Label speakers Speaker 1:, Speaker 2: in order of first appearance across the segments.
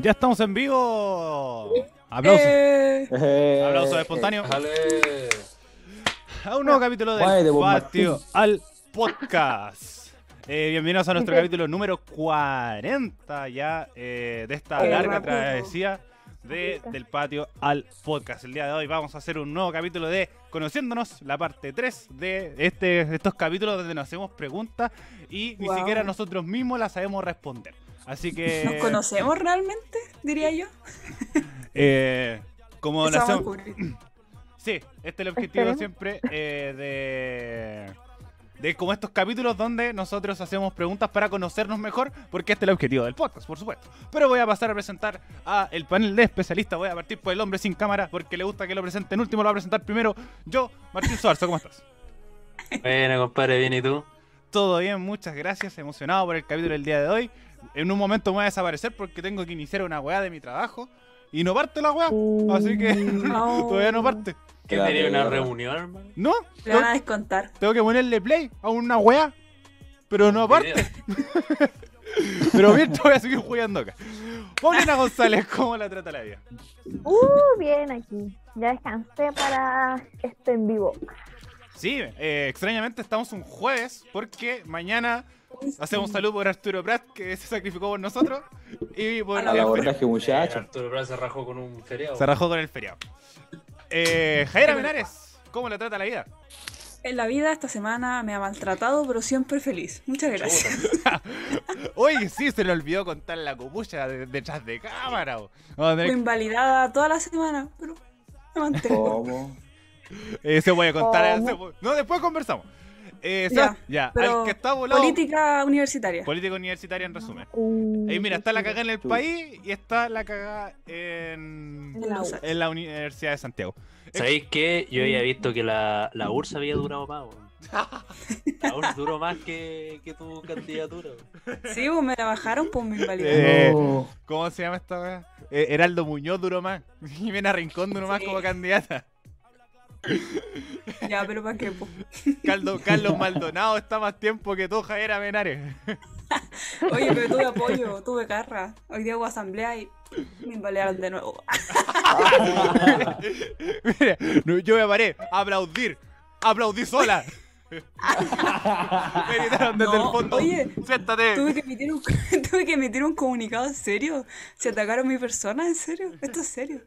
Speaker 1: Ya estamos en vivo. Aplausos.
Speaker 2: Eh.
Speaker 1: Aplausos espontáneos.
Speaker 3: Dale.
Speaker 1: A un nuevo capítulo
Speaker 2: Muere,
Speaker 1: del
Speaker 2: Bon
Speaker 1: Patio al Podcast. Eh, bienvenidos a nuestro capítulo número 40 ya eh, de esta
Speaker 2: Qué
Speaker 1: larga
Speaker 2: rápido.
Speaker 1: travesía de, del Patio al Podcast. El día de hoy vamos a hacer un nuevo capítulo de Conociéndonos, la parte 3 de este, de estos capítulos donde nos hacemos preguntas y ni
Speaker 2: Wow.
Speaker 1: siquiera nosotros mismos las sabemos responder. Así que...
Speaker 2: ¿Nos conocemos realmente? Diría yo.
Speaker 1: eh, como
Speaker 2: Eso
Speaker 1: lo
Speaker 2: vamos a
Speaker 1: hacemos-
Speaker 2: descubrir.
Speaker 1: Sí, este es el objetivo
Speaker 4: Esperemos.
Speaker 1: siempre eh, de, de como estos capítulos donde nosotros hacemos preguntas para conocernos mejor, porque este es el objetivo del podcast, por supuesto. Pero voy a pasar a presentar a el panel de especialistas, voy a partir por el hombre sin cámara, porque le gusta que lo presenten último, lo va a presentar primero yo, Martín Suarzo, ¿cómo estás?
Speaker 3: Bueno, compadre, bien, ¿y tú?
Speaker 1: Todo bien, muchas gracias, emocionado por el capítulo del día de hoy. En un momento me voy a desaparecer porque tengo que iniciar una weá de mi trabajo y no parte la weá, así que
Speaker 2: No.
Speaker 1: todavía no parte.
Speaker 3: ¿Qué
Speaker 4: Dale,
Speaker 3: tenía una
Speaker 4: dale.
Speaker 3: reunión, hermano?
Speaker 1: No,
Speaker 2: Le van a descontar.
Speaker 1: tengo que ponerle play a una weá. Pero no aparte, pero mientras voy a seguir jugando acá. Paulina González, ¿cómo la trata la vida?
Speaker 4: Uh, bien aquí. Ya descansé para este en vivo.
Speaker 1: Sí, eh, extrañamente estamos un jueves porque mañana hacemos un saludo por Arturo Prat que se sacrificó por nosotros y por
Speaker 2: A
Speaker 4: A
Speaker 2: la
Speaker 4: eh, la
Speaker 1: el
Speaker 4: verdad es que muchachos.
Speaker 3: Arturo Blas se rajó con un feriado.
Speaker 1: Se rajó con el feriado. Eh, Jaira Menares, ¿cómo la trata la vida?
Speaker 2: En la vida esta semana me ha maltratado, pero siempre feliz. Muchas gracias.
Speaker 1: Oye, sí, se le olvidó contar la copucha de- detrás de cámara. bo. Vamos a
Speaker 2: Fui
Speaker 1: tener-
Speaker 2: invalidada toda la semana, pero me
Speaker 1: Oh,
Speaker 2: mantengo.
Speaker 4: ¿Cómo?
Speaker 1: eh, se puede contar.
Speaker 4: ¿Cómo?
Speaker 1: se puede- no, después conversamos. Eh,
Speaker 2: Oh, Ya,
Speaker 1: Seba- ya,
Speaker 2: pero
Speaker 1: al que está volado.
Speaker 2: Política universitaria.
Speaker 1: Política universitaria en resumen.
Speaker 4: Uh,
Speaker 1: Ahí mira, está la cagada en el
Speaker 4: tú.
Speaker 1: país y está la cagada en,
Speaker 2: En la USA.
Speaker 1: en la Universidad de Santiago.
Speaker 3: ¿Sabéis qué? Yo había visto que la, la URSS había durado más, weón. La URSS duró más que, que tu candidatura. weón.
Speaker 2: Sí, pues me la bajaron, pues me invalidaron.
Speaker 1: Eh,
Speaker 4: No.
Speaker 1: ¿Cómo se llama esta weá? Eh, Heraldo Muñoz duró más. Jimena Rincón duró más
Speaker 2: Sí.
Speaker 1: como candidata.
Speaker 2: Ya, pero ¿para qué? pues?
Speaker 1: Caldo- Carlos Maldonado está más tiempo que tú, Jaira Menares.
Speaker 2: Oye, pero tuve apoyo, tuve carra. Hoy día hubo asamblea y me invalidaron de nuevo.
Speaker 1: Mira, no, yo me paré a aplaudir. Aplaudí sola. Me gritaron desde
Speaker 2: No,
Speaker 1: el fondo.
Speaker 2: oye,
Speaker 1: siéntate.
Speaker 2: Tuve que, emitir un, tuve que emitir un comunicado en serio. Se atacaron mi persona, en serio. Esto es serio.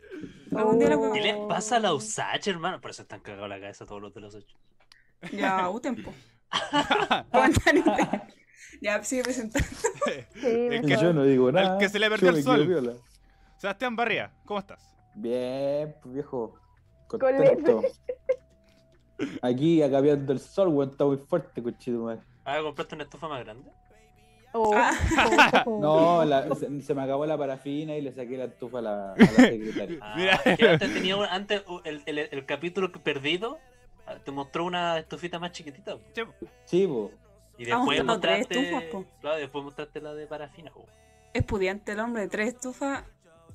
Speaker 2: Algún día la
Speaker 4: Oh.
Speaker 3: ¿Qué
Speaker 2: huevo.
Speaker 3: les pasa a la USACH, hermano? Por eso están cagados la cabeza todos los de los ocho.
Speaker 2: Ya, un tiempo. Aguantan este. Ya, sigue presentando.
Speaker 4: Sí,
Speaker 1: Es
Speaker 4: bueno.
Speaker 1: que-
Speaker 4: Yo no digo nada.
Speaker 1: que se le
Speaker 4: Yo
Speaker 1: perdió el
Speaker 4: me
Speaker 1: sol.
Speaker 4: quedo viola.
Speaker 1: Sebastián Barría, ¿cómo estás?
Speaker 4: Bien, pues, viejo. Con
Speaker 5: Contento.
Speaker 4: Aquí acabeando el sol, weón, está muy fuerte, cochito,
Speaker 3: Ah, ¿compraste una estufa más grande?
Speaker 5: Oh,
Speaker 1: Ah.
Speaker 5: oh, oh.
Speaker 4: No, la- se, se me acabó la parafina y le saqué la estufa a la, a la secretaria.
Speaker 3: Ah,
Speaker 1: Mira.
Speaker 3: que antes tenía un- antes uh, el, el- el capítulo que perdido ah, te mostró una estufita más chiquitita. po.
Speaker 1: Che, po.
Speaker 4: Sí, po.
Speaker 3: Y
Speaker 2: Ah,
Speaker 3: después
Speaker 2: mostrando tres
Speaker 3: mostraste.
Speaker 2: estufas, po.
Speaker 3: Claro, después mostraste la de parafina. po.
Speaker 2: Estudiante, el hombre, tres estufas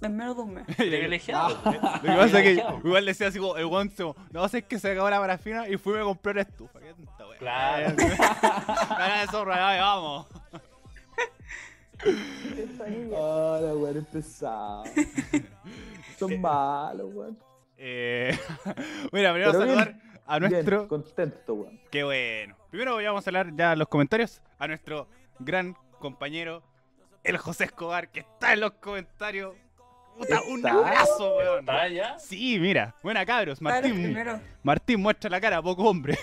Speaker 2: en menos de un mes.
Speaker 3: Privilegiado.
Speaker 4: Ah.
Speaker 1: Lo que pasa es que
Speaker 3: Privilegiado.
Speaker 1: igual decía así como el guan se- no sé es que se acabó la parafina y fui a comprar una estufa. ¿Qué tanta wea?
Speaker 3: Claro.
Speaker 1: Cara de zorra, ay, vamos.
Speaker 4: Ah, la weón empezado. Son malos, weón.
Speaker 1: Eh, mira,
Speaker 4: Pero
Speaker 1: primero saludar
Speaker 4: bien,
Speaker 1: a
Speaker 4: Bien,
Speaker 1: nuestro.
Speaker 4: contento, weón.
Speaker 1: Qué bueno. Primero voy- vamos a hablar ya los comentarios a nuestro gran compañero, el José Escobar, que está en los comentarios. Puta, un
Speaker 4: ¿Está?
Speaker 1: abrazo, weón.
Speaker 3: Ah, ya.
Speaker 1: Sí, mira. Buena, cabros.
Speaker 2: Claro,
Speaker 1: Martín,
Speaker 2: primero.
Speaker 1: Martín muestra la cara, poco hombre.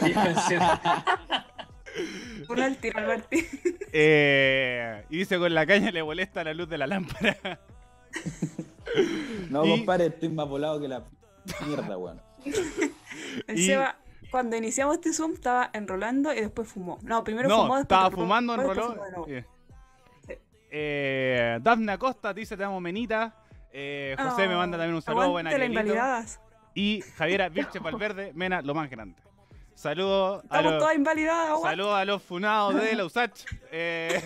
Speaker 3: Sí, pensé-
Speaker 2: Por el tiro, Martín.
Speaker 1: Eh, y dice con la caña le molesta la luz de la lámpara.
Speaker 4: No,
Speaker 1: Y-
Speaker 4: compadre, estoy más volado que la mierda, weón.
Speaker 2: El
Speaker 1: Y-
Speaker 2: Seba, cuando iniciamos este Zoom, estaba enrolando y después fumó. No, primero
Speaker 1: no,
Speaker 2: fumó, después
Speaker 1: estaba
Speaker 2: enroló,
Speaker 1: fumando en
Speaker 2: después
Speaker 1: rolón.
Speaker 2: fumó de nuevo. Sí.
Speaker 1: Eh, Dafne Acosta te dice te amo menita. Eh, José me
Speaker 2: Oh,
Speaker 1: manda también un saludo, buen
Speaker 2: aguante las
Speaker 1: Arielito.
Speaker 2: invalidadas.
Speaker 1: Y Javiera Virche Valverde, mena, lo más grande. Saludos a
Speaker 2: Estamos
Speaker 1: los,
Speaker 2: todas invalidadas, aguante,
Speaker 1: saludos a los funados de la USACH. Eh,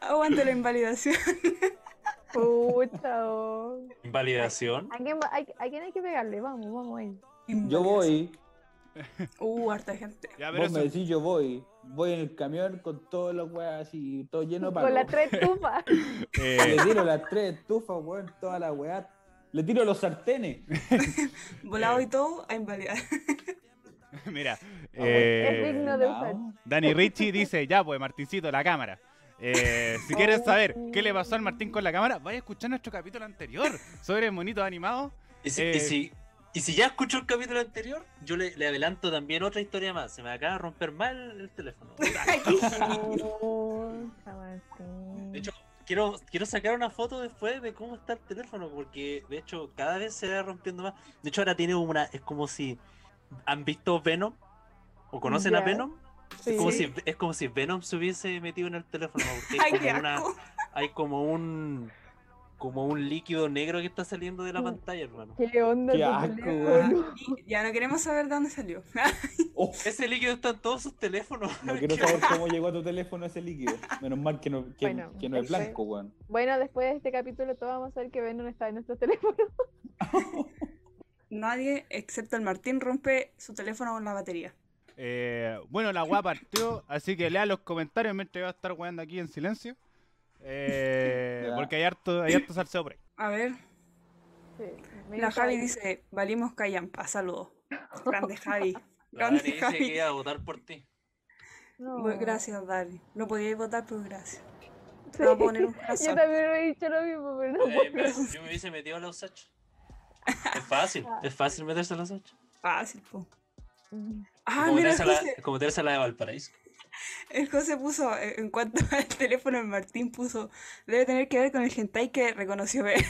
Speaker 2: aguante la invalidación.
Speaker 5: Pucha, oh.
Speaker 3: Invalidación.
Speaker 5: ¿A quién, va- a- a quién hay que pegarle? Vamos, vamos ahí.
Speaker 4: Yo voy.
Speaker 2: Uh, harta gente.
Speaker 1: Ya, pero
Speaker 6: Vos me
Speaker 1: eso,
Speaker 6: decís, yo voy. Voy en el camión con todos los weas así, todo lleno de
Speaker 4: Con las
Speaker 6: palos.
Speaker 4: tres tufas.
Speaker 1: eh,
Speaker 6: Le tiro las tres estufas, weón, toda la weá. Le tiro los sartenes.
Speaker 3: Eh.
Speaker 2: Volado y todo a invalidar.
Speaker 1: mira,
Speaker 6: bueno.
Speaker 1: eh,
Speaker 4: Es digno de
Speaker 6: No.
Speaker 4: usar.
Speaker 1: Dani Richie dice, ya pues Martincito, la cámara. Eh, si quieres saber qué le pasó al Martín con la cámara, vaya a escuchar nuestro capítulo anterior sobre monitos animados.
Speaker 3: Y si,
Speaker 1: Eh.
Speaker 3: y si, y si ya escuchó el capítulo anterior, yo le, le adelanto también otra historia más. Se me acaba de romper mal el teléfono.
Speaker 4: Puta, Martín.
Speaker 3: De hecho, quiero, quiero sacar una foto después de cómo está el teléfono, porque de hecho cada vez se va rompiendo más. De hecho, ahora tiene una. Es como si. ¿Han visto Venom? ¿O conocen a
Speaker 4: Ya.
Speaker 3: Venom?
Speaker 4: Sí.
Speaker 3: Es como,
Speaker 2: Sí.
Speaker 3: si, es como si Venom se hubiese metido en el teléfono. porque hay
Speaker 2: Ay, qué
Speaker 3: como una-
Speaker 2: asco.
Speaker 3: hay como un. Como un líquido negro que está saliendo de la
Speaker 5: Mm.
Speaker 3: pantalla, hermano.
Speaker 5: Qué onda.
Speaker 6: Qué
Speaker 5: tu
Speaker 6: asco,
Speaker 5: teléfono.
Speaker 6: weón.
Speaker 2: Y ya no queremos saber de dónde salió.
Speaker 6: Oh,
Speaker 3: Ese líquido está en todos sus teléfonos.
Speaker 6: no quiero saber cómo llegó a tu teléfono ese líquido. Menos mal que no, que,
Speaker 5: Bueno,
Speaker 6: que no es
Speaker 5: eso es.
Speaker 6: blanco, weón.
Speaker 5: Bueno, después de este capítulo todos vamos a ver que Venom está en nuestro teléfono.
Speaker 2: Nadie, excepto el Martín, rompe su teléfono con la batería.
Speaker 1: Eh, bueno, la weá partió, así que lea los comentarios mientras yo voy a estar weando aquí en silencio. Eh,
Speaker 6: Ya.
Speaker 1: porque hay harto, hay harto salseo por ahí.
Speaker 2: A ver,
Speaker 5: Sí, me
Speaker 2: la
Speaker 5: gusta
Speaker 2: Javi
Speaker 5: Venom.
Speaker 2: dice, valimos callampa, saludos. Grande Javi.
Speaker 3: La
Speaker 2: Grande
Speaker 3: Dani dice
Speaker 2: Javi.
Speaker 3: que iba a votar por ti.
Speaker 5: No.
Speaker 2: Bu- Gracias, Dani. No podíais votar, pero gracias.
Speaker 5: Sí.
Speaker 2: Te voy a poner un
Speaker 5: Yo
Speaker 2: corazón.
Speaker 5: también he dicho lo mismo, pero no.
Speaker 3: Eh, me- yo me hubiese metido a la USACH. Es fácil, es fácil meterse a la USACH.
Speaker 2: Fácil, po.
Speaker 5: Mm.
Speaker 2: Ah,
Speaker 3: como,
Speaker 2: mira, el
Speaker 3: meterse a la,
Speaker 2: José,
Speaker 3: como meterse a la de Valparaíso.
Speaker 2: el José puso, eh, en cuanto al teléfono, el Martín puso, debe tener que ver con el hentai que reconoció ver.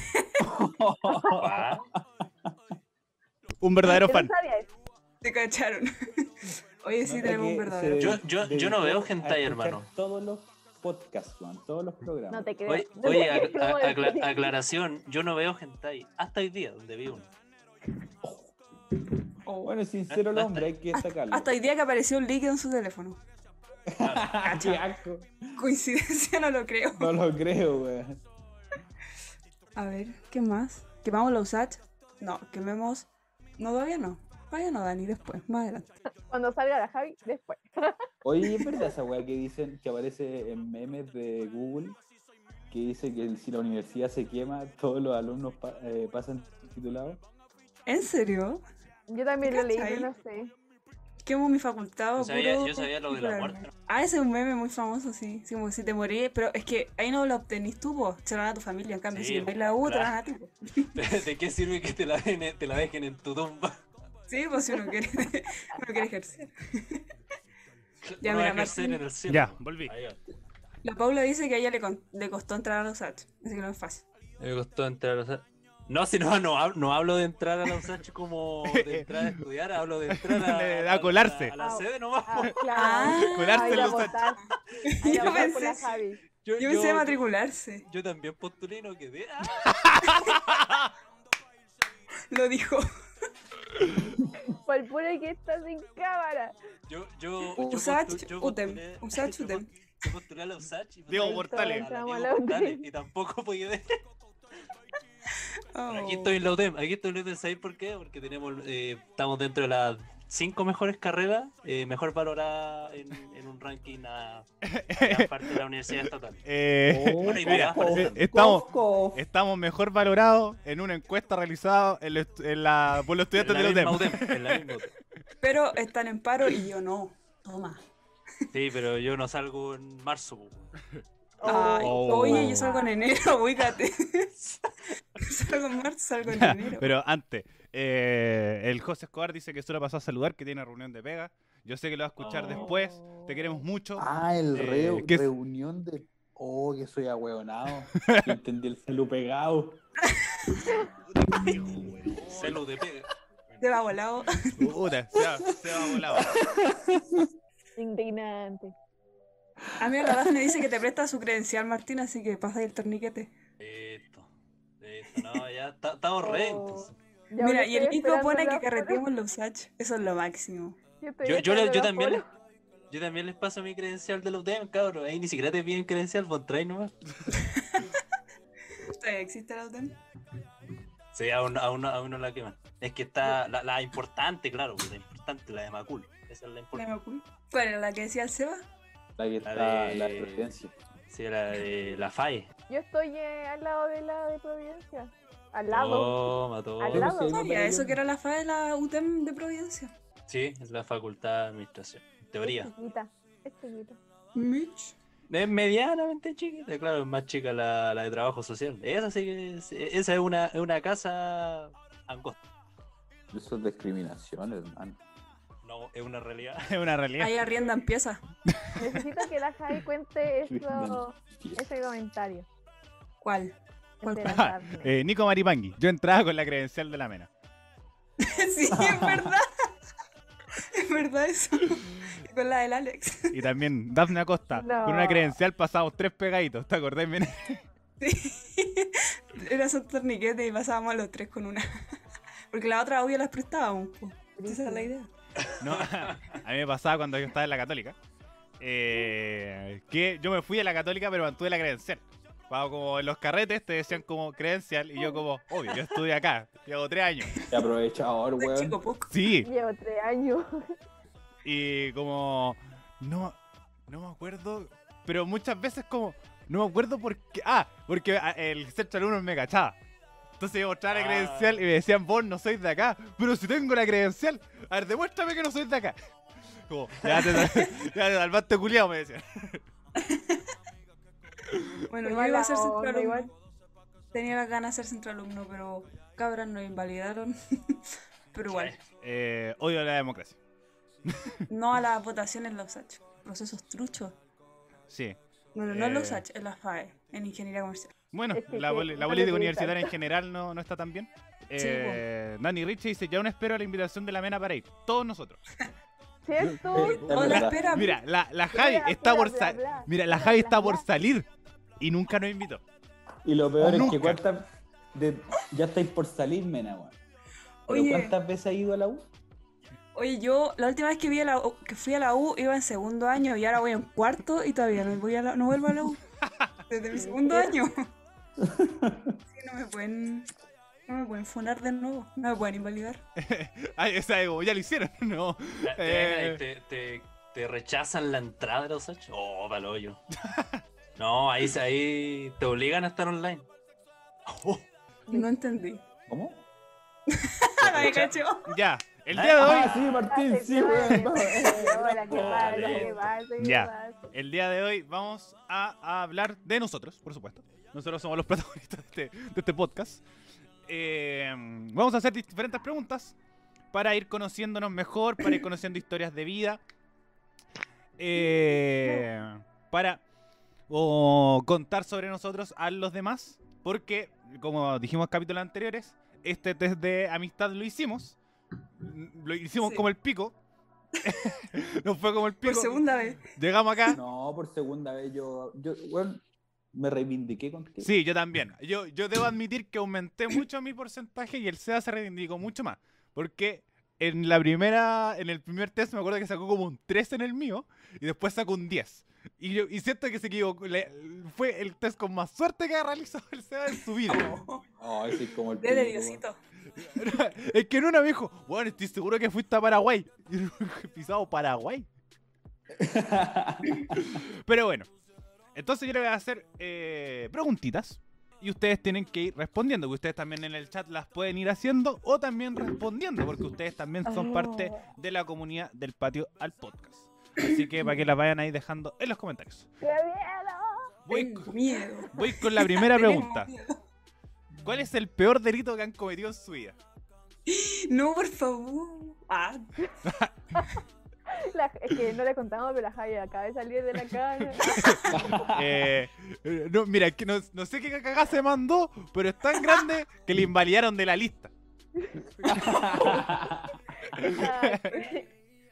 Speaker 3: Ah,
Speaker 1: Un verdadero
Speaker 4: Yo no
Speaker 1: fan.
Speaker 4: sabía eso.
Speaker 2: Te cacharon. Oye, sí,
Speaker 6: Nota
Speaker 2: tenemos
Speaker 6: que
Speaker 2: un
Speaker 6: se
Speaker 2: verdadero.
Speaker 3: Yo- yo- yo no
Speaker 6: dedicó
Speaker 3: veo
Speaker 6: a
Speaker 3: hentai,
Speaker 6: escuchar
Speaker 3: hermano.
Speaker 6: Todos los podcasts, weón, todos los programas.
Speaker 4: No te creo.
Speaker 3: oye,
Speaker 4: No sé
Speaker 3: oye,
Speaker 4: qué
Speaker 3: a- a-
Speaker 4: estuvo
Speaker 3: acla-
Speaker 4: de-
Speaker 3: aclaración, yo no veo hentai hasta hoy día donde vi uno.
Speaker 2: Oh.
Speaker 6: Bueno, es sincero el hombre, hay que destacarlo.
Speaker 2: Hasta hoy día que apareció un líquido en su teléfono.
Speaker 6: ¡Qué asco!
Speaker 2: Coincidencia, no lo creo.
Speaker 6: No lo creo, weón.
Speaker 2: A ver, ¿qué más? ¿Quemamos la USACH? No, quememos. No, todavía no. Todavía no, Dani, después, más adelante.
Speaker 5: Cuando salga la Javi, después.
Speaker 6: Oye, ¿es verdad esa weá que dicen que aparece en memes de Google? Que dice que si la universidad se quema, todos los alumnos pa- eh, pasan titulados.
Speaker 2: ¿En serio?
Speaker 5: Yo también lo leí,
Speaker 2: ¿Cachai?
Speaker 5: pero no sé.
Speaker 2: Quemo mi facultad.
Speaker 3: Yo
Speaker 2: o
Speaker 3: sabía,
Speaker 2: puro
Speaker 3: yo sabía lo de la
Speaker 2: curarme.
Speaker 3: muerte.
Speaker 2: Ah, ese es un meme muy famoso, sí. Sí, como si te morís, pero es que ahí no lo obtenís tú, po. Se lo dan a tu familia. En cambio, si
Speaker 3: Sí,
Speaker 2: quemáis la U, te lo dan a
Speaker 3: claro.
Speaker 2: ti. po.
Speaker 3: ¿De qué sirve que te la, den- te la dejen en tu tumba?
Speaker 2: Sí, pues si uno quiere, uno quiere ejercer. Ya, mira,
Speaker 3: no va a ejercer
Speaker 2: Martín.
Speaker 3: en el cielo.
Speaker 1: Ya, volví.
Speaker 3: Ahí va.
Speaker 2: La Paula dice que a ella le, con- le costó entrar a los H, así que no es fácil.
Speaker 3: Me costó entrar a la USACH. No, si no, no, hab- no hablo de entrar a la USACH como de entrar a estudiar, hablo de entrar
Speaker 1: De- de
Speaker 3: a,
Speaker 1: acolarse.
Speaker 3: A, la- a la sede nomás.
Speaker 5: Ah, claro.
Speaker 1: Colarse
Speaker 5: a ir a
Speaker 1: los
Speaker 5: votar. A ir
Speaker 2: Yo
Speaker 5: a votar por
Speaker 2: pensé-
Speaker 5: la Javi.
Speaker 3: Yo,
Speaker 2: Yo pensé
Speaker 3: yo-
Speaker 2: matricularse.
Speaker 3: yo también postulé y no quedé. Ah.
Speaker 2: Lo dijo.
Speaker 5: Por el puro que está sin cámara.
Speaker 3: Yo, yo, yo
Speaker 2: Usach
Speaker 3: postu- yo
Speaker 2: Utem.
Speaker 3: postulé-
Speaker 2: Usach
Speaker 3: yo
Speaker 2: Utem.
Speaker 3: post- Yo postulé a la Usach y postulé
Speaker 1: Diego
Speaker 3: a la-
Speaker 1: Portales.
Speaker 3: a la
Speaker 5: Vamos a
Speaker 3: Diego
Speaker 5: la UTEM.
Speaker 2: E.
Speaker 3: Portales y tampoco podía ver.
Speaker 2: Oh.
Speaker 3: Aquí estoy en la UTEM, aquí estoy en la UTEM, ¿sabéis por qué? Porque tenemos, eh, estamos dentro de las cinco mejores carreras, eh, mejor valorada en, en un ranking a, a gran parte de la universidad estatal.
Speaker 1: Eh,
Speaker 6: Oh,
Speaker 3: Bueno, y mira,
Speaker 6: cof,
Speaker 1: eh, estamos,
Speaker 6: cof, cof.
Speaker 1: estamos mejor valorados en una encuesta realizada en lo estu- en la, por los estudiantes
Speaker 3: en
Speaker 1: de
Speaker 3: la
Speaker 1: los
Speaker 3: misma
Speaker 1: DEM.
Speaker 3: UTEM, en la misma UTEM.
Speaker 2: Pero están en paro y yo no. Toma.
Speaker 3: Sí, pero yo no salgo en marzo. po.
Speaker 2: Ay,
Speaker 1: Oh.
Speaker 2: Oye, yo salgo en enero, ubícate. salgo en marzo, salgo en enero.
Speaker 1: Pero antes, eh, el José Escobar dice que solo pasó a saludar, que tiene reunión de pega. Yo sé que lo va a escuchar
Speaker 3: Oh.
Speaker 1: después. Te queremos mucho.
Speaker 6: Ah, el
Speaker 1: Eh,
Speaker 6: reu-
Speaker 1: ¿qué es?
Speaker 6: reunión de. Oh, que soy ahueonado. Entendí el celu pegado.
Speaker 3: Celu de pega.
Speaker 2: Te va volado.
Speaker 1: Puta, se va, se va volado.
Speaker 5: Indignante.
Speaker 2: A mí la Dafne dice que te presta su credencial, Martín, así que pasa ahí el torniquete.
Speaker 3: Esto. Esto, no, ya está- estamos re
Speaker 5: Oh,
Speaker 3: entonces.
Speaker 5: Ya
Speaker 2: Mira,
Speaker 5: ahora
Speaker 2: y el
Speaker 5: estoy
Speaker 2: Nico pone
Speaker 5: esperando
Speaker 2: que
Speaker 5: la foto.
Speaker 2: carreteemos en los H. Eso es lo máximo.
Speaker 5: estoy
Speaker 3: Yo, yo, le- yo
Speaker 5: esperando la
Speaker 3: también,
Speaker 5: foto.
Speaker 3: les- yo también les paso mi credencial de los UTEM, cabrón. Ahí ni siquiera te piden credencial, vos traes nomás.
Speaker 2: ¿Todavía existe la UTEM?
Speaker 3: Sí, a uno, a uno, a uno la queman. Es que está la, la importante, claro, pues, la importante, la de Macul. Esa es la
Speaker 2: ¿La
Speaker 3: importante.
Speaker 2: me ocul- ¿Cuál era la que decía el Seba?
Speaker 6: La que está
Speaker 3: de-
Speaker 6: la de presidencia.
Speaker 3: Sí, la de la FAE.
Speaker 5: Yo estoy eh, al lado de la de Providencia.
Speaker 4: Al lado.
Speaker 3: Oh, mató.
Speaker 4: Al lado.
Speaker 6: Sí, me
Speaker 2: Sabía,
Speaker 6: parece
Speaker 2: eso
Speaker 6: bien.
Speaker 2: que era la FA de la UTEM de Providencia.
Speaker 3: Sí, es la facultad de administración.
Speaker 4: Es
Speaker 3: Teoría.
Speaker 4: chiquita. Es chiquita.
Speaker 2: Mitch.
Speaker 3: Es medianamente chiquita, claro, es más chica la, la de trabajo social. Esa sí que es, e, esa es una, es una casa angosta.
Speaker 6: Eso es discriminación, hermano.
Speaker 3: No, es una realidad.
Speaker 1: Es una realidad.
Speaker 2: Ahí arriendan piezas.
Speaker 5: Necesito que la Javi cuente eso.
Speaker 4: Ese comentario.
Speaker 2: ¿Cuál? ¿Cuál?
Speaker 4: Espera,
Speaker 1: Ah,
Speaker 4: tarde.
Speaker 1: eh, Nico Maripangui. Yo entraba con la credencial de la mena.
Speaker 2: sí, es verdad. es verdad eso. Y Con la del Alex.
Speaker 1: Y también Dafne Acosta.
Speaker 4: No.
Speaker 1: Con una credencial pasamos tres pegaditos. ¿Te acordás? Mena?
Speaker 2: era un torniquete y pasábamos los tres con una. Porque la otra obvio las prestábamos. po. Esa es la idea.
Speaker 1: No, a mí me pasaba cuando yo estaba en la católica. eh, que yo me fui a la católica, pero mantuve la credencial. Cuando como en los carretes te decían como credencial y yo como, obvio, yo estudié acá, llevo tres años.
Speaker 6: Te aprovechador,
Speaker 2: De
Speaker 6: weón.
Speaker 2: Este chico poco.
Speaker 1: Sí,
Speaker 5: Llevo tres años.
Speaker 1: y como, no, no me acuerdo, pero muchas veces como, no me acuerdo porque, ah, porque ah, el centro alumno me cachaba. Entonces yo mostraba la
Speaker 3: Ah.
Speaker 1: credencial y me decían, vos no sois de acá, pero si tengo la credencial, a ver, demuéstrame que no sois de acá. Como, ya te, sal- ya te salvaste culiao, me decían.
Speaker 2: Bueno,
Speaker 5: Qué
Speaker 2: yo iba a
Speaker 5: mala
Speaker 2: ser
Speaker 5: onda,
Speaker 2: centroalumno.
Speaker 5: igual.
Speaker 2: Tenía las ganas de ser centroalumno, pero cabras nos invalidaron. pero igual.
Speaker 1: Eh, odio la democracia.
Speaker 2: No a las votaciones en la USACH. Procesos truchos.
Speaker 1: Sí.
Speaker 2: Bueno, no en
Speaker 1: Eh.
Speaker 2: la USACH, en la FAE, en ingeniería comercial.
Speaker 1: Bueno,
Speaker 5: Es que
Speaker 1: la,
Speaker 5: sí,
Speaker 1: poli- la
Speaker 5: no
Speaker 1: política
Speaker 5: le di
Speaker 1: universitaria en
Speaker 5: tanto.
Speaker 1: general no, no está tan bien.
Speaker 2: Sí,
Speaker 1: Eh, Dani Richie dice, ya aún espero la invitación de la mena para ir. Todos nosotros.
Speaker 5: ¿Cierto?
Speaker 6: Es
Speaker 2: Hola,
Speaker 6: verdad.
Speaker 2: espera.
Speaker 1: Mira, la, la Javi
Speaker 5: Espera,
Speaker 1: está por
Speaker 5: espera, bla,
Speaker 1: salir.
Speaker 5: bla.
Speaker 1: Mira, la Javi está
Speaker 5: bla,
Speaker 1: por
Speaker 5: bla.
Speaker 1: salir y nunca nos invitó.
Speaker 6: Y lo peor es
Speaker 1: Oh, Nunca.
Speaker 6: que cuántas. de- ya estáis por salir, mena, weón. Pero
Speaker 2: Oye.
Speaker 6: ¿Cuántas veces ha ido a la U?
Speaker 2: Oye, yo la última vez que, vi a la U- que fui a la U iba en segundo año y ahora voy en cuarto y todavía no, voy a la- no vuelvo a la U. Desde mi segundo año. Sí, no me pueden, no me pueden funar de nuevo, no me pueden invalidar.
Speaker 1: Ay, esa de como, ya lo hicieron, no.
Speaker 3: La- te-
Speaker 1: Eh.
Speaker 3: te, te- te rechazan la entrada de los H. Oh, palo hoyo. No, ahí, ahí te obligan a estar online. Oh,
Speaker 2: No entendí.
Speaker 6: ¿Cómo?
Speaker 2: Ah, la de cacho.
Speaker 1: Ya, el día de hoy,
Speaker 6: Ah, sí, Martín,
Speaker 5: Hace
Speaker 6: sí,
Speaker 5: tres
Speaker 6: weón.
Speaker 5: años. Hola, ¿qué pasa?
Speaker 3: Dale.
Speaker 5: ¿Qué pasa? ¿Qué
Speaker 1: Ya.
Speaker 5: pasa?
Speaker 1: el día de hoy vamos a, a hablar de nosotros, por supuesto. Nosotros somos los protagonistas de este, de este podcast. Eh, vamos a hacer diferentes preguntas para ir conociéndonos mejor, para ir conociendo historias de vida. eh, para o contar sobre nosotros a los demás. Porque, como dijimos en capítulos anteriores, este test de amistad lo hicimos. Lo hicimos
Speaker 2: Sí.
Speaker 1: como el pico. no fue como el
Speaker 2: Por
Speaker 1: pico.
Speaker 2: segunda vez.
Speaker 1: Llegamos acá.
Speaker 6: No, por segunda vez yo. yo weón, me reivindiqué contigo.
Speaker 1: Sí, yo también. Yo, yo debo admitir que aumenté mucho mi porcentaje y el SEA se reivindicó mucho más. Porque en la primera, en el primer test me acuerdo que sacó como un 3 en el mío y después sacó un 10. Y, yo, y siento que se equivocó. le- fue el test con más suerte que ha realizado el SEA en su vida.
Speaker 6: Oh, ese es como el.
Speaker 2: Dele
Speaker 6: pico,
Speaker 2: Diosito.
Speaker 1: es que en una me dijo, bueno, estoy seguro que fuiste a Paraguay. Y yo, pisado Paraguay.
Speaker 6: weón.
Speaker 1: Pero bueno, entonces yo le voy a hacer eh, preguntitas y ustedes tienen que ir respondiendo, que ustedes también en el chat las pueden ir haciendo o también respondiendo, porque ustedes también son parte de la comunidad del patio al podcast. Así que para que las vayan ahí dejando en los comentarios.
Speaker 5: ¡Qué miedo!
Speaker 1: Voy,
Speaker 2: Tengo miedo.
Speaker 1: voy con la primera
Speaker 2: Eh. Tenemos
Speaker 1: pregunta.
Speaker 2: miedo.
Speaker 1: ¿Cuál es el peor delito que han cometido en su vida?
Speaker 2: No, por favor. Ah,
Speaker 5: La- es que no le contamos, pero la Javi acaba de salir de la cama.
Speaker 1: Eh, eh, no, mira, que no, no sé qué cagada se mandó, pero es tan grande que le invalidaron de la lista.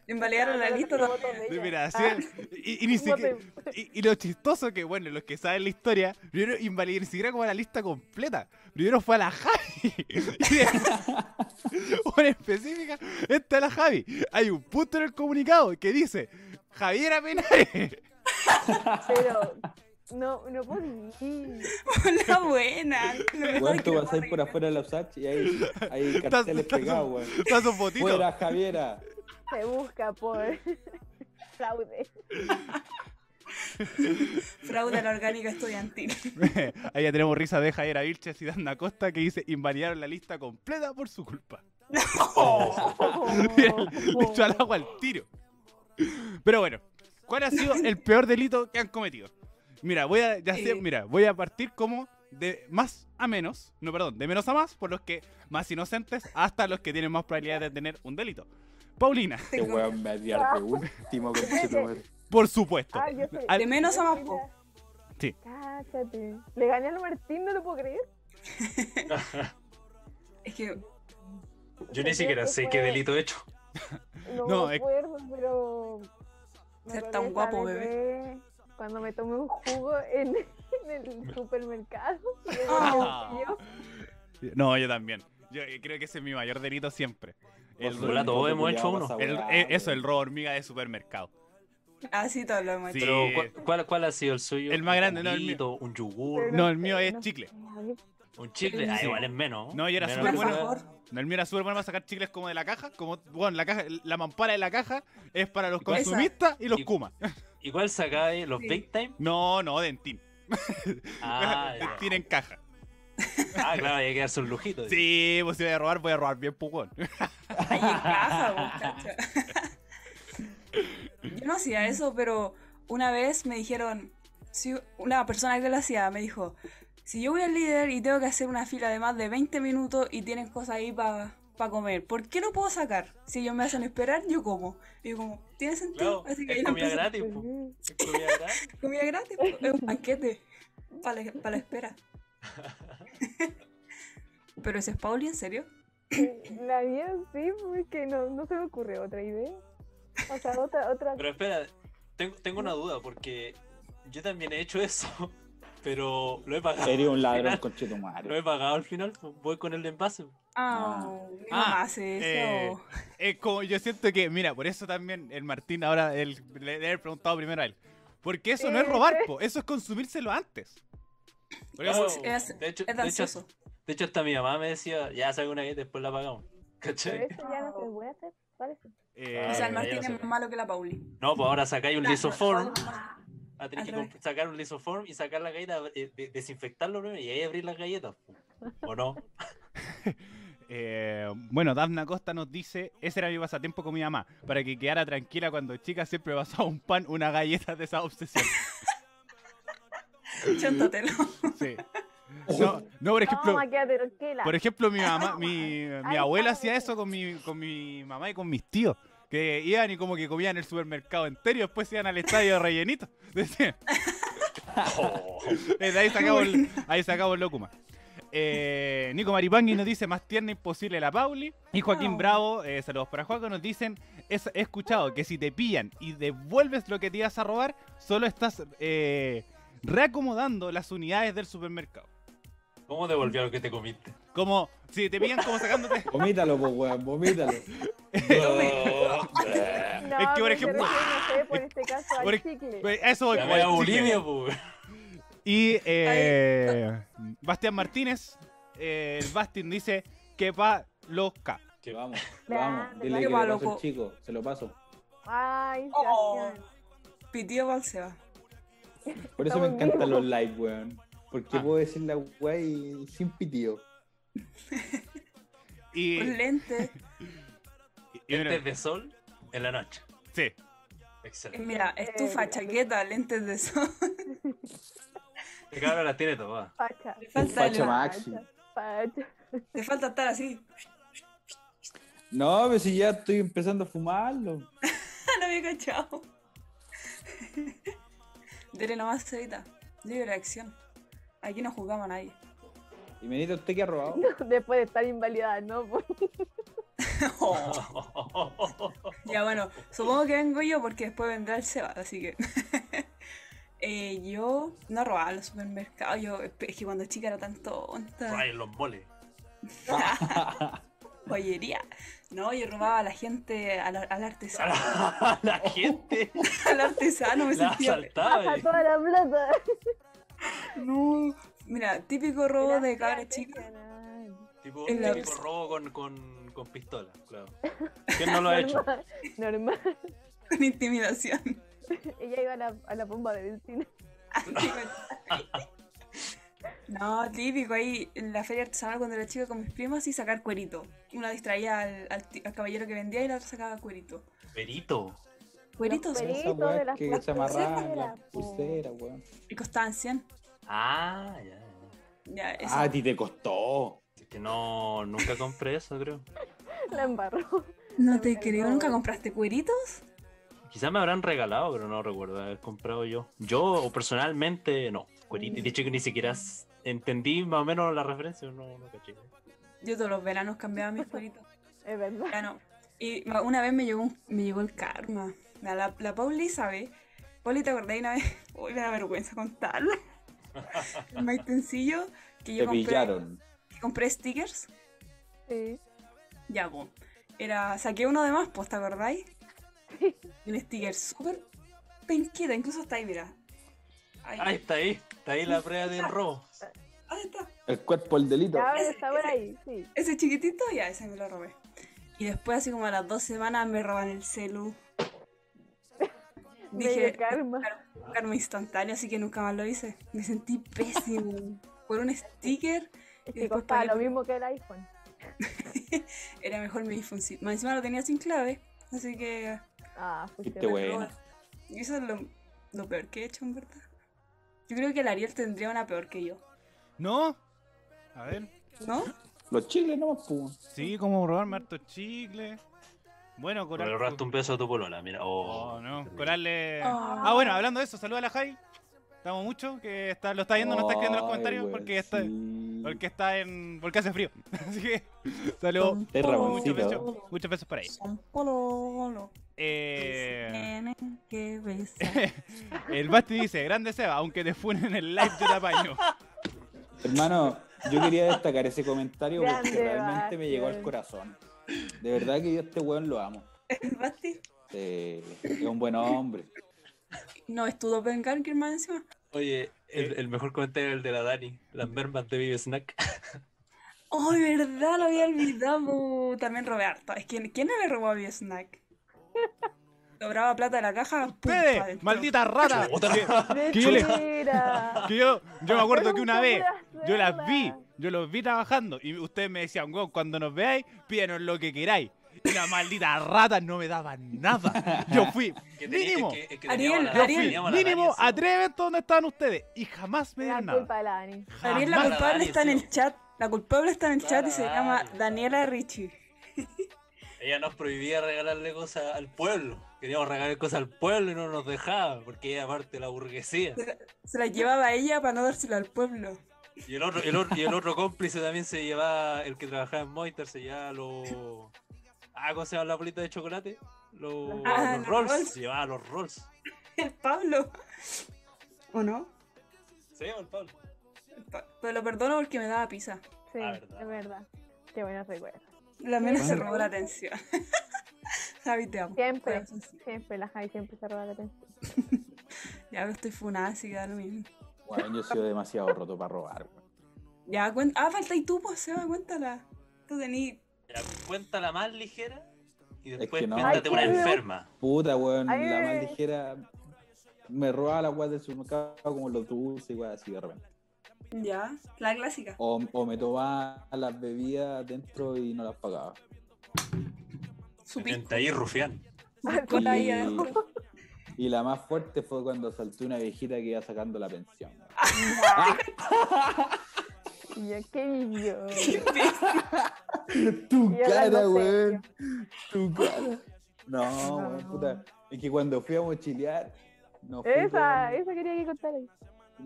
Speaker 2: invalidaron la lista también.
Speaker 5: ah.
Speaker 1: Mira, así es. Y, y ni
Speaker 5: Voten.
Speaker 1: siquiera, y, y lo chistoso que, bueno, los que saben la historia, primero invalidé ni siquiera como la lista completa. Primero fue a la Javi. Y de- una específica, esta es la Javi. Hay un punto en el comunicado que dice Javiera Menares.
Speaker 5: Ah, Pero, No, no podí.
Speaker 2: La buena. Lo mejor
Speaker 6: Weón, tú
Speaker 2: que lo
Speaker 6: vas a ir por
Speaker 2: arreglan.
Speaker 6: afuera de la USACH y hay, hay
Speaker 1: Estás-
Speaker 6: carteles
Speaker 1: estás-
Speaker 6: pegados, weón.
Speaker 1: Está su fotito.
Speaker 6: Fuera, Javiera.
Speaker 5: Se busca por fraude.
Speaker 2: Fraude a la orgánica estudiantil.
Speaker 1: Ahí ya tenemos risa de Jaira Vilches y Dan Acosta que dice invalidaron la lista completa por su culpa.
Speaker 3: Oh,
Speaker 1: Oh.
Speaker 5: Oh,
Speaker 1: Le echó al agua al tiro. Pero bueno, ¿cuál ha sido el peor delito que han cometido? Mira, voy a, ya sé-
Speaker 2: Eh.
Speaker 1: mira, voy a partir como de más a menos, no, perdón, de menos a más, por los que más inocentes hasta los que tienen más probabilidad de tener un delito. Paulina,
Speaker 6: Este weón me adiarte último con
Speaker 1: por supuesto.
Speaker 5: Ah, yo soy.
Speaker 1: Al-
Speaker 2: De menos a más
Speaker 5: yo soy
Speaker 2: po.
Speaker 5: la-
Speaker 1: Sí.
Speaker 5: Cáchate. Le gané al Martín, no lo puedo creer.
Speaker 2: Es que
Speaker 3: Yo ni siquiera sé qué delito he hecho.
Speaker 5: No,
Speaker 1: No, eh,
Speaker 5: me
Speaker 1: es-
Speaker 5: acuerdo, pero. me
Speaker 2: Ser
Speaker 5: acuerdo
Speaker 2: tan
Speaker 5: esa
Speaker 2: guapo,
Speaker 5: vez de Cuando me tomé un jugo en, en el supermercado. y en el
Speaker 2: Ah.
Speaker 5: bolsillo.
Speaker 1: No, yo también. Yo eh, creo que ese es mi mayor delito siempre. El,
Speaker 3: Postulato. todos hemos hecho uno.
Speaker 1: el- eh, eso, el robo hormiga de supermercado.
Speaker 2: así todos ah, lo hemos
Speaker 1: Sí.
Speaker 2: hecho.
Speaker 3: Pero, ¿cu- ¿cuál, cuál ha sido el suyo?
Speaker 1: El más grande,
Speaker 3: ¿Un
Speaker 1: no, el mío.
Speaker 3: juguito, Un yogur,
Speaker 5: Pero
Speaker 1: No, el mío
Speaker 5: sé,
Speaker 1: es
Speaker 5: no
Speaker 1: chicle.
Speaker 5: sé, a ver,
Speaker 3: un chicle. Ah,
Speaker 2: Sí.
Speaker 3: igual es menos.
Speaker 1: No, yo era
Speaker 3: Menos
Speaker 1: súper
Speaker 2: Por
Speaker 1: bueno.
Speaker 2: favor.
Speaker 1: No, el mío era súper bueno para sacar chicles como de la caja. Como, bueno, la caja, la mampara de la caja es para los
Speaker 2: Esa.
Speaker 1: consumistas y los
Speaker 3: Y-
Speaker 1: kumas.
Speaker 3: Igual sacáis los
Speaker 2: Sí.
Speaker 3: big time.
Speaker 1: No, no, dentín.
Speaker 3: Ah, ya.
Speaker 1: dentín en caja.
Speaker 3: Ah, claro, hay que darse un lujito.
Speaker 1: Sí, pues si voy a robar, voy a robar bien pujón.
Speaker 2: Ahí en caja, po, cacha. Yo no hacía eso, pero una vez me dijeron, si una persona que lo hacía me dijo, si yo voy al líder y tengo que hacer una fila de más de 20 minutos y tienen cosas ahí para comer, ¿por qué no puedo sacar? Si ellos me hacen esperar, yo como. Y yo como, ¿tiene sentido?
Speaker 3: Claro,
Speaker 2: Así que ahí
Speaker 3: es
Speaker 2: no
Speaker 3: comida
Speaker 2: empecé-
Speaker 3: gratis. po.
Speaker 5: ujú.
Speaker 3: Es comida gratis.
Speaker 2: Comida gratis, po, es un paquete para la, pa' la espera. Pero ese es Pauli, ¿en serio?
Speaker 5: La mía sí, porque no, no se me ocurre otra idea. O sea, otra, otra
Speaker 3: Pero espera, tengo, tengo una duda porque yo también he hecho eso, pero lo he pagado.
Speaker 6: Sería un
Speaker 3: al
Speaker 6: ladrón
Speaker 3: final.
Speaker 6: concheto
Speaker 3: Lo he pagado al final, pues, voy con el envase.
Speaker 2: Ah, mi mamá hace
Speaker 1: eh,
Speaker 2: eso.
Speaker 1: Es como yo siento que, mira, por eso también el Martín ahora el- le le he preguntado primero a él. Porque eso no es robar, po, eso es consumírselo antes. Porque
Speaker 2: Eso
Speaker 1: eso-
Speaker 2: sí, es-
Speaker 3: de, hecho,
Speaker 2: Es
Speaker 3: de, hecho,
Speaker 2: ansioso.
Speaker 3: de hecho, hasta mi mamá me decía, ya saca una vez, después la pagamos.
Speaker 5: Pero
Speaker 3: ¿Cachai?
Speaker 5: eso ya no se puede hacer, parece.
Speaker 1: eh,
Speaker 2: O sea, el
Speaker 3: Ah, ya
Speaker 2: Martín
Speaker 3: lo
Speaker 2: es
Speaker 3: sé.
Speaker 2: más malo que la Pauli.
Speaker 3: No, pues ahora sacáis un lisoform. Ah, tenéis que
Speaker 2: Al revés.
Speaker 3: comp- sacar un lisoform y sacar la galleta, eh, de- desinfectarlo primero y ahí abrir las galletas. po. ¿O no?
Speaker 1: Eh, bueno, Dafna Costa nos dice, ese era mi pasatiempo con mi mamá, para que quedara tranquila cuando chica siempre pasaba un pan, una galleta de esa obsesión.
Speaker 2: Chántatelo.
Speaker 1: Sí. No, no, por
Speaker 2: Ah,
Speaker 1: ejemplo,
Speaker 5: Toma, quédate tranquila.
Speaker 1: por ejemplo, mi mamá, mi, mi
Speaker 5: Ay,
Speaker 1: abuela
Speaker 5: ay.
Speaker 1: hacía eso con mi, con mi mamá y con mis tíos, que iban y como que comían el supermercado entero y después iban al estadio de rellenito. Decían,
Speaker 3: Oh.
Speaker 1: Desde ahí sacamos el, ahí sacamos el locuma. Eh, Nico Maripangui nos dice más tierna e imposible la Pauli. Y Joaquín
Speaker 2: Oh.
Speaker 1: Bravo, eh, saludos para Joaco, nos dicen, "Es- he escuchado que si te pillan y devuelves lo que te ibas a robar, solo estás eh, reacomodando las unidades del supermercado.
Speaker 3: ¿Cómo devolvió lo que te comiste?
Speaker 1: Como, si te pillan como sacándote...
Speaker 6: Vomítalo, pues, weón, vomítalo.
Speaker 5: No,
Speaker 1: es que, por
Speaker 5: me
Speaker 1: ejemplo-
Speaker 5: refiero, no sé, por este caso, al
Speaker 1: por ej-
Speaker 5: chicle.
Speaker 1: Eso voy,
Speaker 3: La
Speaker 1: como el
Speaker 3: media
Speaker 1: chicle.
Speaker 3: Bolivia, pues.
Speaker 1: Y eh, Bastián Martínez, eh, el Bastin dice que va loca.
Speaker 6: Que vamos,
Speaker 5: Ya,
Speaker 6: vamos. Dile
Speaker 5: qué
Speaker 6: que le
Speaker 2: malo,
Speaker 6: paso el
Speaker 2: po.
Speaker 6: chico, se lo paso.
Speaker 5: Ay,
Speaker 2: Oh.
Speaker 5: Sebastián.
Speaker 2: Pitido para el Seba.
Speaker 6: Por eso me
Speaker 5: Estamos en
Speaker 6: encantan
Speaker 5: vivo.
Speaker 6: los live, weón. Porque
Speaker 1: Ah.
Speaker 6: puedo decir la weá sin pitido.
Speaker 1: Y,
Speaker 2: Con lentes.
Speaker 1: y- y mira,
Speaker 3: Lentes este de sol en la noche.
Speaker 1: sí.
Speaker 2: Eh,
Speaker 3: Excelente.
Speaker 2: Mira, estufa, chaqueta, lentes de sol.
Speaker 3: El Este cabrón las tiene todas.
Speaker 5: Facha.
Speaker 2: Te falta,
Speaker 6: Facha
Speaker 2: el-
Speaker 6: Maxi.
Speaker 5: Facha.
Speaker 2: te falta estar así.
Speaker 6: No, pero si ya estoy empezando a fumarlo.
Speaker 2: Ah, no había cachado. Dele nomás, Cevita. Libre acción. Aquí no jugamos a nadie.
Speaker 6: Y me dice usted que ha robado.
Speaker 5: Después de estar invalidada, ¿no? Por-
Speaker 2: Oh. Ya bueno, supongo que vengo yo porque después vendrá el Seba, así que. Eh, yo no robaba en los supermercados, yo es que cuando chica era tan tonta.
Speaker 3: Ryan los moles.
Speaker 2: joyería. No, yo robaba a la gente, al, al
Speaker 3: A
Speaker 2: artesano.
Speaker 3: la, a la gente
Speaker 2: al artesano me
Speaker 3: la
Speaker 2: sentía.
Speaker 3: asaltaba. eh.
Speaker 4: Baja
Speaker 3: y-
Speaker 4: toda la plata.
Speaker 2: No. Mira, típico robo de cabra chica.
Speaker 3: Tipo,
Speaker 2: en la-
Speaker 3: tipo robo con, con, con pistola, claro. ¿Quién no lo ha hecho?
Speaker 4: Normal.
Speaker 5: Normal.
Speaker 2: Con intimidación.
Speaker 4: Ella iba a la, a la bomba de benzina.
Speaker 2: No, típico ahí en la feria artesanal cuando era chica con mis primas y sacar cuerito. Una distraía al, al ti- al caballero que vendía y la otra sacaba cuerito.
Speaker 3: Perito.
Speaker 2: Cueritos
Speaker 4: Los
Speaker 6: Esa
Speaker 4: Perito de
Speaker 6: weá
Speaker 4: las
Speaker 6: que se
Speaker 4: pulseras,
Speaker 6: amarraban las
Speaker 4: po.
Speaker 6: pulseras, weón.
Speaker 2: y costaban 100.
Speaker 3: Ah, ya. ya.
Speaker 2: Ya, eso.
Speaker 6: Ah, a ti te costó.
Speaker 3: Es que no, nunca compré eso, creo.
Speaker 5: La embarró.
Speaker 2: no te creo, ¿nunca compraste cueritos?
Speaker 3: Quizás me habrán regalado, pero no recuerdo haber comprado yo. Yo o personalmente, no. Cuerito, y de hecho que ni siquiera s- entendí más o menos la referencia, no, no caché.
Speaker 2: Yo todos los veranos cambiaba mis cueritos.
Speaker 5: Es verdad.
Speaker 2: Ya no. Y ma- una vez me llegó, un- me llegó el karma. La, la, la Pauli sabe. Pauli, ¿te acordás una vez? Uy, me da vergüenza contarlo. El maitencillo que yo
Speaker 6: Te
Speaker 2: compré,
Speaker 6: pillaron.
Speaker 2: que compré stickers.
Speaker 5: Sí.
Speaker 2: Ya, po. Era, saqué uno de más, pues, ¿te acordáis? Un sticker súper penquita, incluso está ahí, mira. Ahí,
Speaker 3: Ahí Ah, está ahí, está ahí la prueba del robo.
Speaker 2: ahí está.
Speaker 6: El cuerpo, el delito.
Speaker 5: Ya, pero está por ahí, sí.
Speaker 2: Ese chiquitito, ya, ese me lo robé. Y después, así como a las dos semanas, me roban el celu. Dije,
Speaker 5: Medio karma.
Speaker 2: karma instantáneo, así que nunca más lo hice. Me sentí pésimo. Por un sticker,
Speaker 5: Es
Speaker 2: Y
Speaker 5: que
Speaker 2: después
Speaker 5: costaba
Speaker 2: pagué
Speaker 5: lo
Speaker 2: por-
Speaker 5: mismo que el iPhone.
Speaker 2: era mejor mi función. Más encima lo tenía sin clave, así que.
Speaker 5: Ah, fuiste
Speaker 6: Qué
Speaker 5: bueno.
Speaker 6: buena.
Speaker 2: Y eso es lo, lo peor que he hecho, en verdad. Yo creo que el Ariel tendría una peor que yo,
Speaker 1: ¿No? A ver.
Speaker 2: ¿no?
Speaker 6: Los chiles nomás, pum.
Speaker 1: Sí, como robarme harto chicle. Bueno,
Speaker 3: Pero
Speaker 1: coral.
Speaker 3: le robaste un peso a tu polola, mira. Oh,
Speaker 1: Oh, no.
Speaker 3: terrible.
Speaker 1: Corarle.
Speaker 2: Ah.
Speaker 1: Ah, bueno, hablando de eso, saluda a la Jai. Estamos mucho, que está, lo está viendo, no está escribiendo en los comentarios porque está. Porque está en. porque hace frío. Así que. Saludos.
Speaker 6: Es
Speaker 1: Muchas
Speaker 6: Ramoncito.
Speaker 1: veces, muchas veces para ella.
Speaker 2: Son pololo.
Speaker 1: Eh,
Speaker 2: Tienen que besar.
Speaker 1: el Basti dice, grande Seba, aunque te funen el live yo te apaño.
Speaker 6: Hermano, yo quería destacar ese comentario porque
Speaker 5: Grande,
Speaker 6: realmente me llegó al
Speaker 5: Bastián.
Speaker 6: corazón. De verdad que yo a este weón lo amo.
Speaker 2: Basti,
Speaker 6: Eh, es un buen hombre.
Speaker 2: No, es tu doppelganger más encima.
Speaker 3: Oye, el,
Speaker 1: Eh.
Speaker 3: el mejor comentario es el de la Dani. Las mermas de Vive Snack.
Speaker 2: ¡Oh, verdad! Lo había olvidado. También robé harto. Es que, ¿quién no le robó a Biosnack? Lograba plata de la caja. ¡pum! pa'
Speaker 1: ¡Ustedes!
Speaker 2: adentro.
Speaker 1: ¡Maldita rata! Que, que yo, le-
Speaker 5: Mentira.
Speaker 1: que yo, yo me acuerdo que una vez yo las vi,
Speaker 5: Mierda.
Speaker 1: yo los vi trabajando y ustedes me decían, weón, cuando nos veáis, pídanos lo que queráis. Y las malditas ratas no me daban nada. Yo fui
Speaker 3: Que tenía-
Speaker 1: mínimo,
Speaker 3: es que- es que
Speaker 2: Ariel,
Speaker 3: teníamos a la-
Speaker 1: yo
Speaker 2: Ariel,
Speaker 1: fui
Speaker 3: teníamos a la Dani
Speaker 1: mínimo
Speaker 3: así,
Speaker 1: a tres eventos donde estaban ustedes y jamás me
Speaker 5: La
Speaker 1: dieron nada.
Speaker 5: culpa de la Dani.
Speaker 2: También la
Speaker 1: Jamás.
Speaker 2: culpable
Speaker 3: Dani,
Speaker 2: está en
Speaker 3: sí.
Speaker 2: el chat. La culpable está en el chat y se
Speaker 3: Claro,
Speaker 2: llama
Speaker 3: Dani.
Speaker 2: Daniela Richie.
Speaker 3: Ella nos prohibía regalarle cosas al pueblo. Queríamos regalar cosas al pueblo y no nos dejaba, porque ella parte de la burguesía.
Speaker 2: Se la llevaba a ella para no dársela al pueblo.
Speaker 3: Y el otro, el otro, y el otro cómplice también se llevaba, el que trabajaba en Moiter, se llevaba los. Ah, ¿cómo se llama la bolita de chocolate? Los,
Speaker 2: Ah,
Speaker 3: los
Speaker 2: los
Speaker 3: rolls.
Speaker 2: rolls.
Speaker 3: Se llevaba los rolls.
Speaker 2: El Pablo. ¿O no?
Speaker 3: ¿Se llama el Pablo?
Speaker 2: El Pa- Pero lo perdono porque me daba pizza.
Speaker 5: Sí,
Speaker 3: Ah, verdad.
Speaker 5: es verdad. Qué buenos recuerdos.
Speaker 2: La mena se
Speaker 6: Bueno.
Speaker 2: robó la atención. Javi, te amo.
Speaker 5: Siempre,
Speaker 2: Corazoncito.
Speaker 5: siempre, la Javi siempre se roba la atención.
Speaker 2: Ya me estoy funada, así que da lo mismo.
Speaker 6: Weón, yo he sido demasiado roto para robar. weón.
Speaker 2: Ya, cuenta. Ah, falta y tú, pues, Seba, cuéntala. Tú tení.
Speaker 3: Ya, cuenta la más ligera y después
Speaker 6: que no.
Speaker 3: cuéntate
Speaker 5: Ay,
Speaker 3: una
Speaker 5: qué miedo.
Speaker 3: enferma.
Speaker 6: Puta, weón,
Speaker 5: Ay,
Speaker 6: la
Speaker 5: ay,
Speaker 6: más
Speaker 5: ay.
Speaker 6: ligera. Me robaba la weá del supermercado como los dulces y weá así de repente.
Speaker 2: Ya, la clásica.
Speaker 6: O, o me tomaba las bebidas dentro y no las pagaba.
Speaker 2: Su
Speaker 3: Vente ahí, Rufián.
Speaker 2: pisco.
Speaker 5: Hola,
Speaker 6: Y,
Speaker 5: ya.
Speaker 6: y la más fuerte fue cuando salté una viejita que iba sacando la pensión. weón.
Speaker 5: Y yo, qué yo.
Speaker 6: Tu
Speaker 5: Y hablando
Speaker 6: cara,
Speaker 5: serio.
Speaker 6: weón. Tu cara. No, weón, puta. Es que cuando fui a mochilear, no fui,
Speaker 5: Esa,
Speaker 6: con,
Speaker 5: esa quería que contara.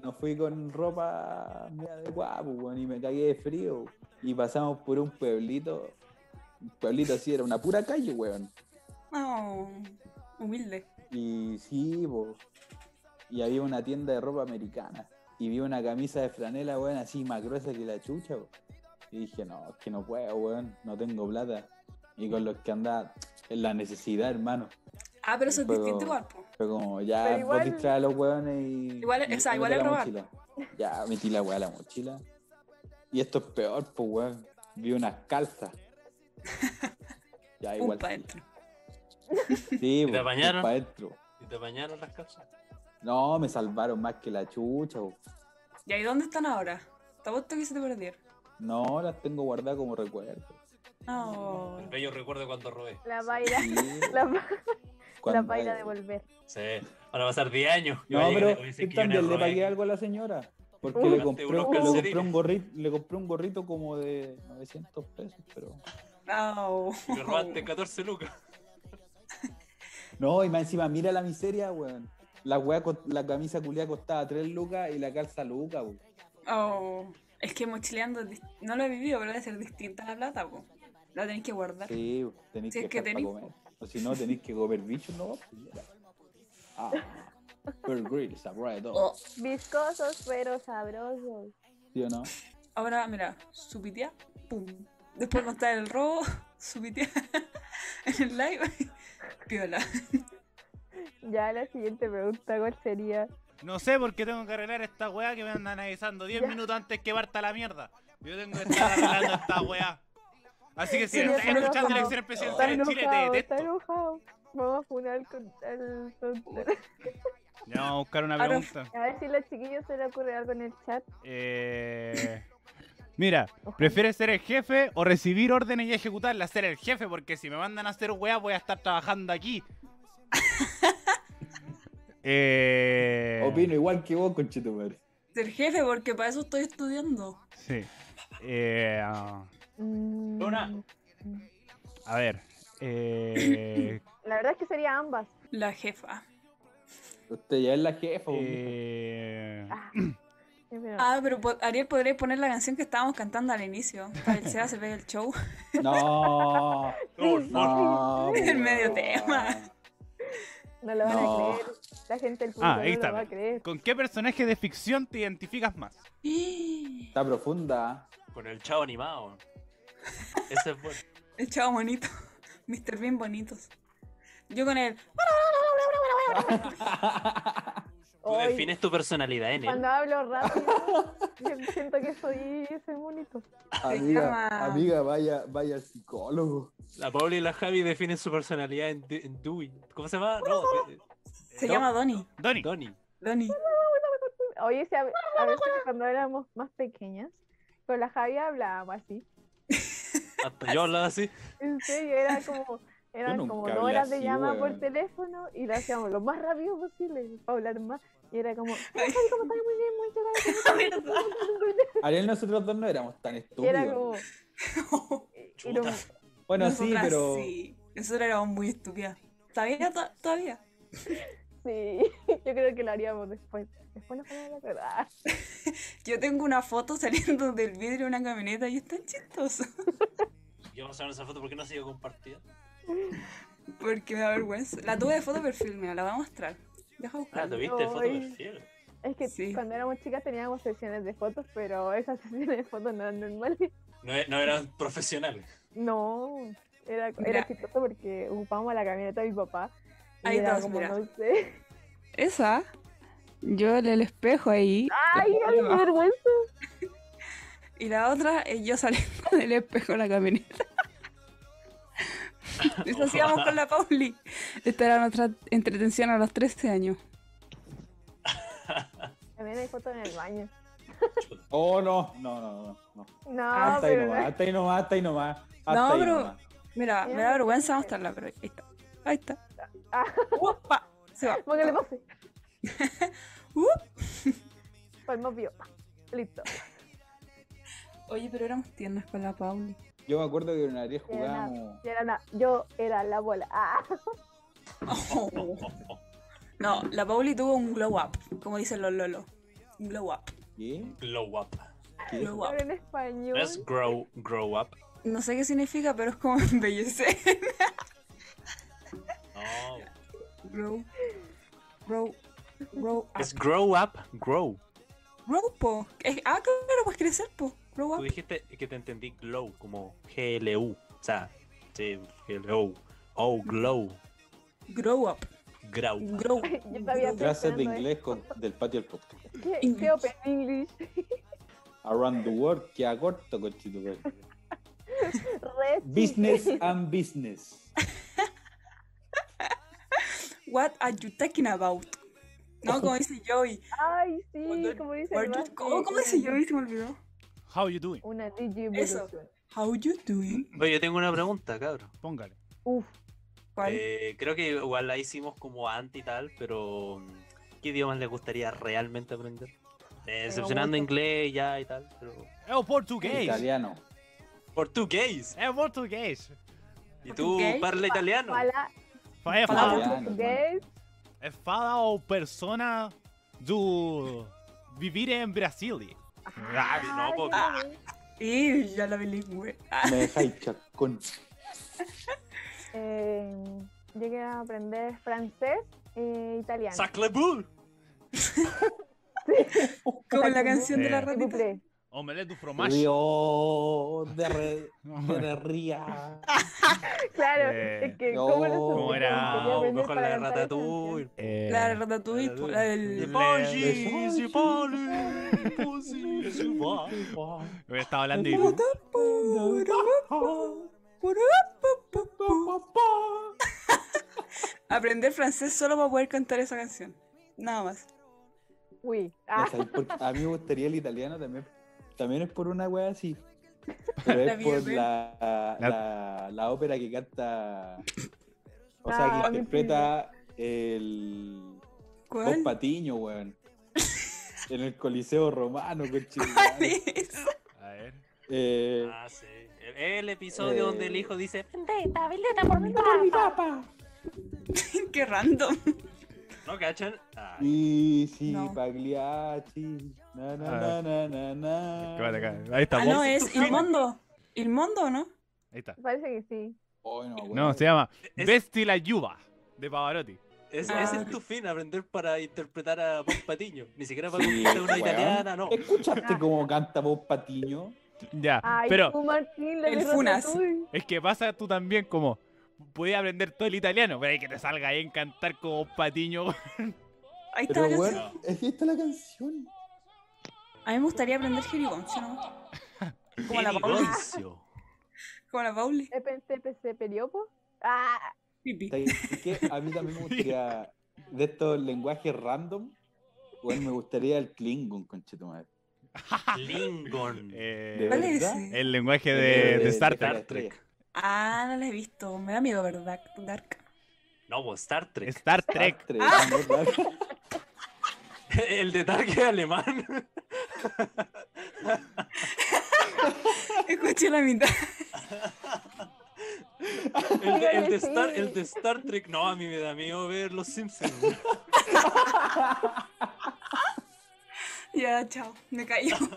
Speaker 6: no fui con ropa muy adecuada, pues, weón, y me cagué de frío. Y pasamos por un pueblito. Un pueblito así, era una pura calle, weón.
Speaker 2: No, Oh, humilde.
Speaker 6: Y sí, po. Y había una tienda de ropa americana. Y vi una camisa de franela, weón, así más gruesa que la chucha, po. Y dije, no, es que no puedo, weón, no tengo plata. Y con los que andaba, es la necesidad, hermano.
Speaker 2: Ah, pero eso es
Speaker 6: Pero-
Speaker 2: distinto igual, po.
Speaker 6: Fue como, ya,
Speaker 5: Pero igual-
Speaker 6: vos distraes a los hueones y.
Speaker 2: Igual-
Speaker 6: y
Speaker 2: o sea,
Speaker 6: métete
Speaker 2: igual es
Speaker 6: la
Speaker 2: robar.
Speaker 6: mochila. Ya, metí la weá a la mochila. Y esto es peor, pues, weón. Vi unas calzas. Ya,
Speaker 2: Pum,
Speaker 6: igual.
Speaker 2: pa'
Speaker 6: sí.
Speaker 2: dentro.
Speaker 6: Sí, pues,
Speaker 3: apañaron?
Speaker 6: para adentro.
Speaker 3: ¿Y te bañaron las calzas?
Speaker 6: No, me salvaron más que la chucha, pues. po.
Speaker 2: ¿Y ahí dónde están ahora? Te apuesto que se te perdieron.
Speaker 6: No, las tengo guardadas como recuerdo.
Speaker 2: No.
Speaker 3: El bello recuerdo cuando robé.
Speaker 4: La vaina,
Speaker 6: Sí,
Speaker 4: la, va- la
Speaker 6: cuando-
Speaker 4: vaina de volver.
Speaker 3: Sí, van a pasar 10 años. Y
Speaker 6: No,
Speaker 3: va a llegar y
Speaker 6: pero
Speaker 3: va a decir
Speaker 6: yo
Speaker 3: que yo no
Speaker 6: también le
Speaker 3: robé.
Speaker 6: pagué algo a la señora. Porque
Speaker 4: Uh.
Speaker 6: le, compré,
Speaker 3: Unos
Speaker 6: le
Speaker 3: calcetines.
Speaker 6: compré un gorrito, le compré un gorrito como de 900 pesos, pero...
Speaker 2: No.
Speaker 3: Me robaste 14 lucas.
Speaker 6: No, y más encima, mira la miseria, weón. La, weá cost- la camisa culiada costaba 3 lucas y la calza lucas, weón.
Speaker 2: Oh, es que mochileando es dist- no lo he vivido, pero debe ser distinta la plata, po. La tenés que guardar.
Speaker 6: Sí, weón, tenéis
Speaker 2: Si es
Speaker 6: que,
Speaker 2: que
Speaker 6: dejar pa'
Speaker 2: tenéis,
Speaker 6: comer. O si no, tenéis que comer bichos, ¿no? Ah, Bear Grylls, alright,
Speaker 2: Oh,
Speaker 4: Viscosos pero sabrosos.
Speaker 6: ¿sí o no?
Speaker 2: ahora, mira, supitea, pum. Después montar el robo, supitea en el live. Piola.
Speaker 5: Ya la siguiente pregunta, ¿cuál sería?
Speaker 1: No sé por qué tengo que arreglar esta weá que me andan avisando 10 minutos antes que parta la mierda. Yo tengo que estar arreglando esta weá. Así que si
Speaker 5: Sí, yo
Speaker 1: estás
Speaker 5: estoy
Speaker 1: escuchando
Speaker 5: enojado.
Speaker 1: elecciones
Speaker 5: Está
Speaker 1: presidenciales en Chile, te
Speaker 5: enojado, está
Speaker 1: detesto.
Speaker 5: enojado. Vamos a funar con el tonto.
Speaker 1: Ya vamos a buscar una
Speaker 2: Ahora-
Speaker 1: pregunta.
Speaker 5: A ver si a los chiquillos se le ocurre algo en el chat.
Speaker 1: Eh, Mira, ¿prefieres ser el jefe o recibir órdenes y ejecutarlas? Ser el jefe, porque si me mandan a hacer weá voy a estar trabajando aquí. eh...
Speaker 6: Opino igual que vos, conchetumare.
Speaker 2: Ser jefe, porque para eso estoy estudiando.
Speaker 1: Sí. Eh, ah,
Speaker 5: Mm,
Speaker 3: Luna.
Speaker 1: a ver. Eh,
Speaker 4: La verdad es que sería ambas.
Speaker 2: La jefa.
Speaker 6: Usted ya es la jefa, weón.
Speaker 1: eh,
Speaker 4: Sí, pero-
Speaker 2: Ah, pero po- Ariel, podría poner la canción que estábamos cantando al inicio. Para que el SEA se pegue el show.
Speaker 6: No,
Speaker 3: No, por favor.
Speaker 6: no.
Speaker 2: El
Speaker 6: weón.
Speaker 2: medio tema.
Speaker 5: No lo van
Speaker 6: No.
Speaker 5: a creer. La gente del público
Speaker 1: Ah, ahí
Speaker 5: no
Speaker 1: está.
Speaker 5: lo va a creer.
Speaker 1: ¿Con qué personaje de ficción te identificas más?
Speaker 2: El
Speaker 6: Está profunda.
Speaker 3: Con el chavo animado. Ese es bueno.
Speaker 2: chavo bonito. Mr. Bien bonitos. Yo con él.
Speaker 3: Tú
Speaker 5: Ay,
Speaker 3: defines tu personalidad en él.
Speaker 5: Cuando hablo rápido, yo siento que soy ese bonito.
Speaker 2: llama-
Speaker 6: Amiga, amiga, vaya, vaya al psicólogo.
Speaker 3: La Paula y la Javi definen su personalidad en, Du- en Dewey. ¿Cómo se llama? No, eh,
Speaker 2: Se
Speaker 3: Don-
Speaker 2: llama Donny.
Speaker 1: Donny.
Speaker 3: Donnie.
Speaker 2: Donny.
Speaker 5: Oye, si a, a veces cuando éramos más pequeñas, con la Javi hablábamos así.
Speaker 3: Hasta yo hablaba así.
Speaker 5: En serio, era como, eran
Speaker 6: nunca
Speaker 5: como
Speaker 6: hablé
Speaker 5: dos horas de
Speaker 6: así,
Speaker 5: llamada por
Speaker 6: weón.
Speaker 5: teléfono y lo hacíamos lo más rápido posible para hablar más. Y era como, "Hola, Javi, ¿cómo estás? Muy bien, muchas gracias.
Speaker 6: Ariel, nosotros dos no éramos tan
Speaker 5: Y era
Speaker 6: estúpidos.
Speaker 5: como, y- y
Speaker 3: Chuta.
Speaker 5: no-
Speaker 6: Bueno, sí,
Speaker 2: Nosotras
Speaker 6: pero.
Speaker 2: sí. Nosotras éramos muy estúpidas. ¿Todavía? to- ¿Todavía?
Speaker 5: Sí, yo creo que lo haríamos después. Después nos ponemos de Ah, verdad.
Speaker 2: Yo tengo una foto saliendo del vidrio de una camioneta y es tan chistoso.
Speaker 3: Yo no sé esa foto porque no ha sido compartida.
Speaker 2: Porque me da vergüenza. La tuve de foto de perfil, mira, la voy a mostrar. Deja
Speaker 3: Ah,
Speaker 2: buscarla.
Speaker 3: tuviste foto
Speaker 5: Ay.
Speaker 3: perfil.
Speaker 5: Es que
Speaker 2: Sí.
Speaker 5: cuando éramos chicas teníamos sesiones de fotos, pero esas sesiones de fotos no eran normales.
Speaker 3: No, e- no eran profesionales.
Speaker 5: No, era,
Speaker 2: Mira.
Speaker 5: era chistoso porque ocupábamos la camioneta de mi papá. y
Speaker 2: Ahí
Speaker 5: era
Speaker 2: dos,
Speaker 5: como,
Speaker 2: mira.
Speaker 5: no sé.
Speaker 2: Esa. Yo en el espejo ahí.
Speaker 5: ¡Ay, ay, qué vergüenza!
Speaker 2: Y la otra es yo saliendo del espejo de la camioneta. Eso hacíamos con la Pauli. Esta era nuestra entretención a los 13 años.
Speaker 5: También hay fotos en el baño.
Speaker 6: Oh, no, no, no, no, no.
Speaker 5: No,
Speaker 6: hasta Ah, ahí
Speaker 5: pero no.
Speaker 6: nomás, hasta ahí nomás, hasta ahí nomás. Hasta
Speaker 2: Ah, No,
Speaker 6: ahí
Speaker 2: pero-
Speaker 6: nomás.
Speaker 2: Mira, me da vergüenza mostrarla, pero ahí está. Ahí está. ¡Upa! Se va.
Speaker 5: Póngale pose.
Speaker 2: Uh.
Speaker 5: Palmas Pues vio. Listo.
Speaker 2: Oye, pero éramos tiernas con la Pauli.
Speaker 6: Yo me acuerdo que en Ariel
Speaker 5: Yo era,
Speaker 6: jugábamos.
Speaker 5: yo era la- yo era la bola. Ah,
Speaker 2: No, la Pauli tuvo un glow up, como dicen los lolos. Un glow up.
Speaker 6: ¿Qué?
Speaker 3: Glow up.
Speaker 6: ¿Qué?
Speaker 2: Glow
Speaker 5: pero
Speaker 2: up.
Speaker 5: en español.
Speaker 3: No es grow, grow up.
Speaker 2: No sé qué significa, pero es como embellecer.
Speaker 3: No.
Speaker 2: Grow. Grow. Grow up.
Speaker 3: Es grow up, grow.
Speaker 2: Grow, po. Es- ah, claro, pues crecer, po. Grow
Speaker 3: Tú
Speaker 2: up.
Speaker 3: dijiste que te entendí glow, como GLU. O sea, sí, GLU. Oh, glow.
Speaker 2: Grow up.
Speaker 3: Grow.
Speaker 2: Grow.
Speaker 5: Yo todavía
Speaker 2: grow.
Speaker 6: Clases de
Speaker 5: Pensando, ¿eh?
Speaker 6: inglés con- del patio del podcast.
Speaker 5: ¿Qué,
Speaker 2: English.
Speaker 5: qué Open English?
Speaker 6: Around the world, que a corto, conchito. güey.
Speaker 5: Red
Speaker 6: Business and business.
Speaker 2: What are you talking about? No, como dice Joey.
Speaker 5: Ay,
Speaker 2: Wonder-
Speaker 5: sí, como dice
Speaker 2: Where
Speaker 5: el
Speaker 2: you-
Speaker 5: Basti,
Speaker 2: ¿Cómo, cómo dice Joey? Se me olvidó.
Speaker 1: How you doing?
Speaker 5: Una digievolución.
Speaker 2: How you doing?
Speaker 3: Oye, yo tengo una pregunta, cabrón.
Speaker 1: Póngale.
Speaker 5: Uf,
Speaker 2: ¿Cuál?
Speaker 3: Eh, creo que igual la hicimos como anti y tal, pero mm, ¿qué idiomas les gustaría realmente aprender? Eh, excepcionando
Speaker 5: mucho.
Speaker 3: inglés ya y tal, pero...
Speaker 1: ¡Es portugués!
Speaker 6: Italiano.
Speaker 3: ¡Portugués!
Speaker 1: ¡Es portugués!
Speaker 3: ¿Y tú
Speaker 2: ¿Portugués?
Speaker 3: parla italiano?
Speaker 5: para
Speaker 1: Fa- Es
Speaker 2: Fala.
Speaker 1: fala,
Speaker 6: Italiano, hermano.
Speaker 5: portugués.
Speaker 1: es fala ou persona do vivir en Brasil.
Speaker 3: Ah, no, po-
Speaker 5: Ay,
Speaker 2: Sí, ya la bilingüe. Ah,
Speaker 6: Me dejáis chacón.
Speaker 4: Eh, yo quiero aprender francés e italiano.
Speaker 3: ¡Sacre bleu!
Speaker 2: como la canción de la
Speaker 1: Eh.
Speaker 5: qué bonito.
Speaker 2: ratita.
Speaker 1: Omelette du fromage.
Speaker 6: Río de, re, de ría.
Speaker 5: Claro,
Speaker 1: Eh,
Speaker 5: es que
Speaker 6: no,
Speaker 5: ¿cómo lo
Speaker 6: ¿cómo
Speaker 5: supiste?
Speaker 1: era?
Speaker 5: Quería aprender
Speaker 3: Mejor
Speaker 5: para
Speaker 3: Ah, la de
Speaker 5: cantar esa
Speaker 3: Ratatouille.
Speaker 1: Eh,
Speaker 2: La de Ratatouille, po, la
Speaker 3: De
Speaker 2: del...
Speaker 3: Ponji,
Speaker 6: Le-
Speaker 3: de Ponji,
Speaker 1: Oh,
Speaker 3: Ponji, su va.
Speaker 1: Yo estaba hablando y...
Speaker 2: Aprender francés solo para poder cantar esa canción. Nada más.
Speaker 5: canción. Uy,
Speaker 6: Ya
Speaker 5: ah,
Speaker 6: sabéis por qué. A mí me gustaría el italiano también. También es por una wea así. Pero
Speaker 2: La
Speaker 6: es por
Speaker 2: Virgen.
Speaker 6: la, la, la ópera que canta. O sea,
Speaker 5: Ah,
Speaker 6: que interpreta el. Dos
Speaker 2: ¿Cuál?
Speaker 6: Patiño, weón. en el Coliseo Romano,
Speaker 2: Ah,
Speaker 6: cochino.
Speaker 2: es?
Speaker 1: A ver.
Speaker 6: Eh,
Speaker 3: Ah, sí. El- El episodio
Speaker 6: Eh.
Speaker 3: donde el hijo dice,
Speaker 4: Bendita, bendita por mi papá.
Speaker 2: Ah. Qué random.
Speaker 3: ¿no cachan? Ah,
Speaker 6: Y si
Speaker 2: No.
Speaker 6: Pagliacci. Na, na,
Speaker 1: Ah.
Speaker 6: na, na, na, na.
Speaker 1: Acá, acá. Ahí está.
Speaker 2: Ah,
Speaker 1: Bob.
Speaker 2: no, es Il Mondo. Il Mondo, ¿no?
Speaker 1: Ahí está.
Speaker 5: parece que sí.
Speaker 6: Ay, no, weón.
Speaker 1: No, se llama
Speaker 3: Es-
Speaker 1: Vesti la Yuba de Pavarotti.
Speaker 3: Es,
Speaker 2: Ah,
Speaker 3: ese
Speaker 2: ok.
Speaker 3: es tu fin, aprender para interpretar a Bob Patiño. Ni siquiera para
Speaker 6: Sí,
Speaker 3: conquistar una
Speaker 6: weón.
Speaker 3: italiana, no.
Speaker 2: Ah.
Speaker 6: ¿Escuchaste cómo canta Dos Patiño?
Speaker 1: Ya,
Speaker 5: Ay,
Speaker 1: pero
Speaker 5: tú, Martín, la
Speaker 2: El
Speaker 5: de
Speaker 2: Funas.
Speaker 5: Ratatouille.
Speaker 1: es que pasa tú también como... Podías aprender todo el italiano, pero hay que te salga ahí a encantar como patiño.
Speaker 2: Ahí está
Speaker 6: Pero,
Speaker 2: la canción.
Speaker 6: weón, es que esta es la canción.
Speaker 2: A mí me gustaría aprender jerigoncio, ¿no? Como la Pauli.
Speaker 3: Eligoncio.
Speaker 2: Como la Pauli.
Speaker 5: ¿EPCPC Periopo? Ah,
Speaker 2: Pipi.
Speaker 6: ¿Sabes qué? A mí también me gustaría, de estos lenguajes random, weón, me gustaría el Klingon, conchetumadre.
Speaker 3: Lingon.
Speaker 1: Eh,
Speaker 6: ¿De
Speaker 2: ¿Cuál es
Speaker 6: verdad?
Speaker 2: ese?
Speaker 1: el lenguaje
Speaker 6: Eh,
Speaker 1: de, de Star
Speaker 6: Star
Speaker 1: Trek.
Speaker 6: Trek.
Speaker 2: Ah, no la he visto. Me da miedo, ¿verdad? Dark.
Speaker 3: No, pues Star Trek.
Speaker 1: Star
Speaker 6: Star
Speaker 1: Trek.
Speaker 6: Trek, no, Dark-
Speaker 3: El de Dark es alemán.
Speaker 2: Escuché la mitad.
Speaker 3: El de, el de
Speaker 5: Sí.
Speaker 3: Star, el de Star Trek. No, a mí me da miedo ver Los Simpsons.
Speaker 2: Ya, chao. Me cayó.
Speaker 5: el de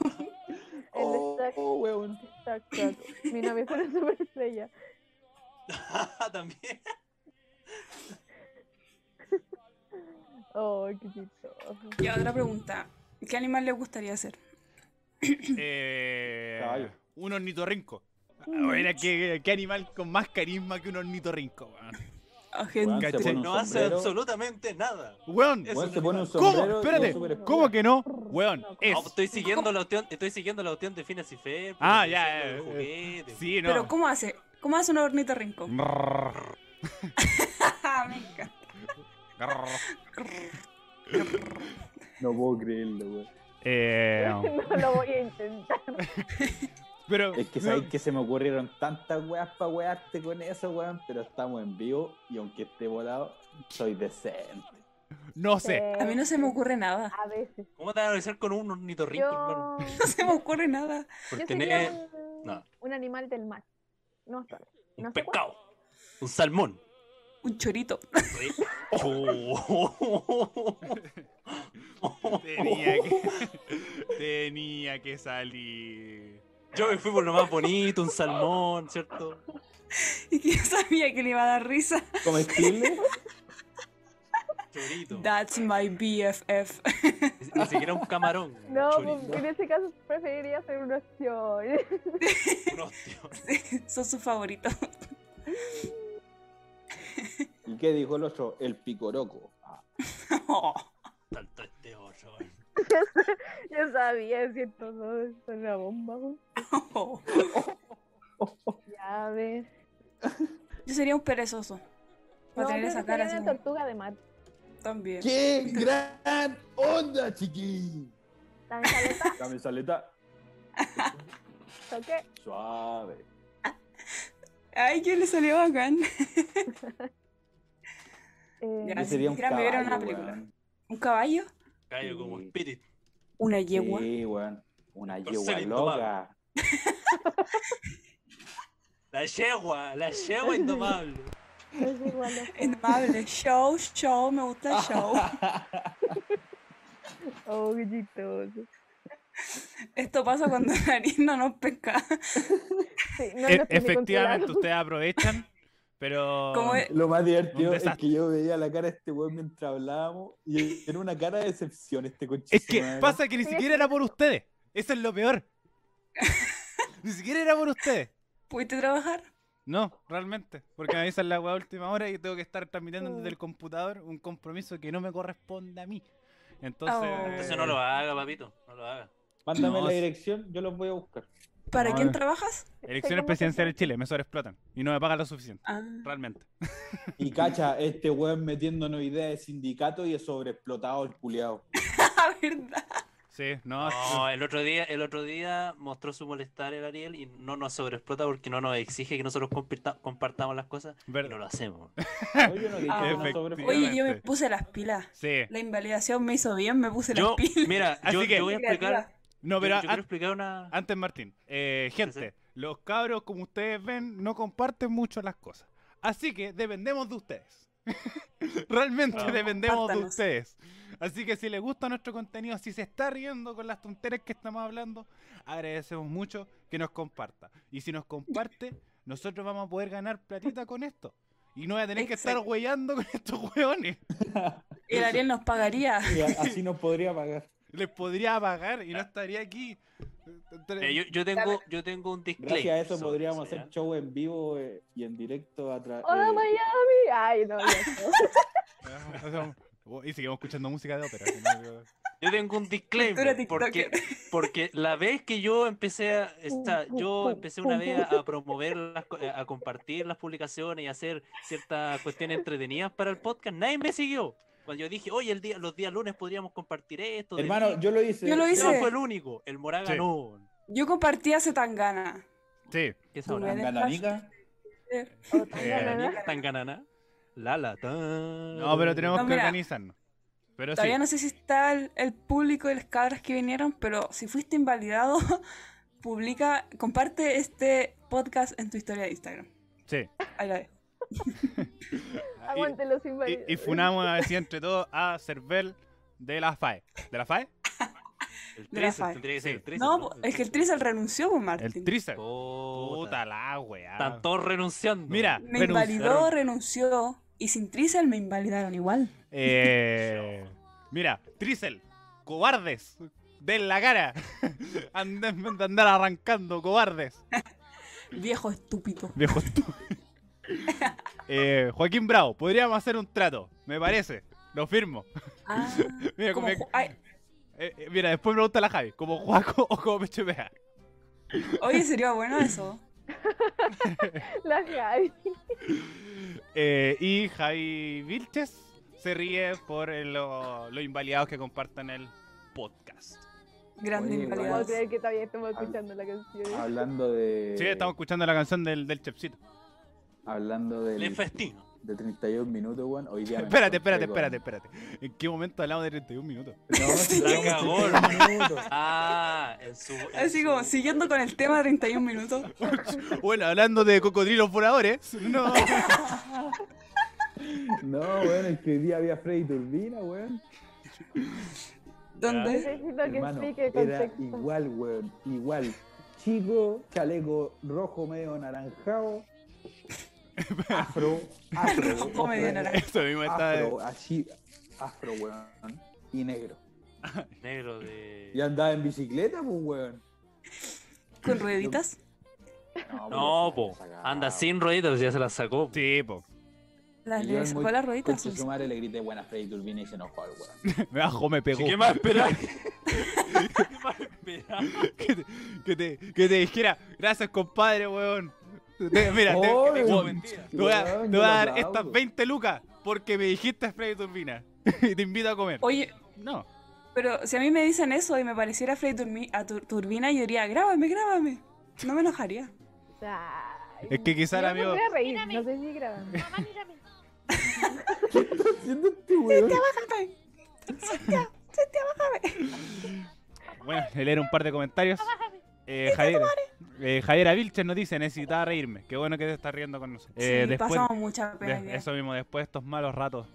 Speaker 6: Oh,
Speaker 5: Star-
Speaker 6: oh, weón.
Speaker 5: Star Trek. Mi nombre fue una superestrella.
Speaker 3: También.
Speaker 5: Oh, qué chistoso.
Speaker 2: Y otra pregunta. ¿Qué animal les gustaría hacer?
Speaker 1: Eh,
Speaker 6: Caballo.
Speaker 1: un ornitorrinco. Mira qué, qué animal con más carisma que un ornitorrinco. weón.
Speaker 6: Weón,
Speaker 2: Agente.
Speaker 6: se
Speaker 1: Caché.
Speaker 6: pone un
Speaker 3: No hace
Speaker 6: sombrero.
Speaker 3: absolutamente nada.
Speaker 1: Weón,
Speaker 3: Es
Speaker 6: Weón,
Speaker 3: un
Speaker 6: se pone un
Speaker 3: animal.
Speaker 1: ¿cómo?
Speaker 6: sombrero. y
Speaker 1: Espérate,
Speaker 6: un super escudo.
Speaker 1: ¿cómo que no? Weón, es.
Speaker 3: No, estoy siguiendo la opción, estoy siguiendo la opción de Fantasy Fair.
Speaker 1: Ah,
Speaker 3: estoy
Speaker 1: ya,
Speaker 3: haciendo los
Speaker 1: eh,
Speaker 3: juguetes.
Speaker 1: Sí, no.
Speaker 2: Pero ¿cómo hace? ¿Cómo hace un ornitorrinco?
Speaker 6: Mm.
Speaker 2: Ah, me encanta.
Speaker 6: No puedo creerlo, weón.
Speaker 1: Eh,
Speaker 5: No lo voy a intentar.
Speaker 1: pero
Speaker 6: Es que sabéis que se me ocurrieron tantas weas para wearte con eso, weón. Pero estamos en vivo y aunque esté volado, soy decente.
Speaker 1: no sé.
Speaker 2: A mí no se me ocurre nada.
Speaker 5: A veces.
Speaker 3: ¿Cómo te van a besar con un ornitorrinco, hermano?
Speaker 5: Yo,
Speaker 2: No se me ocurre nada.
Speaker 3: Por
Speaker 5: yo
Speaker 3: tener
Speaker 5: sería un,
Speaker 3: no.
Speaker 5: un animal del mar. No
Speaker 1: Eh,
Speaker 5: sé.
Speaker 3: un
Speaker 5: No sé cuál.
Speaker 3: pescado, un salmón.
Speaker 2: Un chorito.
Speaker 3: Re- Oh.
Speaker 1: Tenía que, tenía que salir.
Speaker 3: Yo me fui por lo más bonito, un salmón, ¿cierto?
Speaker 2: Y que yo sabía que le iba a dar risa.
Speaker 6: ¿Comestible?
Speaker 3: Chorito.
Speaker 2: That's my BFF.
Speaker 3: Ni, ni siquiera un camarón. un
Speaker 5: No, pues,
Speaker 3: chorito.
Speaker 5: en ese caso preferiría ser una opción.
Speaker 3: Un ostio.
Speaker 2: Son sus favoritos.
Speaker 6: ¿Y qué dijo el otro? El picoroco. Ah,
Speaker 2: Oh,
Speaker 3: Tanto este oso, weón.
Speaker 5: Yo sabía, siento, no, es una bomba. güey.
Speaker 2: oh.
Speaker 5: Ya, a ver.
Speaker 2: Yo sería un perezoso. Para
Speaker 5: No,
Speaker 2: tener
Speaker 5: creo
Speaker 2: esa
Speaker 5: que
Speaker 2: cara
Speaker 5: sería
Speaker 2: así
Speaker 5: una
Speaker 2: como-
Speaker 5: tortuga de mar.
Speaker 2: también.
Speaker 6: ¡Qué gran onda, chiqui!
Speaker 4: La mensaleta.
Speaker 6: Camisaleta
Speaker 5: ¿Toque?
Speaker 6: suave.
Speaker 2: Ay, que le salió bacán.
Speaker 5: Eh,
Speaker 2: Ya.
Speaker 6: Yo
Speaker 2: Así
Speaker 6: sería un
Speaker 2: que era
Speaker 6: caballo,
Speaker 2: mejor en una película.
Speaker 6: weón.
Speaker 2: ¿Un caballo?
Speaker 3: Callo como
Speaker 6: Sí.
Speaker 3: Spirit.
Speaker 2: ¿Una yegua?
Speaker 6: Sí, weón. Una
Speaker 3: Por
Speaker 6: yegua
Speaker 3: ser indomable.
Speaker 6: loca.
Speaker 3: La yegua, la yegua indomable.
Speaker 5: es igual a-
Speaker 2: Inmable. Show, show, me gusta el show.
Speaker 5: Oh, qué chistoso.
Speaker 2: Esto pasa cuando la harina no pesca.
Speaker 5: Sí, no
Speaker 1: E-
Speaker 5: nos tiene
Speaker 1: efectivamente,
Speaker 5: controlados.
Speaker 1: ustedes aprovechan, pero.
Speaker 2: Como es-
Speaker 6: Lo más divertido
Speaker 1: Un
Speaker 6: es
Speaker 1: desastre.
Speaker 6: que yo veía la cara de este weón mientras hablábamos y era una cara de decepción este coche.
Speaker 1: Es que pasa que ni siquiera era por ustedes. Eso es lo peor. ni siquiera era por ustedes.
Speaker 2: ¿Pudiste trabajar?
Speaker 1: No, realmente. Porque me avisan la weá a última hora y tengo que estar transmitiendo desde el computador un compromiso que no me corresponde a mí. Entonces.
Speaker 2: Oh.
Speaker 3: Entonces no lo haga, papito. No lo haga.
Speaker 6: Mándame
Speaker 1: No,
Speaker 6: la
Speaker 1: sí.
Speaker 6: dirección, yo los voy a buscar.
Speaker 2: ¿Para
Speaker 1: No,
Speaker 2: quién
Speaker 1: eh.
Speaker 2: trabajas?
Speaker 1: Elecciones presidenciales en Chile, me sobreexplotan. Y no me pagan lo suficiente.
Speaker 2: Ah,
Speaker 1: Realmente.
Speaker 6: Y cacha, este weón metiéndonos ideas de sindicato y es sobreexplotado el culiao.
Speaker 2: ¿verdad?
Speaker 1: Ah, Sí, no.
Speaker 3: No, el otro día, el otro día mostró su molestar el Ariel y no nos sobreexplota porque no nos exige que nosotros compirta- compartamos las cosas.
Speaker 1: ver-
Speaker 3: No lo hacemos.
Speaker 6: Oye, yo no dije
Speaker 2: Ah.
Speaker 6: que no sobreexplotado.
Speaker 2: Oye, yo me
Speaker 1: Efectivamente.
Speaker 2: puse las pilas.
Speaker 1: Sí.
Speaker 2: La invalidación me hizo bien, me puse
Speaker 3: Yo,
Speaker 2: las pilas.
Speaker 3: mira, yo,
Speaker 1: Así que-
Speaker 3: yo voy a explicar.
Speaker 2: Creativa.
Speaker 1: No, pero
Speaker 3: yo,
Speaker 1: a-
Speaker 3: yo quiero explicar una.
Speaker 1: Antes, Martín, eh, gente, los cabros, como ustedes ven, no comparten mucho las cosas. Así que dependemos de ustedes. Realmente
Speaker 3: Ah.
Speaker 1: dependemos de
Speaker 2: Compártanos.
Speaker 1: ustedes. Así que si les gusta nuestro contenido, si se está riendo con las tonterías que estamos hablando, agradecemos mucho que nos comparta. Y si nos comparte, nosotros vamos a poder ganar platita con esto. Y no voy a tener que estar
Speaker 2: Exacto.
Speaker 1: hueando con estos hueones.
Speaker 2: El Ariel nos pagaría.
Speaker 6: Y a- así nos podría pagar.
Speaker 1: Les podría pagar y no estaría aquí.
Speaker 3: Mira, eh, yo, yo tengo, yo tengo un disclaimer.
Speaker 6: Gracias a eso
Speaker 3: sobre
Speaker 6: podríamos
Speaker 3: eso,
Speaker 6: hacer show en vivo eh, y en directo a eh, través
Speaker 1: eh.
Speaker 5: Hola, Miami. Ay, no, no.
Speaker 1: oh, Y seguimos escuchando música de ópera. si no, yo-
Speaker 3: ¿ya? Yo tengo un
Speaker 2: Cultura
Speaker 3: disclaimer porque, porque la vez que yo empecé a, esta- yo empecé una vez a, a promover las co- eh, a compartir las publicaciones y hacer ciertas cuestiones entretenidas para el podcast, nadie me siguió. Cuando yo dije, oye, el día, los días lunes podríamos compartir esto. del
Speaker 6: Hermano, yo lo hice.
Speaker 2: Yo lo
Speaker 3: Ese
Speaker 2: hice.
Speaker 3: no fue el único. El Morá
Speaker 1: Sí.
Speaker 3: ganó.
Speaker 2: Yo compartía hace tan gana.
Speaker 1: Sí.
Speaker 3: ¿Qué sabrá?
Speaker 2: Bueno.
Speaker 6: Tangananica.
Speaker 1: Eh,
Speaker 3: ¿Tan ganana? Lala. tan-
Speaker 1: No, pero tenemos
Speaker 2: No,
Speaker 1: que
Speaker 2: mira.
Speaker 1: organizarnos. Pero sí,
Speaker 2: Todavía no sé si está el, el público y las cabras que vinieron, pero si fuiste invalidado, publica, comparte este podcast en tu historia de Instagram.
Speaker 1: sí.
Speaker 2: Ahí la dejo.
Speaker 5: Aguante los
Speaker 1: Y,
Speaker 5: invadidos.
Speaker 1: y-
Speaker 2: pues.
Speaker 1: y funamos así entre todos a Cervel de la FAE. ¿De la FAE?
Speaker 3: El
Speaker 2: De la
Speaker 3: Trizas,
Speaker 2: FAE.
Speaker 3: tendría que ser el
Speaker 1: Sí.
Speaker 3: Trizas,
Speaker 2: No, po, es que el Trizal renunció, pues,
Speaker 1: El
Speaker 2: Martín.
Speaker 1: Trizal.
Speaker 3: Puta.
Speaker 1: Puta la weá.
Speaker 3: Están todos renunciando.
Speaker 1: Mira,
Speaker 2: me invalidó,
Speaker 1: renunciaron.
Speaker 2: renunció. Y sin Trizal me invalidaron igual.
Speaker 1: Eh, mira, Trisel, cobardes. Den la cara. Anden de andar arrancando, cobardes.
Speaker 2: Viejo estúpido.
Speaker 1: Viejo estúpido. Eh, Joaquín Bravo, podríamos hacer un trato, me parece. Lo firmo.
Speaker 2: Ah,
Speaker 1: Mira,
Speaker 2: como
Speaker 1: como-
Speaker 2: Ju- ay,
Speaker 1: Eh, eh, mira, después me pregunta la Javi, ¿como Juaco o como Pechepea?
Speaker 2: oye, sería bueno eso.
Speaker 5: La Javi.
Speaker 1: Eh, y Javi Vilches se ríe por eh, lo- los invalidados que compartan el podcast.
Speaker 2: Grande
Speaker 6: Oye,
Speaker 5: No puedo
Speaker 2: invalidado.
Speaker 5: creer que todavía estamos
Speaker 6: Al-
Speaker 5: escuchando la canción.
Speaker 6: Hablando de.
Speaker 1: Sí, estamos escuchando la canción del, del Chepsito.
Speaker 6: Ah, Hablando
Speaker 1: eh,
Speaker 3: El
Speaker 6: del,
Speaker 3: festino.
Speaker 6: de 31 minutos, weón. Hoy día me
Speaker 1: Espérate,
Speaker 6: encontré
Speaker 1: espérate,
Speaker 6: con-
Speaker 1: espérate, espérate. ¿En qué momento hablamos de 31 minutos?
Speaker 6: No, si
Speaker 3: La
Speaker 6: tenemos
Speaker 3: cagó,
Speaker 6: 31 minutos.
Speaker 3: Ah, en su. en
Speaker 2: Así como,
Speaker 3: su-
Speaker 2: siguiendo con el tema de 31 minutos.
Speaker 1: Bueno, hablando de cocodrilos voladores. No.
Speaker 6: No, weón, es que hoy día había Freddy Turbina, weón.
Speaker 2: ¿Dónde?
Speaker 5: Necesito que
Speaker 6: Hermano,
Speaker 5: explique el
Speaker 6: era
Speaker 5: contexto.
Speaker 6: igual, weón, igual. Chico, chaleco rojo medio anaranjado. Afro, afro.
Speaker 2: Rojo medio
Speaker 6: ojo,
Speaker 2: anaranjado.
Speaker 1: Eso mismo está.
Speaker 6: afro, Ah, así, afro, weón. Y negro.
Speaker 3: Negro de.
Speaker 6: Y andaba en bicicleta, pues, weón.
Speaker 2: ¿Con rueditas?
Speaker 3: No, po. Anda sin rueditas, ya se las sacó. po.
Speaker 1: Sí, po.
Speaker 2: Las, le sacó las rueditas. pues.
Speaker 6: Con su madre le grité buena Freddy Turbina y se enojó al weón.
Speaker 1: Me bajó, Ah, me pegó.
Speaker 3: Sí, ¿Qué más esperar? ¿Qué más esperar?
Speaker 1: que, te, que, te, que te dijera, gracias compadre, weón. Te- mira, te,
Speaker 6: Oh,
Speaker 1: te-
Speaker 6: weón,
Speaker 1: weón, te voy a, te voy a
Speaker 6: weón, yo lo
Speaker 1: dar
Speaker 6: aplaudo.
Speaker 1: estas 20 lucas porque me dijiste Freddy Turbina y te invito a comer.
Speaker 2: Oye,
Speaker 1: No,
Speaker 2: pero si a mí me dicen eso y me pareciera Freddy Turmi- a Tur- Turbina, yo diría, grábame, grábame. No me enojaría.
Speaker 5: Ay,
Speaker 1: es que quizá el
Speaker 5: yo
Speaker 1: amigo.
Speaker 5: Me voy a reír, no sé si graban.
Speaker 7: Mamá, mírame.
Speaker 6: ¿Qué está haciendo este weón?
Speaker 2: Ay,
Speaker 1: Bueno, le leer un par de comentarios. Eh, Javier, eh, Javier Avilches nos dice: Necesitaba reírme. Qué bueno que te estás riendo con nosotros. Eh,
Speaker 2: sí,
Speaker 1: después,
Speaker 2: pasamos mucha
Speaker 1: de-
Speaker 2: pena. que-
Speaker 1: eso mismo, después de estos malos ratos.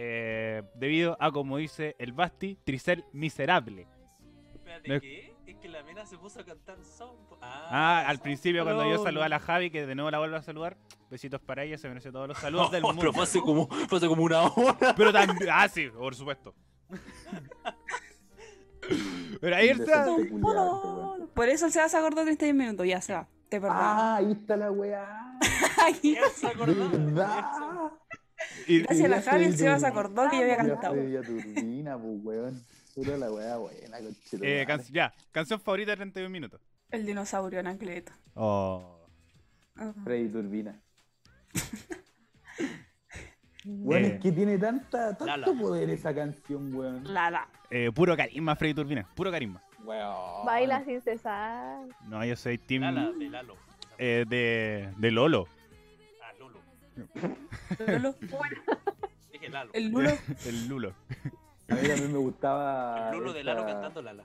Speaker 1: eh, debido a, como dice el Basti, Tricel miserable. Me-
Speaker 3: Espérate, ¿qué? Es que la mina se puso a cantar son. po.
Speaker 1: Ah, al principio cuando yo
Speaker 3: no.
Speaker 1: saludé a la Javi, que de nuevo la vuelvo a saludar, besitos para ella, se merece todos los saludos del
Speaker 3: No,
Speaker 1: mundo.
Speaker 3: pero fue hace como, fue hace como una hora.
Speaker 1: Pero también, ah, sí, por supuesto. Pero ahí está.
Speaker 6: Indecente.
Speaker 2: Don Polo. Por eso se va a acordar 36 minutos, ya se va. Te perdono.
Speaker 6: Ah, ahí está la weá.
Speaker 2: Ay,
Speaker 3: Ya se acordó.
Speaker 6: ¿Verdad?
Speaker 1: Y-
Speaker 2: Gracias a la Javi, el Seba se
Speaker 6: Turbina.
Speaker 2: acordó que yo había
Speaker 6: Ya
Speaker 2: cantado.
Speaker 6: Freddy Turbina, pues, weón. Era la weá buena, conchito.
Speaker 1: eh, can- ya, canción favorita de 31 minutos.
Speaker 2: El dinosaurio Ah, Anacleto.
Speaker 1: Oh.
Speaker 2: Ajá.
Speaker 6: Freddy Turbina. Weón, es que tiene tanta, tanto
Speaker 3: Lala.
Speaker 6: poder esa canción, weón.
Speaker 2: La la.
Speaker 1: Eh, puro carisma, Freddy Turbina, puro carisma.
Speaker 6: Weón.
Speaker 4: Baila sin cesar.
Speaker 1: No, yo soy team
Speaker 3: Lala, de Lalo.
Speaker 1: Em, eh, de, de Lolo.
Speaker 3: Ah, Lolo.
Speaker 2: Lolo.
Speaker 3: Dije Lalo. El,
Speaker 2: El Lulo.
Speaker 1: El Lulo.
Speaker 6: A mí también me gustaba.
Speaker 3: Lolo de
Speaker 6: esta-
Speaker 3: Lalo cantando Lala.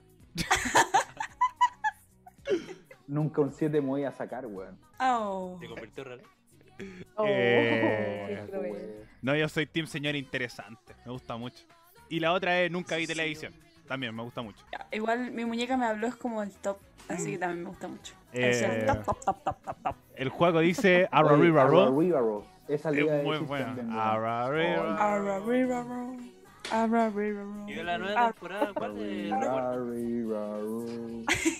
Speaker 6: Nunca un 7 me voy a sacar, weón.
Speaker 2: Oh.
Speaker 3: Se convirtió en Lala.
Speaker 5: Oh,
Speaker 1: Eh,
Speaker 5: qué cruel.
Speaker 1: No, yo soy team señor interesante, me gusta mucho. Y la otra es Nunca vi televisión, también me gusta mucho.
Speaker 2: Igual mi muñeca me habló, es como el top. Así que también me gusta mucho. Es
Speaker 1: Eh.
Speaker 2: el top, top, top, top, top, top.
Speaker 1: El juego dice Arrarira Roll.
Speaker 6: Arribarro. Esa liga
Speaker 1: Es
Speaker 6: de
Speaker 1: muy
Speaker 6: Chips
Speaker 1: buena.
Speaker 6: también, weón.
Speaker 2: Oh,
Speaker 1: Arrarira.
Speaker 2: Arrarrirarro, arrarrirarro.
Speaker 3: Y de la nueva temporada,
Speaker 6: Ah,
Speaker 3: ¿cuál es? recuerdo?
Speaker 6: Arribarro.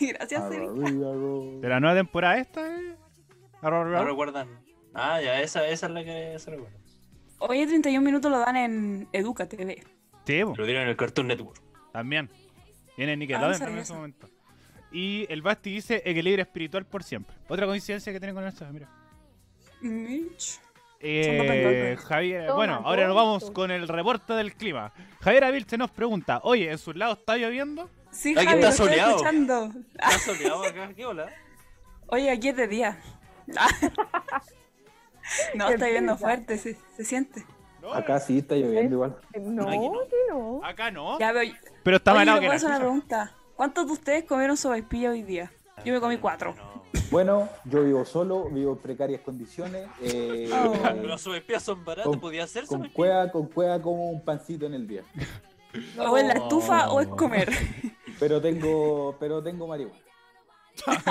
Speaker 2: Gracias, Siri.
Speaker 6: Arribarro.
Speaker 1: De la nueva temporada esta eh. es. Arrarira.
Speaker 3: No recuerdan. Ah, ya, esa, esa es la que se recuerda.
Speaker 2: Oye, 31 minutos lo dan en Educa TV.
Speaker 1: Sí, po,
Speaker 3: Lo dieron en el Cartoon Network.
Speaker 1: también. Tiene
Speaker 2: Ah, no
Speaker 1: Nickelodeon
Speaker 2: sabía
Speaker 1: en ese
Speaker 2: eso.
Speaker 1: momento. Y el Basti dice equilibrio espiritual por siempre. Otra coincidencia que tiene con esto, mira.
Speaker 2: Mitch. dos
Speaker 1: Eh,
Speaker 2: pentantes.
Speaker 1: Javier,
Speaker 5: Toma,
Speaker 1: bueno, ahora nos
Speaker 5: toma.
Speaker 1: vamos con el reporte del clima. Javier Avilche nos pregunta, oye, ¿en sus lados está lloviendo?
Speaker 2: Sí,
Speaker 3: Aquí
Speaker 2: Javi,
Speaker 3: está
Speaker 2: lo estoy
Speaker 3: soleado.
Speaker 2: escuchando.
Speaker 3: ¿Está soleado acá? ¿Qué hola?
Speaker 2: Oye, aquí es de día. No, está lloviendo fuerte, se, se siente.
Speaker 6: Acá sí está lloviendo igual.
Speaker 5: No,
Speaker 3: Aquí no.
Speaker 5: que no.
Speaker 1: Acá no,
Speaker 2: Ya, pero,
Speaker 1: pero está
Speaker 2: oye,
Speaker 1: malo
Speaker 2: le
Speaker 1: que
Speaker 2: puedo
Speaker 1: la
Speaker 2: hacer una
Speaker 1: chucha.
Speaker 2: pregunta. ¿Cuántos de ustedes comieron sopaipilla hoy día? Yo me comí cuatro.
Speaker 3: No.
Speaker 6: Bueno, yo vivo solo, vivo en precarias condiciones. eh,
Speaker 3: Los sobrepías son baratos,
Speaker 6: Con-
Speaker 3: podía hacer
Speaker 6: con
Speaker 3: sobrepías.
Speaker 6: cueva, con cueva como un pancito en el día.
Speaker 2: O en la estufa o es comer.
Speaker 6: Pero tengo, pero tengo marihuana.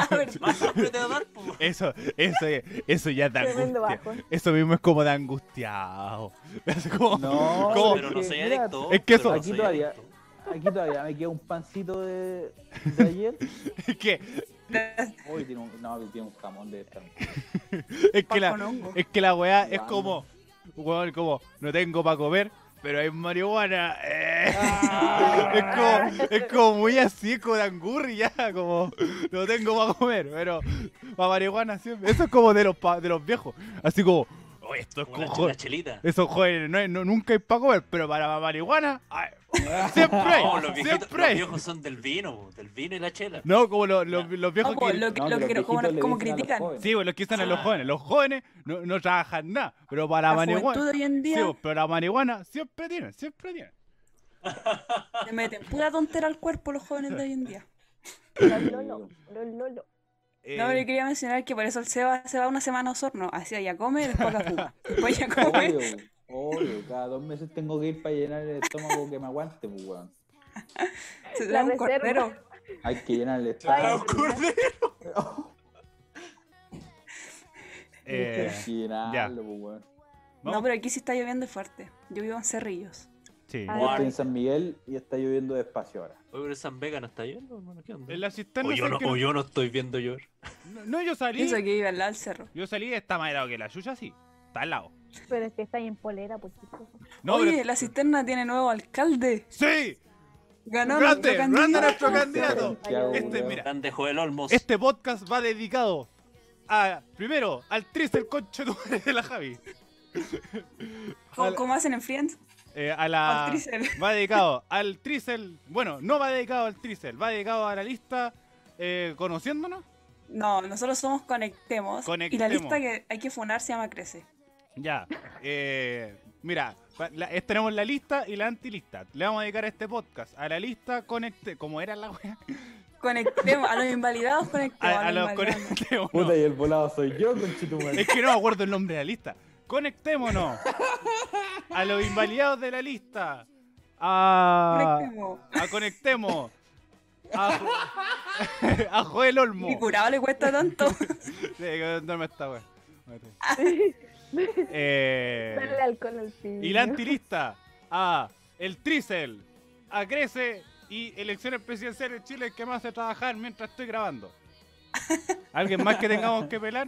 Speaker 2: A ver,
Speaker 3: Más hambre te va a dar, po.
Speaker 1: Eso, eso, eso ya da
Speaker 5: Tremendo
Speaker 1: angustia.
Speaker 5: bajo.
Speaker 1: Eso mismo es como de angustiado. Es como-
Speaker 6: No,
Speaker 1: ¿Cómo?
Speaker 3: Pero no
Speaker 6: es que,
Speaker 3: soy
Speaker 6: mira,
Speaker 3: adicto.
Speaker 1: es que
Speaker 3: pero
Speaker 1: eso-
Speaker 3: no
Speaker 6: Aquí
Speaker 3: soy
Speaker 6: todavía-
Speaker 3: adicto.
Speaker 6: Aquí todavía me queda un pancito de, de ayer.
Speaker 1: es que,
Speaker 6: Hoy tiene un, no, tiene un jamón de esta.
Speaker 1: es que
Speaker 2: pan
Speaker 1: la,
Speaker 2: con hongo.
Speaker 1: es que la weá es
Speaker 6: Guau.
Speaker 1: como, weón, como, no tengo para comer, pero hay marihuana. eh.
Speaker 2: Ah.
Speaker 1: Es como, es como muy así, como de angurri ya, como no tengo para comer, pero para marihuana siempre. Eso es como de los pa- de los viejos. Así como, "Oye, esto es
Speaker 3: Como la,
Speaker 1: como
Speaker 3: la
Speaker 1: joder.
Speaker 3: chelita.
Speaker 1: Esos jóvenes no, hay- no- nunca hay para comer, pero para la marihuana ay, siempre hay,
Speaker 3: No, los viejitos,
Speaker 1: siempre
Speaker 3: los
Speaker 1: hay.
Speaker 3: viejos son del vino, po, del vino y la chela.
Speaker 1: No, como los, los- los viejos
Speaker 2: No, pues,
Speaker 1: que...
Speaker 2: lo que,
Speaker 6: No,
Speaker 2: lo
Speaker 6: que
Speaker 2: que
Speaker 6: los
Speaker 2: como,
Speaker 6: viejitos le
Speaker 2: como
Speaker 6: dicen a los
Speaker 2: critican.
Speaker 6: jóvenes.
Speaker 1: Sí, pues los que están a los
Speaker 3: Ah.
Speaker 1: jóvenes. Los jóvenes no, no trabajan nada, pero para
Speaker 2: La
Speaker 1: la marihuana...
Speaker 2: juventud de hoy en
Speaker 1: Sí,
Speaker 2: día
Speaker 1: pues, pero la marihuana siempre tiene, siempre tiene.
Speaker 2: le meten pura tontera al cuerpo los jóvenes de hoy en día.
Speaker 5: Los lolo, los
Speaker 2: No,
Speaker 5: lolo.
Speaker 2: pero
Speaker 1: Eh,
Speaker 2: yo quería mencionar que por eso el Seba se va una semana a Osorno. Así allá come, después la fuma. Después ya come.
Speaker 6: Obvio, obvio, cada dos meses tengo que ir para llenar el estómago que me aguante, pues, weón.
Speaker 2: Se
Speaker 5: La
Speaker 2: da un
Speaker 5: reserva.
Speaker 2: cordero.
Speaker 6: Hay que llenar el
Speaker 5: Ay,
Speaker 6: estómago.
Speaker 1: eh,
Speaker 6: Hay pues, que llenarlo, pues, weón.
Speaker 1: eh,
Speaker 2: No, pero aquí sí está lloviendo fuerte. Yo vivo en Cerrillos.
Speaker 1: Sí.
Speaker 6: Yo
Speaker 5: Ah,
Speaker 6: estoy
Speaker 3: Guarda.
Speaker 6: en San Miguel y está lloviendo despacio ahora.
Speaker 3: Oye, pero San Vega no está yendo, hermano. ¿Qué onda?
Speaker 1: En la cisterna.
Speaker 3: O yo,
Speaker 1: sé
Speaker 3: no,
Speaker 1: que
Speaker 3: o yo no estoy viendo llover.
Speaker 1: no- no, yo salí.
Speaker 2: Pienso que vive al lado del cerro.
Speaker 1: Yo salí y está más helado que la Yuya, sí. Está al lado.
Speaker 4: Pero es que está ahí en polera, pues chicos.
Speaker 1: No,
Speaker 2: Oye,
Speaker 1: pero-
Speaker 2: la cisterna tiene nuevo alcalde.
Speaker 1: ¡Sí!
Speaker 2: Ganó
Speaker 1: Grande,
Speaker 2: nuestro
Speaker 1: grande
Speaker 2: candidato.
Speaker 1: nuestro candidato.
Speaker 6: Este Santiago,
Speaker 1: Este,
Speaker 6: weón.
Speaker 1: mira.
Speaker 3: Grande Joel Olmos.
Speaker 1: Este podcast va dedicado a, primero, al triste el conche tu madre de la Javi.
Speaker 2: ¿Cómo, cómo hacen en Friends?
Speaker 1: Eh, a la...
Speaker 2: Al Tricel.
Speaker 1: Va dedicado al Tricel. Bueno, no va dedicado al Tricel, va dedicado a la lista eh, conociéndonos.
Speaker 2: No, nosotros somos Conectemos. Y la
Speaker 1: Conectemos. lista
Speaker 2: lista que hay que funar se llama Crece.
Speaker 1: Ya. eh, mira, pa- la- es- tenemos la lista y la antilista. Le vamos a dedicar este podcast a la lista conecte. ¿Cómo era la wea?
Speaker 2: Conectemos, a los invalidados
Speaker 1: A,
Speaker 2: conectemos.
Speaker 1: a los
Speaker 2: invalidados.
Speaker 1: conectemos.
Speaker 6: Puta, y el volado soy yo, conchetumare.
Speaker 1: Es que no me acuerdo el nombre de la lista. Conectémonos. A los invalidados de la lista.
Speaker 5: Ah.
Speaker 1: A.
Speaker 2: Conectemos.
Speaker 1: A conectemos. A, Jo- a Joel Olmo.
Speaker 2: Mi curado le cuesta tanto.
Speaker 1: Sí, que duerme esta wea. Eh,
Speaker 5: Dale alcohol al pibe.
Speaker 1: y la antilista a el Tricel, a Crece y elecciones presidenciales en Chile que me hace trabajar mientras estoy grabando. ¿Alguien más que tengamos que pelar?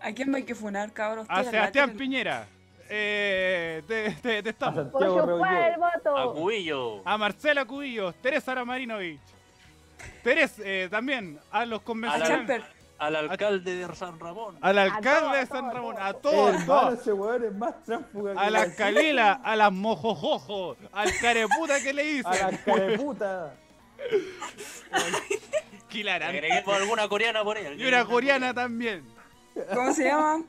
Speaker 2: ¿A quién hay que funar, cabros?
Speaker 1: A
Speaker 2: Tira,
Speaker 1: Sebastián
Speaker 2: tira.
Speaker 1: Piñera. Eh, te, te- te
Speaker 6: A
Speaker 1: estamos.
Speaker 4: Por
Speaker 6: Santiago
Speaker 4: su cual el
Speaker 6: Rebolledo.
Speaker 3: A
Speaker 4: voto.
Speaker 3: Cubillo.
Speaker 1: A Marcela Cubillos, Teresa Aramarinovich. Teresa, eh, también a los
Speaker 2: A
Speaker 1: convencionales.
Speaker 2: Champer.
Speaker 3: Al alcalde de San Ramón.
Speaker 1: Al
Speaker 4: A
Speaker 1: alcalde
Speaker 4: todos,
Speaker 1: de San
Speaker 4: todos,
Speaker 1: Ramón,
Speaker 4: todos,
Speaker 1: a
Speaker 6: El
Speaker 1: todos,
Speaker 6: hermano,
Speaker 1: todos.
Speaker 6: ese weón es más tránsfuga
Speaker 1: A
Speaker 6: que
Speaker 1: las
Speaker 6: la-
Speaker 1: Calila, a las Mojojojo, al careputa que le hice.
Speaker 6: A la careputa.
Speaker 3: Agreguemos alguna coreana por ahí.
Speaker 1: Y una coreana también.
Speaker 2: ¿Cómo se llama?
Speaker 3: A la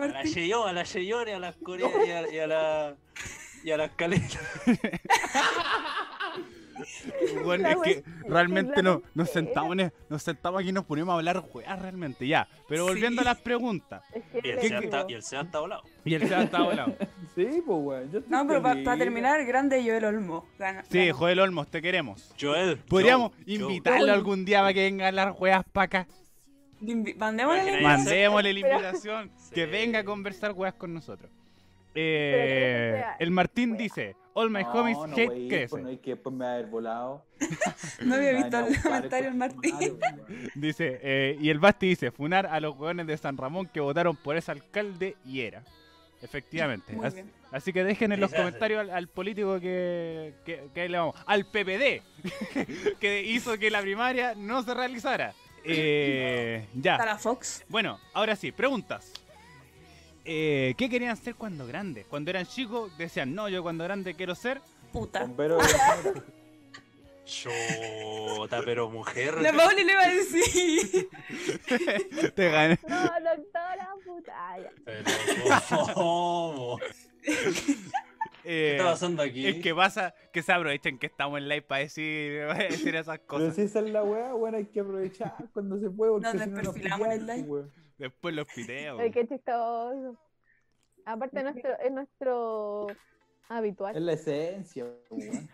Speaker 2: Martín.
Speaker 3: Cheyón, a la Cheyón y a las coreanas y a, y a la... Y a las caletas.
Speaker 1: Bueno,
Speaker 5: La
Speaker 1: es
Speaker 5: wea-
Speaker 1: que realmente no, nos,
Speaker 5: la
Speaker 1: sentamos, en- nos sentamos aquí y nos ponemos a hablar weas realmente, ya. Pero volviendo
Speaker 2: Sí.
Speaker 1: a las preguntas.
Speaker 5: Es que
Speaker 3: Y el
Speaker 5: le
Speaker 3: Sean
Speaker 5: digo,
Speaker 3: está- y el Sean está volado.
Speaker 1: Y el Seba está volado.
Speaker 6: Sí, pues, weón. yo estoy
Speaker 2: No, pero para
Speaker 6: feliz.
Speaker 2: terminar, grande Joel Olmo. Gana-
Speaker 1: Sí,
Speaker 2: ganó.
Speaker 1: Joel Olmos, te queremos.
Speaker 3: Joel.
Speaker 1: Podríamos
Speaker 3: Joe,
Speaker 1: invitarlo algún día para que venga a hablar weas para acá.
Speaker 2: Invi- Mandémosle la
Speaker 3: Imagina-
Speaker 2: invitación.
Speaker 1: Mandémosle la invitación. Que
Speaker 3: Sí.
Speaker 1: venga a conversar weas con nosotros.
Speaker 5: que no
Speaker 1: Eh,
Speaker 5: sea
Speaker 1: el Martín
Speaker 5: wea.
Speaker 1: dice: All my homies
Speaker 6: no,
Speaker 1: hate
Speaker 6: wey,
Speaker 1: crece.
Speaker 6: pues, no hay que después me va a haber volado.
Speaker 2: No había
Speaker 6: Me van
Speaker 2: visto
Speaker 6: a
Speaker 2: el
Speaker 6: buscar,
Speaker 2: comentario del
Speaker 6: conchetumare,
Speaker 2: Martín.
Speaker 6: weón.
Speaker 1: Dice, eh, y el Basti dice, funar a los hueones de San Ramón que votaron por ese alcalde y era. Efectivamente.
Speaker 2: Muy
Speaker 1: As- Así,
Speaker 2: bien.
Speaker 1: que dejen en los
Speaker 3: Quizás.
Speaker 1: comentarios al, al político que, que, que ahí le vamos. Al PPD, que hizo que la primaria no se realizara. Eh,
Speaker 2: Hasta
Speaker 1: ya.
Speaker 2: la Fox.
Speaker 1: Bueno, ahora sí, preguntas. Eh, ¿Qué querían ser cuando grandes? Cuando eran chicos decían, no, yo cuando grande quiero ser.
Speaker 2: Puta.
Speaker 6: Bombero de Zamora.
Speaker 3: Chota, pero mujer.
Speaker 2: La Pauli le va a decir.
Speaker 1: Te gané.
Speaker 4: No, doctora, puta. Ay,
Speaker 3: Pero ¿cómo? ¿Qué
Speaker 1: Eh,
Speaker 3: está pasando aquí?
Speaker 1: Es que pasa que se aprovechen que estamos en live para decir, para decir esas
Speaker 6: Pero
Speaker 1: cosas.
Speaker 6: si esa es la weá, weón, hay que aprovechar cuando se puede. Porque
Speaker 2: Nos
Speaker 6: si no, nos
Speaker 2: desperfilamos en el
Speaker 6: pillan,
Speaker 2: live.
Speaker 6: weón.
Speaker 1: Después los piteos.
Speaker 5: Ay, qué chistoso. Aparte, nuestro, es nuestro
Speaker 6: Es
Speaker 5: habitual.
Speaker 6: la esencia, weón.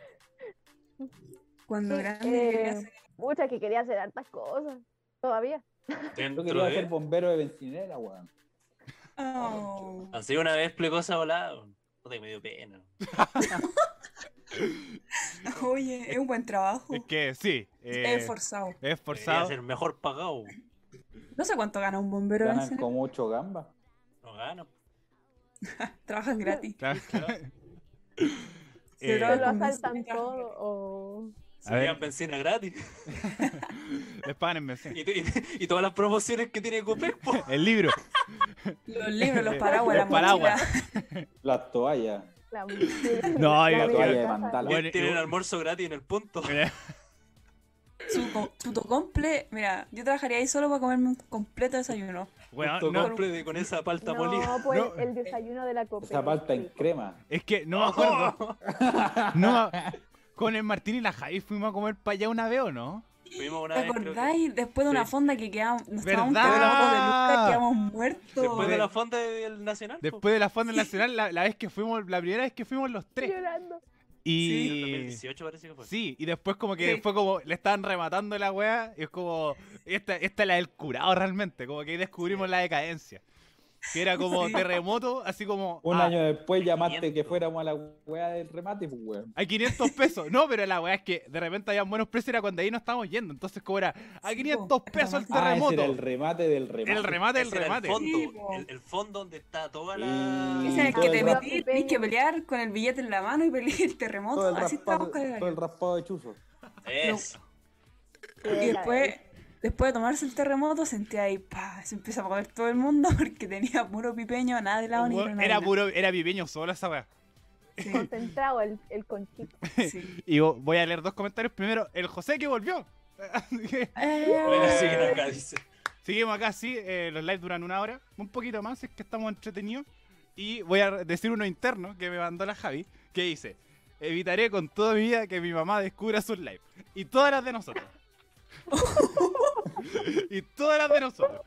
Speaker 2: Cuando
Speaker 5: Sí,
Speaker 2: grande quería
Speaker 5: eh,
Speaker 2: ser-
Speaker 4: Pucha, que quería hacer hartas cosas. Todavía.
Speaker 6: Yo
Speaker 3: Dentro
Speaker 6: quería
Speaker 3: de...
Speaker 1: eh.
Speaker 6: ser bombero de bencinera, weón.
Speaker 2: Oh.
Speaker 3: Así una vez explicó esa volada. Puta, que me dio pena.
Speaker 2: Oye, es un buen trabajo.
Speaker 1: Es que sí. eh,
Speaker 2: Es esforzado.
Speaker 1: es
Speaker 3: Debería
Speaker 1: forzado.
Speaker 3: ser mejor pagado.
Speaker 2: No sé cuánto gana un bombero. en
Speaker 6: Ganan
Speaker 2: ese-
Speaker 6: como ocho gambas.
Speaker 3: No gano.
Speaker 2: Trabajan gratis.
Speaker 1: Claro.
Speaker 2: Se
Speaker 1: Eh,
Speaker 5: Pero lo
Speaker 2: con este
Speaker 5: asaltan
Speaker 2: benzina.
Speaker 5: todo. O...
Speaker 3: Se
Speaker 1: A ver.
Speaker 3: llevan bencina gratis.
Speaker 1: les pagan en benzina.
Speaker 3: Y, y- y todas las promociones que tiene Copec, po.
Speaker 1: El libro.
Speaker 2: Los libros, los paraguas,
Speaker 1: Los
Speaker 2: las
Speaker 1: paraguas.
Speaker 2: mochilas.
Speaker 6: Las toallas.
Speaker 5: La,
Speaker 1: No,
Speaker 5: la-
Speaker 1: yo creo-
Speaker 5: la vida
Speaker 6: Toalla de
Speaker 5: casa.
Speaker 6: mandala.
Speaker 1: Bueno, y-
Speaker 3: Tienen almuerzo gratis en el punto.
Speaker 1: Eh,
Speaker 2: Su, co- su tocomple. Mira, yo trabajaría ahí solo para comerme un completo desayuno.
Speaker 1: Bueno,
Speaker 3: Justo
Speaker 1: no,
Speaker 3: compre de- con esa palta molida.
Speaker 5: No, pues
Speaker 1: No.
Speaker 5: el desayuno de la copa.
Speaker 6: Esa palta en crema.
Speaker 1: es que
Speaker 3: Oh.
Speaker 1: no me acuerdo. No, me- con el Martín y la Javi fuimos a comer para allá una vez o no?
Speaker 3: Fuimos una
Speaker 2: ¿Te
Speaker 3: vez, creo que-
Speaker 2: acordáis? Después de una
Speaker 3: Sí.
Speaker 2: fonda que quedamos, nos estábamos
Speaker 1: ¿Verdad?
Speaker 2: cagados de lucas, quedamos muertos.
Speaker 3: Después
Speaker 1: de-
Speaker 3: de la fonda del Nacional. po.
Speaker 1: Después de la Fonda Nacional, la, la vez que fuimos, la primera vez que fuimos los tres.
Speaker 5: Llorando.
Speaker 3: Sí, en el
Speaker 1: Y.
Speaker 3: 2018 parece que fue.
Speaker 1: Sí, y después como que
Speaker 2: Sí.
Speaker 1: fue como, le estaban rematando la weá, y es como, esta, esta es la del curado realmente, como que ahí descubrimos la decadencia. Que era como
Speaker 2: Sí.
Speaker 1: terremoto, así como.
Speaker 6: Un
Speaker 1: ah,
Speaker 6: año después llamaste que
Speaker 3: Sentimiento.
Speaker 6: fuéramos a la weá del remate, pues weón.
Speaker 1: A 500 pesos. No, pero la weá es que de repente habían buenos precios, era cuando ahí no estábamos yendo. Entonces, como era a
Speaker 2: Sí,
Speaker 1: 500
Speaker 2: po, el
Speaker 1: pesos el
Speaker 2: remate.
Speaker 6: Ah, ese
Speaker 1: terremoto.
Speaker 6: era el remate del remate.
Speaker 1: el remate, Ah, del
Speaker 3: Ese era
Speaker 1: remate.
Speaker 3: El
Speaker 2: Sí,
Speaker 3: fondo,
Speaker 2: po. Mm.
Speaker 3: el, el fondo donde está toda
Speaker 6: Y-
Speaker 3: la.
Speaker 2: Ese es el
Speaker 6: todo
Speaker 2: que
Speaker 6: el
Speaker 2: te
Speaker 6: rato.
Speaker 2: metí, tenés que pelear con el billete en la mano y pelear el terremoto.
Speaker 6: Todo el,
Speaker 2: Así
Speaker 6: raspado,
Speaker 2: estamos con el
Speaker 6: todo el raspado de chuzo.
Speaker 3: Eso.
Speaker 2: Y después, después de tomarse el terremoto, sentía ahí, pa, se empieza a mover todo el mundo porque tenía puro pipeño, nada de lado ni
Speaker 1: Weón,
Speaker 2: granadina.
Speaker 1: Era puro, era viveño solo esa weá.
Speaker 5: Concentrado el, el conchito.
Speaker 2: Sí.
Speaker 1: Y vo- voy a leer dos comentarios. Primero, el José que volvió. Así que
Speaker 3: Bueno,
Speaker 2: Eh,
Speaker 3: sí, acá dice.
Speaker 1: Seguimos acá, sí. eh, los lives duran una hora, un poquito más, es que estamos entretenidos. Y voy a decir uno interno que me mandó la Javi, que dice, evitaré con toda mi vida que mi mamá descubra sus lives. Y todas las de nosotros. y todas las de nosotros.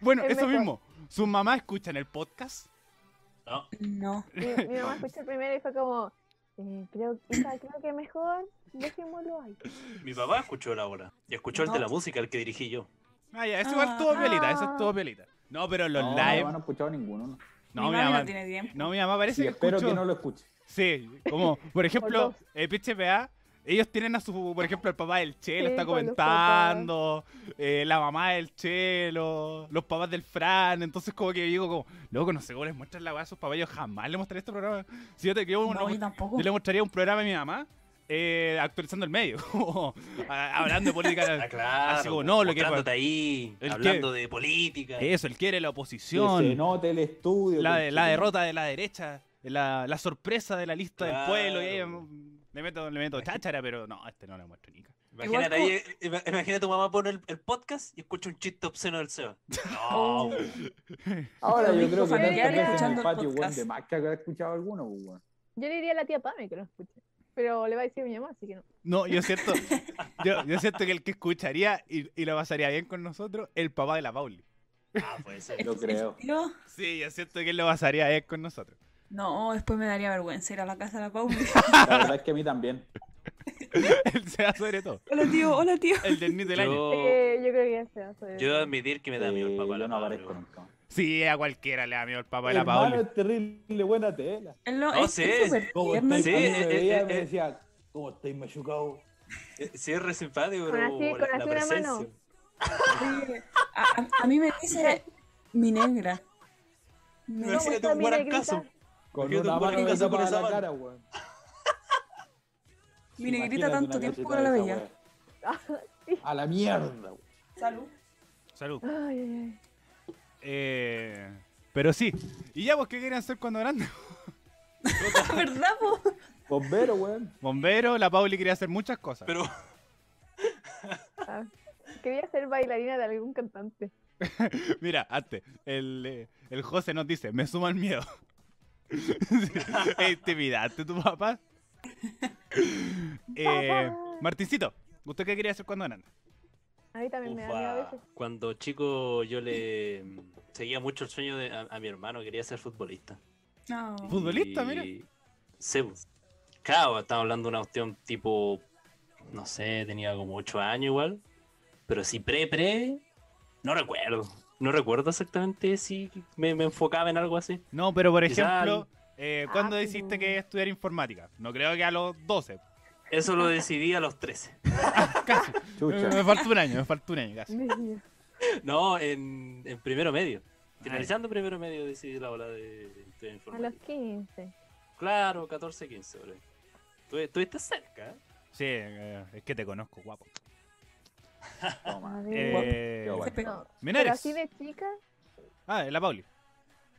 Speaker 1: Bueno,
Speaker 5: Es
Speaker 1: eso
Speaker 5: mejor.
Speaker 1: mismo. ¿Sus mamás escuchan el podcast?
Speaker 3: No.
Speaker 2: no.
Speaker 5: Mi, mi mamá escuchó el primero y fue como, eh, creo, hija, creo que mejor dejémoslo ahí.
Speaker 3: Mi papá escuchó la hora. Y escuchó el de
Speaker 2: No.
Speaker 3: la música, el que dirigí yo.
Speaker 1: Ah, ya, eso igual
Speaker 2: Ah.
Speaker 1: todo violita, eso es todo violita. No, pero los
Speaker 6: no,
Speaker 1: lives...
Speaker 6: No, no he escuchado ninguno. no.
Speaker 1: No, mi
Speaker 2: mami
Speaker 1: mamá...
Speaker 2: no tiene tiempo.
Speaker 1: No, mi mamá parece
Speaker 6: Y
Speaker 1: que
Speaker 6: espero
Speaker 1: escuchó-
Speaker 6: que no lo escuche.
Speaker 1: Sí, como por ejemplo,
Speaker 5: dos.
Speaker 1: eh, Piche PA, ellos tienen a su, por ejemplo, el papá del Chelo
Speaker 5: Sí,
Speaker 1: está
Speaker 5: con los
Speaker 1: comentando, eh, la mamá del Chelo, los papás del Fran, entonces como que digo como, loco, no sé cómo les muestran la weá a sus papás, yo jamás le mostraré este programa. Si yo te creo,
Speaker 2: No, yo tampoco.
Speaker 1: yo le mostraría un programa a mi mamá, eh, actualizando el medio, como, a- hablando de
Speaker 3: Ah,
Speaker 1: política.
Speaker 3: claro.
Speaker 1: Así como, no, lo que-
Speaker 3: mostrándote ahí,
Speaker 1: El que- Eh,
Speaker 3: hablando de política.
Speaker 1: Eso, él quiere la
Speaker 6: Que se
Speaker 1: oposición,
Speaker 6: note el estudio.
Speaker 1: la,
Speaker 6: que-
Speaker 1: la derrota de la derecha, la, la sorpresa de la lista del pueblo, y ahí,
Speaker 3: Claro.
Speaker 1: mm, le meto, le meto cháchara, pero no, a este no le muestro nica.
Speaker 3: Imagínate,
Speaker 2: Igual
Speaker 3: ahí, ima- imagina tu mamá pone el, el podcast y escucha un chiste obsceno del Seba. No,
Speaker 6: Ahora yo
Speaker 2: Domingo
Speaker 6: creo que
Speaker 2: familiar
Speaker 6: tantas veces en
Speaker 2: escuchando
Speaker 6: el
Speaker 2: el
Speaker 6: patio, weón,
Speaker 2: podcast.
Speaker 6: de más que habrá escuchado alguno, pues, weón.
Speaker 5: Yo le diría a la tía Pame que lo escuche, pero le va a decir a mi mamá, así que no.
Speaker 1: No, yo siento, yo, yo siento que el que escucharía y, y lo pasaría bien con nosotros, el papá de la Pauli.
Speaker 3: ah, puede ser.
Speaker 6: Lo
Speaker 2: El-
Speaker 6: creo.
Speaker 2: el tío,
Speaker 1: Sí, yo siento que él lo pasaría bien con nosotros.
Speaker 2: no, después me daría vergüenza ir a la casa de la Pauli.
Speaker 6: La verdad es que a mí también.
Speaker 1: Él se da sobre todo.
Speaker 2: hola tío, hola tío.
Speaker 1: El del niño del año.
Speaker 3: Yo,
Speaker 5: Eh, yo creo que ya se va a saber.
Speaker 3: Oh. yo debo admitir que me da miedo el
Speaker 6: Eh,
Speaker 3: papá.
Speaker 6: yo
Speaker 3: la
Speaker 6: no
Speaker 3: madre,
Speaker 6: aparezco
Speaker 3: weón.
Speaker 6: nunca.
Speaker 1: Sí, a cualquiera le da miedo el papá de la
Speaker 6: Hermano,
Speaker 1: Pauli.
Speaker 6: es terrible buena tela.
Speaker 2: Él lo-
Speaker 3: No
Speaker 2: es-
Speaker 3: sé,
Speaker 2: es súper
Speaker 6: Como
Speaker 2: tierno y
Speaker 6: estáis,
Speaker 3: Sí,
Speaker 6: a mí
Speaker 2: tierno.
Speaker 6: me
Speaker 3: eh,
Speaker 6: veía y
Speaker 3: eh,
Speaker 6: me
Speaker 3: eh.
Speaker 6: decía, ¿cómo estáis machucado?
Speaker 3: Eh, Sí, es re simpático,
Speaker 5: Con
Speaker 3: pero
Speaker 5: así- con
Speaker 3: la,
Speaker 5: así
Speaker 3: la
Speaker 5: una
Speaker 3: presencia.
Speaker 5: mano.
Speaker 2: Sí. A, a- a mí me dice mi negra. Me-
Speaker 3: Pero imagínate un
Speaker 5: mi
Speaker 3: guarancazo.
Speaker 5: negrita.
Speaker 6: Con
Speaker 3: Yo
Speaker 6: una
Speaker 3: tengo
Speaker 6: mano
Speaker 3: una
Speaker 6: me
Speaker 3: casa por
Speaker 6: tapaba
Speaker 3: esa
Speaker 6: la
Speaker 3: mano.
Speaker 6: cara, weón.
Speaker 2: Mi negrita
Speaker 6: Imagínate
Speaker 2: tanto
Speaker 6: una
Speaker 2: tiempo que no
Speaker 6: cachetada
Speaker 2: la
Speaker 6: de
Speaker 2: veía.
Speaker 6: esa weá. A la mierda, weón.
Speaker 2: Salud.
Speaker 1: Salud.
Speaker 5: Ay, ay,
Speaker 1: Eh, pero sí. ¿Y ya vos qué querían ser cuando grandes?
Speaker 2: ¿Verdad, po?
Speaker 6: Bombero, weón.
Speaker 1: Bombero, la Pauli quería hacer muchas cosas.
Speaker 3: Pero
Speaker 5: ay. Ah, Quería ser bailarina de algún cantante.
Speaker 1: Mira, antes, el, eh, el José nos dice, me suma el miedo. Es Intimidante tu papá. Eh, Martincito, ¿usted qué quería hacer cuando grande?
Speaker 5: A mí también me da miedo a
Speaker 3: Ufa.
Speaker 5: veces.
Speaker 3: Cuando chico yo le mm, seguía mucho el sueño de, a, a mi hermano, quería ser futbolista.
Speaker 2: No.
Speaker 1: Futbolista, mira.
Speaker 3: Y- Sí, pues. claro, estamos hablando de una cuestión tipo, no sé, tenía como 8 años igual, pero si pre, pre, no recuerdo. No recuerdo exactamente si me, me enfocaba en algo así.
Speaker 1: No, pero por
Speaker 3: Quizá-
Speaker 1: ejemplo, eh, ¿cuándo
Speaker 5: Ah,
Speaker 1: decidiste
Speaker 5: pero-
Speaker 1: que estudiar informática? No creo que a los 12.
Speaker 3: Eso lo decidí a los 13.
Speaker 1: Me,
Speaker 2: Mm.
Speaker 6: Chucha.
Speaker 1: faltó un año, me faltó un año casi.
Speaker 5: Dios.
Speaker 3: No, en, en primero medio.
Speaker 1: Ay.
Speaker 3: Finalizando primero medio decidí la bola de, de
Speaker 5: A los
Speaker 3: informática.
Speaker 5: 15.
Speaker 3: Claro, 14, 15, bro. Tú, estuviste cerca, ¿eh?
Speaker 1: Sí, eh, es que te conozco, guapo.
Speaker 6: Toma.
Speaker 5: A ver.
Speaker 1: Eh,
Speaker 6: Qué guapo.
Speaker 2: Se pegó.
Speaker 5: No, pero
Speaker 1: Menares.
Speaker 5: así de chica,
Speaker 1: Ah, la Pauli.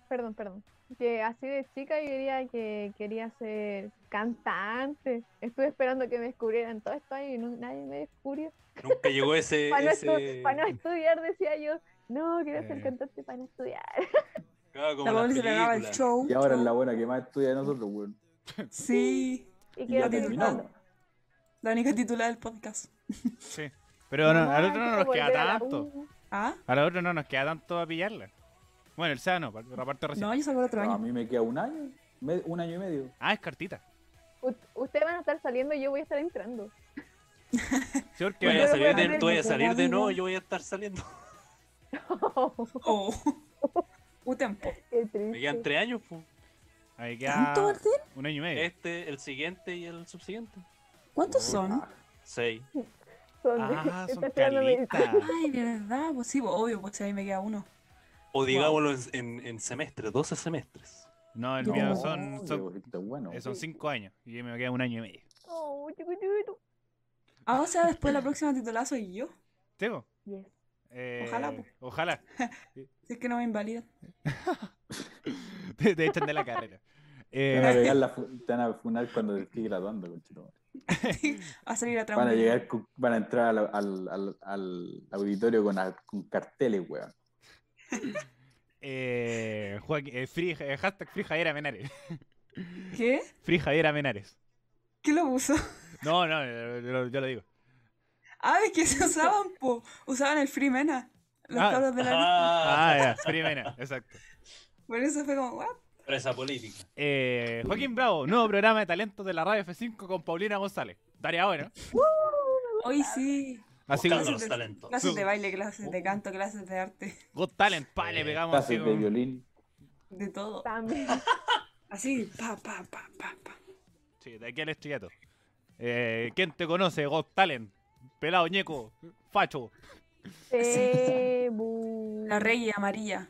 Speaker 5: perdón, perdón. Que así de chica yo diría que quería ser cantante. Estuve esperando que me descubrieran todo esto y no- nadie me descubrió.
Speaker 3: Nunca llegó ese.
Speaker 5: Para no,
Speaker 3: ese...
Speaker 5: estu- para no estudiar, decía yo. No, quiero
Speaker 1: Eh.
Speaker 5: ser cantante para no estudiar.
Speaker 3: Claro, como
Speaker 2: La Pauli
Speaker 3: las
Speaker 2: se pegaba el
Speaker 3: películas.
Speaker 2: show.
Speaker 6: Y ahora es
Speaker 2: show.
Speaker 6: la buena que más estudia de nosotros, weón.
Speaker 2: Sí.
Speaker 5: Y
Speaker 6: Y ya
Speaker 5: quiero ser
Speaker 6: terminó.
Speaker 2: La única titular del podcast.
Speaker 1: Sí. Pero no, al otro no nos queda tanto.
Speaker 2: ¿Ah?
Speaker 1: A la otra no nos queda tanto a pillarla. Bueno, el sábado, no, la parte recién.
Speaker 2: No, yo salgo el otro
Speaker 6: A
Speaker 2: año.
Speaker 6: mí me queda un año. me- Un año y medio.
Speaker 1: Ah, es cartita.
Speaker 5: Ustedes van a estar saliendo y yo voy a estar entrando.
Speaker 1: Sí, porque
Speaker 3: Tú vayas a
Speaker 5: Pero
Speaker 3: salir
Speaker 5: bueno,
Speaker 3: de, tú vayas a
Speaker 2: la
Speaker 3: salir de
Speaker 2: vida.
Speaker 3: nuevo, yo voy a estar saliendo.
Speaker 2: Oh. Utempo.
Speaker 5: Qué
Speaker 3: Me quedan
Speaker 5: triste.
Speaker 3: tres años, po.
Speaker 1: Ahí queda
Speaker 2: ¿Tanto, Martín?
Speaker 1: un año y medio.
Speaker 3: Este, el siguiente y el subsiguiente.
Speaker 2: ¿Cuántos son?
Speaker 3: Seis.
Speaker 5: Son-
Speaker 1: Ah, son
Speaker 5: está estudiando medicina.
Speaker 1: calitas.
Speaker 2: Ay, ¿verdad? Pues sí, pues, obvio, pues ahí me queda uno.
Speaker 3: O digámoslo en, en, en semestres, 12 semestres.
Speaker 1: No, el
Speaker 2: No.
Speaker 1: mío son,
Speaker 6: Oh,
Speaker 1: son,
Speaker 6: está bueno.
Speaker 1: eh, son cinco años. Y me queda un año y medio.
Speaker 5: Oh, chiquitito.
Speaker 2: Ah, o sea, después la próxima titular soy yo.
Speaker 1: ¿Tebo?
Speaker 4: Yes.
Speaker 1: Eh,
Speaker 2: Ojalá, po.
Speaker 1: Ojalá.
Speaker 2: Si es que no me invalidan.
Speaker 1: Te, te echan de la carrera.
Speaker 6: Te van a
Speaker 1: Eh,
Speaker 6: pegar la fu- te van a funar cuando te estés graduando, conchetumare.
Speaker 2: A salir a
Speaker 6: Van a
Speaker 2: trampa.
Speaker 6: llegar, con- van a entrar al, al- al- al auditorio con, a- con carteles, weón.
Speaker 1: eh, Joaquín- eh, free- eh, hashtag Free Javiera Menares.
Speaker 2: ¿Qué?
Speaker 1: Free Javiera Menares.
Speaker 2: ¿Quién lo puso?
Speaker 1: No, no, eh, yo, lo- yo lo digo.
Speaker 2: Ah, es que se usaban, po. Usaban el Free Mena. Los
Speaker 1: Ah.
Speaker 2: cabros de la
Speaker 3: Ah,
Speaker 1: Ah, ya, Free Mena, exacto.
Speaker 2: Por eso fue como, ¿what?
Speaker 3: presa política.
Speaker 1: Eh, Joaquín Bravo, nuevo programa de talentos de la radio F5 con Paulina González. Daría bueno.
Speaker 2: Hoy sí.
Speaker 1: Así que
Speaker 3: Buscando
Speaker 2: Buscándolos.
Speaker 3: los talentos.
Speaker 2: Clases
Speaker 1: Su-
Speaker 2: de baile, clases de canto, clases de arte,
Speaker 1: Got Talent, pa, le pegamos así
Speaker 6: Clases de
Speaker 1: como-
Speaker 6: violín.
Speaker 2: de todo.
Speaker 5: También.
Speaker 2: Así, pa, pa, pa, pa, pa.
Speaker 1: Sí, de aquí al estrellato. Eh, ¿Quién te conoce? Got Talent. Pelado, ñeco, facho.
Speaker 5: Sí, bu.
Speaker 2: La rey amarilla.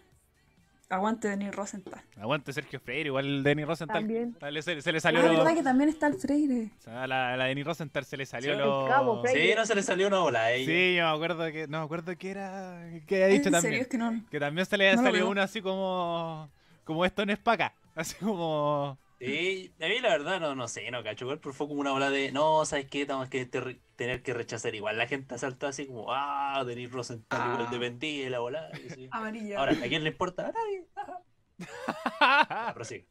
Speaker 2: Aguante de Neil Rosenthal.
Speaker 1: Aguante Sergio Freire, igual Denis Rosenthal.
Speaker 5: También.
Speaker 1: Tal- Se, se le
Speaker 2: Ah,
Speaker 1: salió lo-
Speaker 2: verdad que también está el Freire.
Speaker 1: o sea, a la, a la Denis Rosenthal se le salió
Speaker 3: Sí,
Speaker 1: lo...
Speaker 5: el cabo, Freire.
Speaker 3: Sí, no se le salió una bola a ella.
Speaker 1: Sí, yo me acuerdo que... No me acuerdo que era... Que había
Speaker 2: ¿En
Speaker 1: dicho
Speaker 2: serio?
Speaker 1: también.
Speaker 2: Es que no.
Speaker 1: Que también se le había
Speaker 2: No lo
Speaker 1: salido
Speaker 2: veo.
Speaker 1: uno así como... Como esto no es paca. Así como...
Speaker 3: Sí, a mí la verdad no, no sé, no cacho, igual, pero fue como una ola de, no, ¿sabes qué? Tenemos que ter- tener que rechazar igual. La gente saltó así como, ah, Denis Rosenthal igual
Speaker 2: Ah.
Speaker 3: dependía de la bola. y sí.
Speaker 2: Amarilla.
Speaker 3: Ahora, ¿a quién le importa? A nadie. Ajá. Ah, pero sí.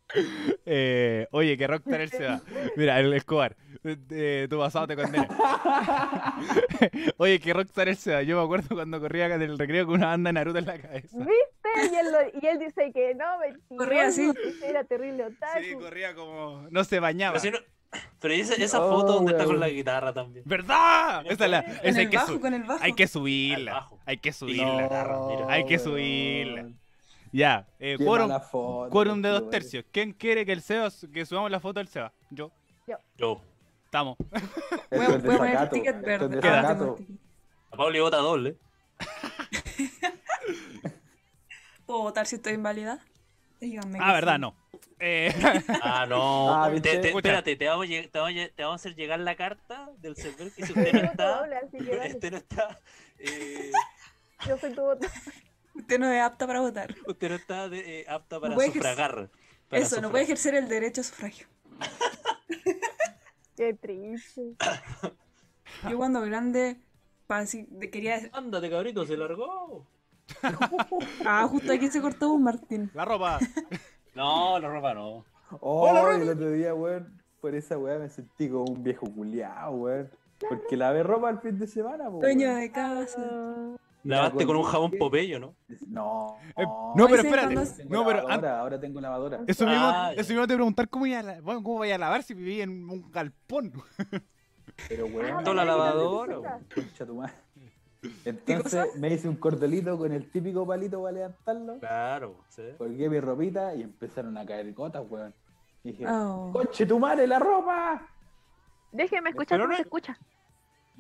Speaker 1: Eh, oye, que rockstar él se va. ah. Mira, el Escobar. eh, eh, tu pasado te condena. oye, que rockstar él se va. ah. Yo me acuerdo cuando corría acá del recreo con una banda de Naruto en la cabeza.
Speaker 5: ¿Viste? Y él, lo- y él dice que no, mentiroso,
Speaker 2: Corría así.
Speaker 5: que Era terrible otaku.
Speaker 1: Sí, corría como... No se bañaba.
Speaker 3: Pero, si no- pero esa, esa
Speaker 6: Oh,
Speaker 3: foto donde está
Speaker 6: weón.
Speaker 3: con la guitarra también.
Speaker 1: ¿Verdad? Esa es la...
Speaker 2: con
Speaker 1: Esa
Speaker 2: el
Speaker 1: hay que,
Speaker 2: bajo,
Speaker 1: su-
Speaker 2: con el bajo.
Speaker 1: hay que subirla.
Speaker 3: bajo.
Speaker 1: Hay que
Speaker 3: No.
Speaker 1: subirla.
Speaker 3: mira.
Speaker 1: Hay que
Speaker 6: Oh, weón.
Speaker 1: subirla. Ya, eh,
Speaker 6: Qué
Speaker 1: quórum,
Speaker 6: mala foto,
Speaker 1: quórum de dos
Speaker 6: conchetumare.
Speaker 1: tercios. ¿Quién quiere que el Seba, que subamos la foto del Seba? Yo.
Speaker 3: Yo.
Speaker 1: Estamos.
Speaker 6: Esto
Speaker 2: Voy a,
Speaker 6: es
Speaker 2: voy a poner el
Speaker 6: desacato,
Speaker 2: ticket
Speaker 6: esto es
Speaker 2: verde.
Speaker 1: Queda.
Speaker 2: Ah,
Speaker 6: desacato.
Speaker 2: tengo el ticket.
Speaker 3: A Pablo vota doble.
Speaker 2: ¿Puedo votar si estoy inválida? Díganme. que
Speaker 1: Ah, verdad,
Speaker 2: sí.
Speaker 1: no. Eh,
Speaker 3: Ah, no.
Speaker 6: Ah,
Speaker 3: Te-
Speaker 6: ¿viste?
Speaker 3: te-
Speaker 1: Escucha.
Speaker 3: espérate, te vamos, a lle- te vamos a lle- te vamos a hacer llegar la carta del server que si
Speaker 5: Yo
Speaker 3: usted
Speaker 5: soy
Speaker 3: no
Speaker 5: tu
Speaker 3: está,
Speaker 5: doble, así que dale,
Speaker 3: usted no está, eh,
Speaker 5: yo soy tu voto.
Speaker 2: Usted no es apta para votar.
Speaker 3: usted no Pues, está de- eh, apta para
Speaker 2: puede ejercer-
Speaker 3: sufragar.
Speaker 2: Eso,
Speaker 3: para
Speaker 2: no
Speaker 3: sufragar.
Speaker 2: puede ejercer el derecho a sufragio.
Speaker 5: Qué triste.
Speaker 2: Yo cuando grande pa- así, de- quería...
Speaker 3: Ándate, cabrito, se largó.
Speaker 2: Ah, justo aquí se cortó un Martín.
Speaker 1: la ropa.
Speaker 3: No, la ropa no.
Speaker 6: Oh, el otro día, weón, por esa weá me sentí como un viejo culiao, weón. Porque lavé ropa el fin de semana, po, weón.
Speaker 2: Dueño de casa.
Speaker 3: Lavaste con un jabón popello, ¿no?
Speaker 6: No.
Speaker 1: Eh,
Speaker 6: Oh,
Speaker 1: no, pero
Speaker 2: Ahí se
Speaker 1: espérate.
Speaker 2: conoce.
Speaker 6: Tengo
Speaker 1: No, pero
Speaker 6: lavadora,
Speaker 1: an-
Speaker 6: ahora tengo lavadora.
Speaker 1: eso mismo,
Speaker 3: Ah, ya.
Speaker 1: eso mismo te preguntar cómo iba, a la- bueno, cómo vaya a lavar si vivía en un galpón.
Speaker 6: Pero weón.
Speaker 5: Toda
Speaker 3: la
Speaker 6: ¿qué tal
Speaker 3: lavadora,
Speaker 6: te
Speaker 3: weón.
Speaker 6: pasa? Concha tu madre.
Speaker 2: cosa?
Speaker 6: Entonces me hice un cordelito con el típico palito para levantarlo.
Speaker 3: Claro, ¿sí?
Speaker 6: Colgué mi ropita y empezaron a caer gotas, weón. Y dije,
Speaker 2: Oh.
Speaker 6: ¡Conche tu madre, la ropa!
Speaker 5: Déjeme escuchar
Speaker 3: Pero
Speaker 5: cómo
Speaker 3: no-
Speaker 5: se escucha.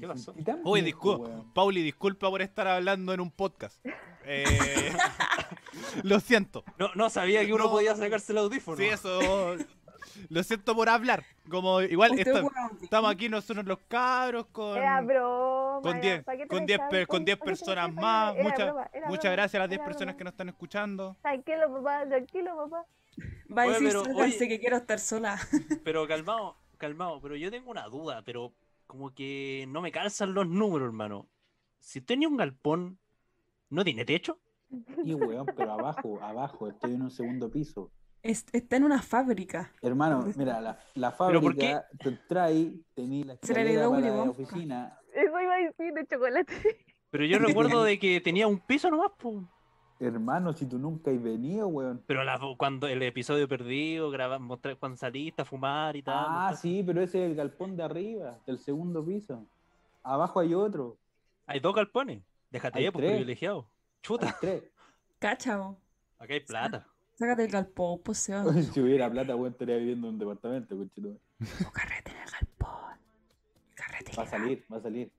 Speaker 3: ¿Qué pasó?
Speaker 6: Y tan
Speaker 1: Oye,
Speaker 6: viejo,
Speaker 1: disculpa,
Speaker 6: weón.
Speaker 1: Pauli, disculpa por estar hablando en un podcast. Eh, lo siento.
Speaker 3: No, no sabía que uno
Speaker 1: No.
Speaker 3: podía sacarse el audífono.
Speaker 1: Sí, eso. Lo siento por hablar. Como igual
Speaker 2: Usted,
Speaker 1: esta-
Speaker 2: weón.
Speaker 1: estamos aquí nosotros los cabros con
Speaker 5: Era broma.
Speaker 1: con
Speaker 5: era-
Speaker 1: 10
Speaker 5: ¿para qué te
Speaker 1: con 10
Speaker 5: pensabas?
Speaker 1: per-
Speaker 5: ¿Para
Speaker 1: con 10
Speaker 5: qué te
Speaker 1: personas
Speaker 5: pensabas?
Speaker 1: más.
Speaker 5: Era
Speaker 1: Muchas
Speaker 5: broma, era
Speaker 1: muchas
Speaker 5: broma,
Speaker 1: gracias a las 10
Speaker 5: era
Speaker 1: personas
Speaker 5: broma.
Speaker 1: que nos están escuchando.
Speaker 5: Tranquilo, papá, tranquilo, papá.
Speaker 2: Va a
Speaker 3: Oye,
Speaker 2: decir,
Speaker 3: pero, oye.
Speaker 2: "Sálganse que quiero estar sola.
Speaker 3: Pero calmado, calmado, pero yo tengo una duda, pero como que no me calzan los números, hermano. Si tenía un galpón, ¿no tiene techo?
Speaker 6: Y weón, pero abajo, abajo, estoy en un segundo piso.
Speaker 2: Es- está en una fábrica.
Speaker 6: Hermano, mira, la, la
Speaker 3: ¿Pero por qué?
Speaker 6: fábrica te trae, tení la
Speaker 2: Se la
Speaker 6: escalera
Speaker 2: heredó
Speaker 6: para
Speaker 2: Willy
Speaker 6: la
Speaker 2: Wonka.
Speaker 6: oficina.
Speaker 5: Eso iba a decir de chocolate.
Speaker 3: Pero yo recuerdo de que tenía un piso nomás, po.
Speaker 6: Hermano, si tú nunca has venido, weón.
Speaker 3: Pero la- cuando el episodio perdido, grabamos mostrar- cuando saliste a fumar y tal.
Speaker 6: Ah,
Speaker 3: mostrar-
Speaker 6: sí, pero ese es el galpón de arriba, del segundo piso. Abajo hay otro,
Speaker 3: Hay dos galpones. Déjate
Speaker 6: Hay
Speaker 3: ya, pues
Speaker 6: tres.
Speaker 3: privilegiado.
Speaker 6: hay
Speaker 3: Chuta.
Speaker 6: tres. Ah.
Speaker 2: Cacha, bo.
Speaker 3: Acá hay plata.
Speaker 2: Sácate el galpón, pues se va.
Speaker 6: Si hubiera plata, weón, estaría viviendo en un departamento, conchetumare.
Speaker 2: Carrete en el galpón. Carrete en
Speaker 6: Va a
Speaker 2: el
Speaker 6: salir, va a salir.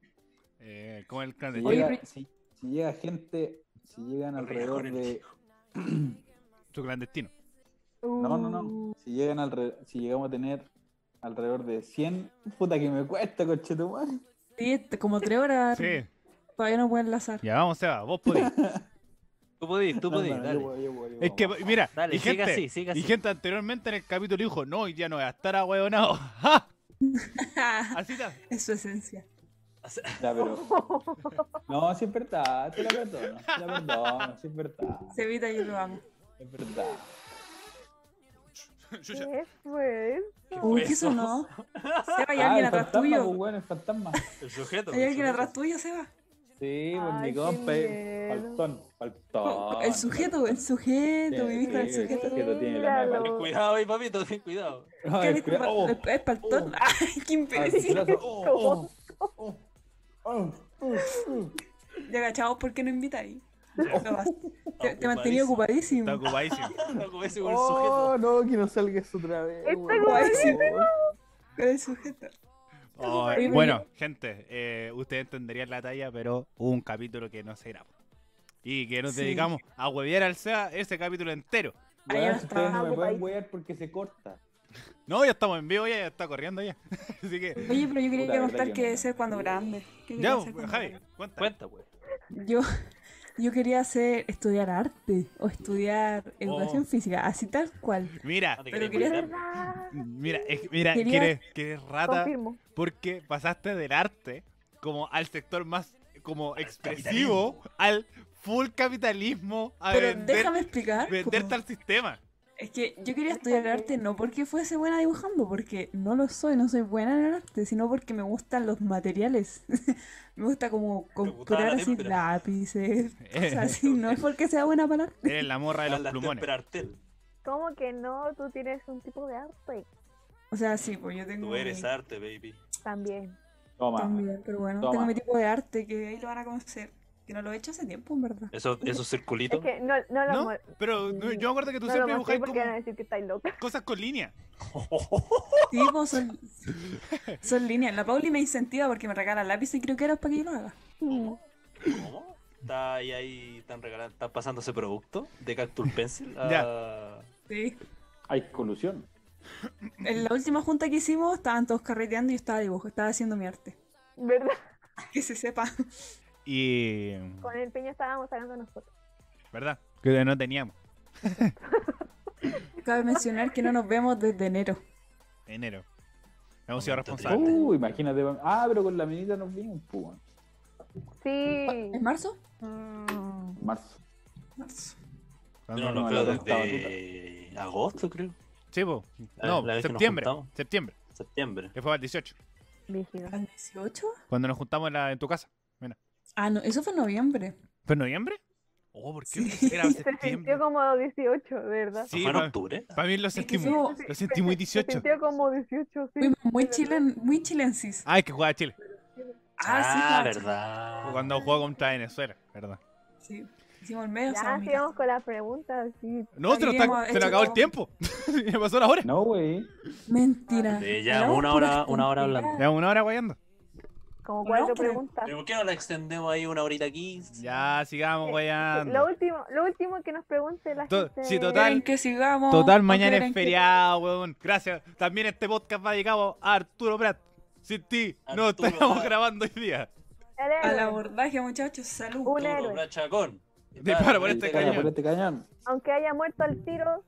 Speaker 1: Eh, como el
Speaker 6: Si
Speaker 1: clan de
Speaker 2: Oye,
Speaker 6: llega,
Speaker 2: pero-
Speaker 6: si- si llega gente, si llegan alrededor de.
Speaker 1: su clandestino.
Speaker 6: No, no,
Speaker 2: Uh.
Speaker 6: no. Si llegan alre- si llegamos a tener alrededor de 100, puta que me cuesta, conchetumare.
Speaker 2: galpón. Sí, como tres horas.
Speaker 1: Sí,
Speaker 2: Todavía no puedo enlazar.
Speaker 1: ya vamos, Seba, vos podés.
Speaker 3: Tú podés, tú
Speaker 6: No,
Speaker 3: podés,
Speaker 6: no, yo
Speaker 3: dale.
Speaker 6: puedo, yo puedo, yo
Speaker 1: Es que,
Speaker 6: puedo.
Speaker 1: mira,
Speaker 3: Dale,
Speaker 1: y,
Speaker 3: siga
Speaker 1: gente,
Speaker 3: así, siga
Speaker 1: y
Speaker 3: así.
Speaker 1: gente anteriormente en el capítulo dijo, no, hoy día no voy a estar ahueonado. Así tal.
Speaker 2: es su esencia.
Speaker 6: Ya, pero- No, sí es verdad, te la perdono, te la perdono, sí es verdad,
Speaker 2: Cevita, yo lo amo.
Speaker 6: es verdad.
Speaker 1: Chucha.
Speaker 4: ¿Qué fue?
Speaker 2: Uy,
Speaker 3: fue
Speaker 2: ¿qué
Speaker 3: eso?
Speaker 2: sonó? Seba, hay
Speaker 6: Ah,
Speaker 2: alguien
Speaker 6: el
Speaker 2: atrás
Speaker 6: fantasma, pues,
Speaker 2: tuyo.
Speaker 6: weón, el fantasma.
Speaker 3: El sujeto.
Speaker 2: Hay
Speaker 3: el
Speaker 2: alguien
Speaker 3: sujeto.
Speaker 2: atrás tuyo, Seba.
Speaker 6: Sí, pues
Speaker 5: Ay,
Speaker 6: mi
Speaker 5: qué
Speaker 6: compa, eh,
Speaker 5: miedo.
Speaker 6: faltón, faltón.
Speaker 2: Oh, El sujeto, el
Speaker 6: Oh, Sí,
Speaker 2: sujeto, mi
Speaker 6: sí,
Speaker 2: vista del
Speaker 6: el
Speaker 2: sujeto.
Speaker 6: sujeto tiene la mano de
Speaker 4: Míralo.
Speaker 6: palo.
Speaker 3: Cuidado ahí, papito, ten cuidado.
Speaker 6: No,
Speaker 2: ¿Qué
Speaker 6: el
Speaker 2: le-
Speaker 6: cura- oh,
Speaker 2: el- el paltón?
Speaker 6: Oh.
Speaker 2: ¡Ay, qué
Speaker 6: ah, el
Speaker 2: imbécil!
Speaker 6: culazo, oh, oh, oh, oh, oh, oh.
Speaker 2: Ya cachamos, ¿por qué no invitáis?
Speaker 3: Ya.
Speaker 2: No vas. Te, te mantenía ocupadísimo.
Speaker 1: Está ocupadísimo.
Speaker 3: No, como ese, el sujeto.
Speaker 6: Oh, no, que no salgas otra vez.
Speaker 4: Está
Speaker 6: weón.
Speaker 2: guapísimo. Con el sujeto.
Speaker 1: Oh,
Speaker 2: Oye,
Speaker 1: bueno, gente, eh, ustedes entenderían la talla, pero hubo un capítulo que no se grabó. Y que nos
Speaker 2: Sí.
Speaker 1: dedicamos a huevear al SEA ese capítulo entero.
Speaker 2: Ahí
Speaker 6: Weón,
Speaker 2: no
Speaker 6: si
Speaker 2: está.
Speaker 6: ustedes no me
Speaker 4: Ah,
Speaker 6: pueden
Speaker 4: país.
Speaker 6: wear porque se corta.
Speaker 1: No, ya estamos en vivo, ya, ya está corriendo ya. Así que,
Speaker 2: Oye, pero yo quería que
Speaker 6: Puta, verdad
Speaker 2: contar
Speaker 6: que
Speaker 2: que
Speaker 6: no.
Speaker 2: ser cuando grande. ¿Qué
Speaker 1: ya, pues,
Speaker 2: quería ser cuando
Speaker 1: Javi,
Speaker 2: grande?
Speaker 1: cuenta.
Speaker 3: Cuenta, güey.
Speaker 2: Yo, yo quería hacer, estudiar arte o estudiar educación
Speaker 6: Oh.
Speaker 2: física, así tal cual.
Speaker 1: Mira,
Speaker 3: No te
Speaker 2: Pero
Speaker 3: quería
Speaker 2: quería-
Speaker 3: invitar.
Speaker 4: Ah,
Speaker 1: mira, es- mira, que
Speaker 2: Quería-
Speaker 1: eres, que eres rata
Speaker 5: Confirmo.
Speaker 1: porque pasaste del arte como al sector más como expresivo, al full capitalismo, a
Speaker 2: Pero
Speaker 1: vender-
Speaker 2: déjame explicar.
Speaker 1: venderte
Speaker 2: po.
Speaker 1: al sistema.
Speaker 2: Es que yo quería estudiar arte no porque fuese buena dibujando, porque no lo soy, no soy buena en el arte, sino porque me gustan los materiales. me gusta como comprar
Speaker 3: la
Speaker 2: así
Speaker 3: témpera.
Speaker 2: lápices, cosas así. No es porque sea buena para el arte.
Speaker 1: Eres la morra de
Speaker 3: La-
Speaker 1: los
Speaker 3: la
Speaker 1: plumones.
Speaker 3: témpera artel.
Speaker 4: ¿Cómo que no? Tú tienes un tipo de arte
Speaker 2: O sea, sí, pues yo tengo
Speaker 3: Tú
Speaker 2: mi-
Speaker 3: eres arte, baby.
Speaker 4: también.
Speaker 6: Toma.
Speaker 2: también, pero bueno,
Speaker 6: Toma.
Speaker 2: tengo mi tipo de arte que ahí lo van a conocer. Que no lo he hecho hace tiempo, en verdad.
Speaker 3: Esos, esos
Speaker 5: Es
Speaker 3: circulitos.
Speaker 5: que no, no lo
Speaker 1: ¿No?
Speaker 5: mol-
Speaker 1: Pero no, yo me acuerdo que tú
Speaker 5: Mm, no lo
Speaker 1: siempre
Speaker 5: mostré
Speaker 1: dibujabas
Speaker 5: porque van a
Speaker 1: como
Speaker 5: decir que estáis loca.
Speaker 1: cosas con líneas.
Speaker 2: Sí, pues son, son líneas. La Pauli me incentiva porque me regala lápiz y creo que era para que yo lo haga.
Speaker 3: ¿Cómo? Está ahí, ahí, están regalando, están pasando ese producto de Cactus Pencil a...
Speaker 2: Sí.
Speaker 6: Hay colusión.
Speaker 2: En la última junta que hicimos estaban todos carreteando y yo estaba dibujo, estaba haciendo mi arte.
Speaker 5: ¿Verdad?
Speaker 2: Que se sepa.
Speaker 1: Y.
Speaker 5: Con el piño estábamos hablando nosotros.
Speaker 1: ¿Verdad? Que no teníamos.
Speaker 2: Cabe mencionar que no nos vemos desde enero.
Speaker 1: Enero. Hemos sido
Speaker 3: Momento
Speaker 1: responsables.
Speaker 3: triste.
Speaker 6: Uh, imagínate. Ah, pero con la minita nos vimos, pues, weón.
Speaker 5: Sí.
Speaker 2: ¿Es marzo? Mm,
Speaker 6: En marzo.
Speaker 2: Marzo.
Speaker 1: Cuando
Speaker 3: No, no,
Speaker 1: nos-
Speaker 6: no,
Speaker 3: pero
Speaker 6: la otra
Speaker 3: desde agosto, creo.
Speaker 1: Sí, po.
Speaker 3: La-
Speaker 1: No,
Speaker 3: la vez que nos
Speaker 1: septiembre.
Speaker 3: juntamos.
Speaker 1: Septiembre.
Speaker 3: Septiembre.
Speaker 1: Que fue al 18.
Speaker 4: Brígido.
Speaker 2: ¿Al 18?
Speaker 1: Cuando nos juntamos en, la- en tu casa.
Speaker 2: Ah, no, eso fue en noviembre.
Speaker 1: ¿Fue en noviembre? Oh, ¿por qué?
Speaker 2: Sí.
Speaker 1: Era
Speaker 5: Se
Speaker 1: septiembre.
Speaker 5: sintió como 18, de verdad.
Speaker 1: Sí,
Speaker 3: ¿Fue en
Speaker 1: para,
Speaker 3: octubre?
Speaker 1: para mí lo
Speaker 2: Es que
Speaker 1: sentí, muy-
Speaker 2: fuimos,
Speaker 1: lo sentí muy
Speaker 5: Se
Speaker 1: 18.
Speaker 5: sintió como 18, sí.
Speaker 2: fuimos muy, chilen, muy chilensis.
Speaker 1: Ah, es que jugaba Chile.
Speaker 2: Ah, sí, claro.
Speaker 3: verdad.
Speaker 1: Cuando jugó contra Venezuela, ¿verdad?
Speaker 2: Sí. Hicimos el medio.
Speaker 5: Ya,
Speaker 2: hacíamos mi
Speaker 5: sigamos con las preguntas. Sí.
Speaker 1: No, se nos,
Speaker 2: Habíamos
Speaker 1: está, se nos
Speaker 2: hecho
Speaker 1: acabó el
Speaker 2: todo.
Speaker 1: tiempo. Ya pasó la hora.
Speaker 6: No, wey.
Speaker 2: Mentira.
Speaker 3: Sí, ya,
Speaker 2: Hablamos
Speaker 3: una
Speaker 2: puras
Speaker 3: hora- una hora hablando.
Speaker 2: tonterías.
Speaker 1: Ya una hora guayando.
Speaker 5: Como
Speaker 2: No,
Speaker 5: cuatro
Speaker 2: pero-
Speaker 5: preguntas.
Speaker 3: ¿Pero por qué no la extendemos ahí una horita quince?
Speaker 1: Ya, sigamos
Speaker 5: Lo
Speaker 1: guayando.
Speaker 5: último, lo último que nos pregunte la
Speaker 1: To-
Speaker 5: gente.
Speaker 1: sí, total.
Speaker 2: Quieren que sigamos.
Speaker 1: Total,
Speaker 2: ¿O
Speaker 1: mañana
Speaker 2: quieren
Speaker 1: es
Speaker 2: que-
Speaker 1: feriado, weón. Gracias. También este podcast va dedicado a Arturo Prat. Sin ti, no
Speaker 3: Arturo
Speaker 1: estamos
Speaker 3: Prat.
Speaker 1: grabando hoy día.
Speaker 5: El
Speaker 2: Al
Speaker 5: héroe.
Speaker 2: abordaje, muchachos. Salud.
Speaker 5: Un
Speaker 3: Duro,
Speaker 5: héroe.
Speaker 3: brachacón.
Speaker 1: Dispara por este
Speaker 6: Dispara
Speaker 1: cañón.
Speaker 6: Por este cañón.
Speaker 5: Aunque haya muerto al tiro,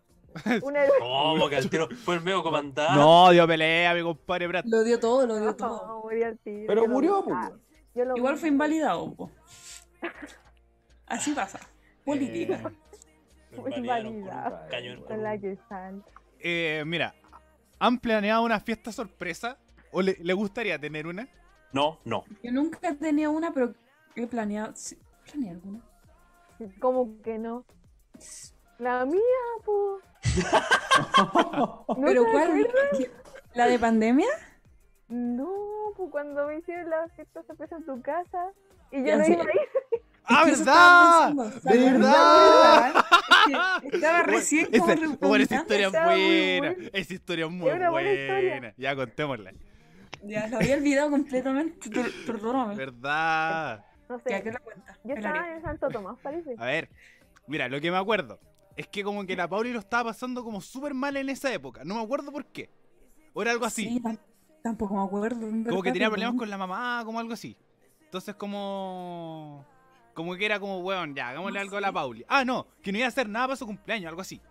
Speaker 5: un héroe.
Speaker 3: ¿Cómo que el tiro fue el medio comandante?
Speaker 1: No, dio pelea, mi compadre Prat.
Speaker 2: Lo dio todo, lo dio todo.
Speaker 5: No, murió al tiro.
Speaker 6: Pero
Speaker 5: Yo lo
Speaker 6: murió,
Speaker 5: vi.
Speaker 6: pues,
Speaker 5: Ah,
Speaker 6: weón.
Speaker 5: yo lo
Speaker 2: Igual
Speaker 5: vi.
Speaker 2: fue invalidado. po. Así pasa. Política.
Speaker 3: Lo
Speaker 1: Pues
Speaker 5: Fue
Speaker 3: invalidaron con un
Speaker 5: invalidado.
Speaker 3: cañón, con
Speaker 5: Con la que sal.
Speaker 1: Eh, mira, ¿han planeado una fiesta sorpresa? ¿O le, le gustaría tener una?
Speaker 3: No, no.
Speaker 2: Yo nunca tenía una, pero he planeado. sí, ¿Planeé alguna?
Speaker 5: Como que no. La mía, pues.
Speaker 2: ¿Pero cuál? ¿La de pandemia?
Speaker 5: No, pues cuando me hicieron la fiesta sorpresa en tu casa y yo
Speaker 2: Ya
Speaker 5: no
Speaker 2: sé.
Speaker 5: iba a ir.
Speaker 1: ¡Ah,
Speaker 2: que eso
Speaker 1: verdad!
Speaker 2: estaba pensando, ¿se acuerdan?
Speaker 1: ¡Verdad!
Speaker 2: Es que Estaba recién como
Speaker 1: Esa,
Speaker 2: repuntando
Speaker 1: bueno, esa historia es
Speaker 2: esa wea,
Speaker 1: buena. Esa historia es muy
Speaker 5: Es
Speaker 1: buena.
Speaker 5: una buena historia.
Speaker 1: Ya contémosla.
Speaker 2: Ya, lo había olvidado completamente, per- perdóname.
Speaker 1: ¿Verdad?
Speaker 5: No
Speaker 2: Ya,
Speaker 5: sé.
Speaker 2: que la cuenta.
Speaker 5: Yo
Speaker 2: me la haré.
Speaker 5: estaba en el Santo Tomás, parece.
Speaker 1: A ver, mira, lo que me acuerdo es que como que la Pauli lo estaba pasando como súper mal en esa época. No me acuerdo por qué. O era algo así.
Speaker 2: Sí, tam- tampoco me acuerdo. en
Speaker 1: como que
Speaker 2: verdad,
Speaker 1: tenía
Speaker 2: pero
Speaker 1: problemas
Speaker 2: no.
Speaker 1: con la mamá, como algo así. Entonces como... Como que era como, weón, ya, hagámosle
Speaker 2: No
Speaker 1: algo a la
Speaker 2: sé.
Speaker 1: Pauli. Ah, no, que no iba a hacer nada para su cumpleaños, algo así.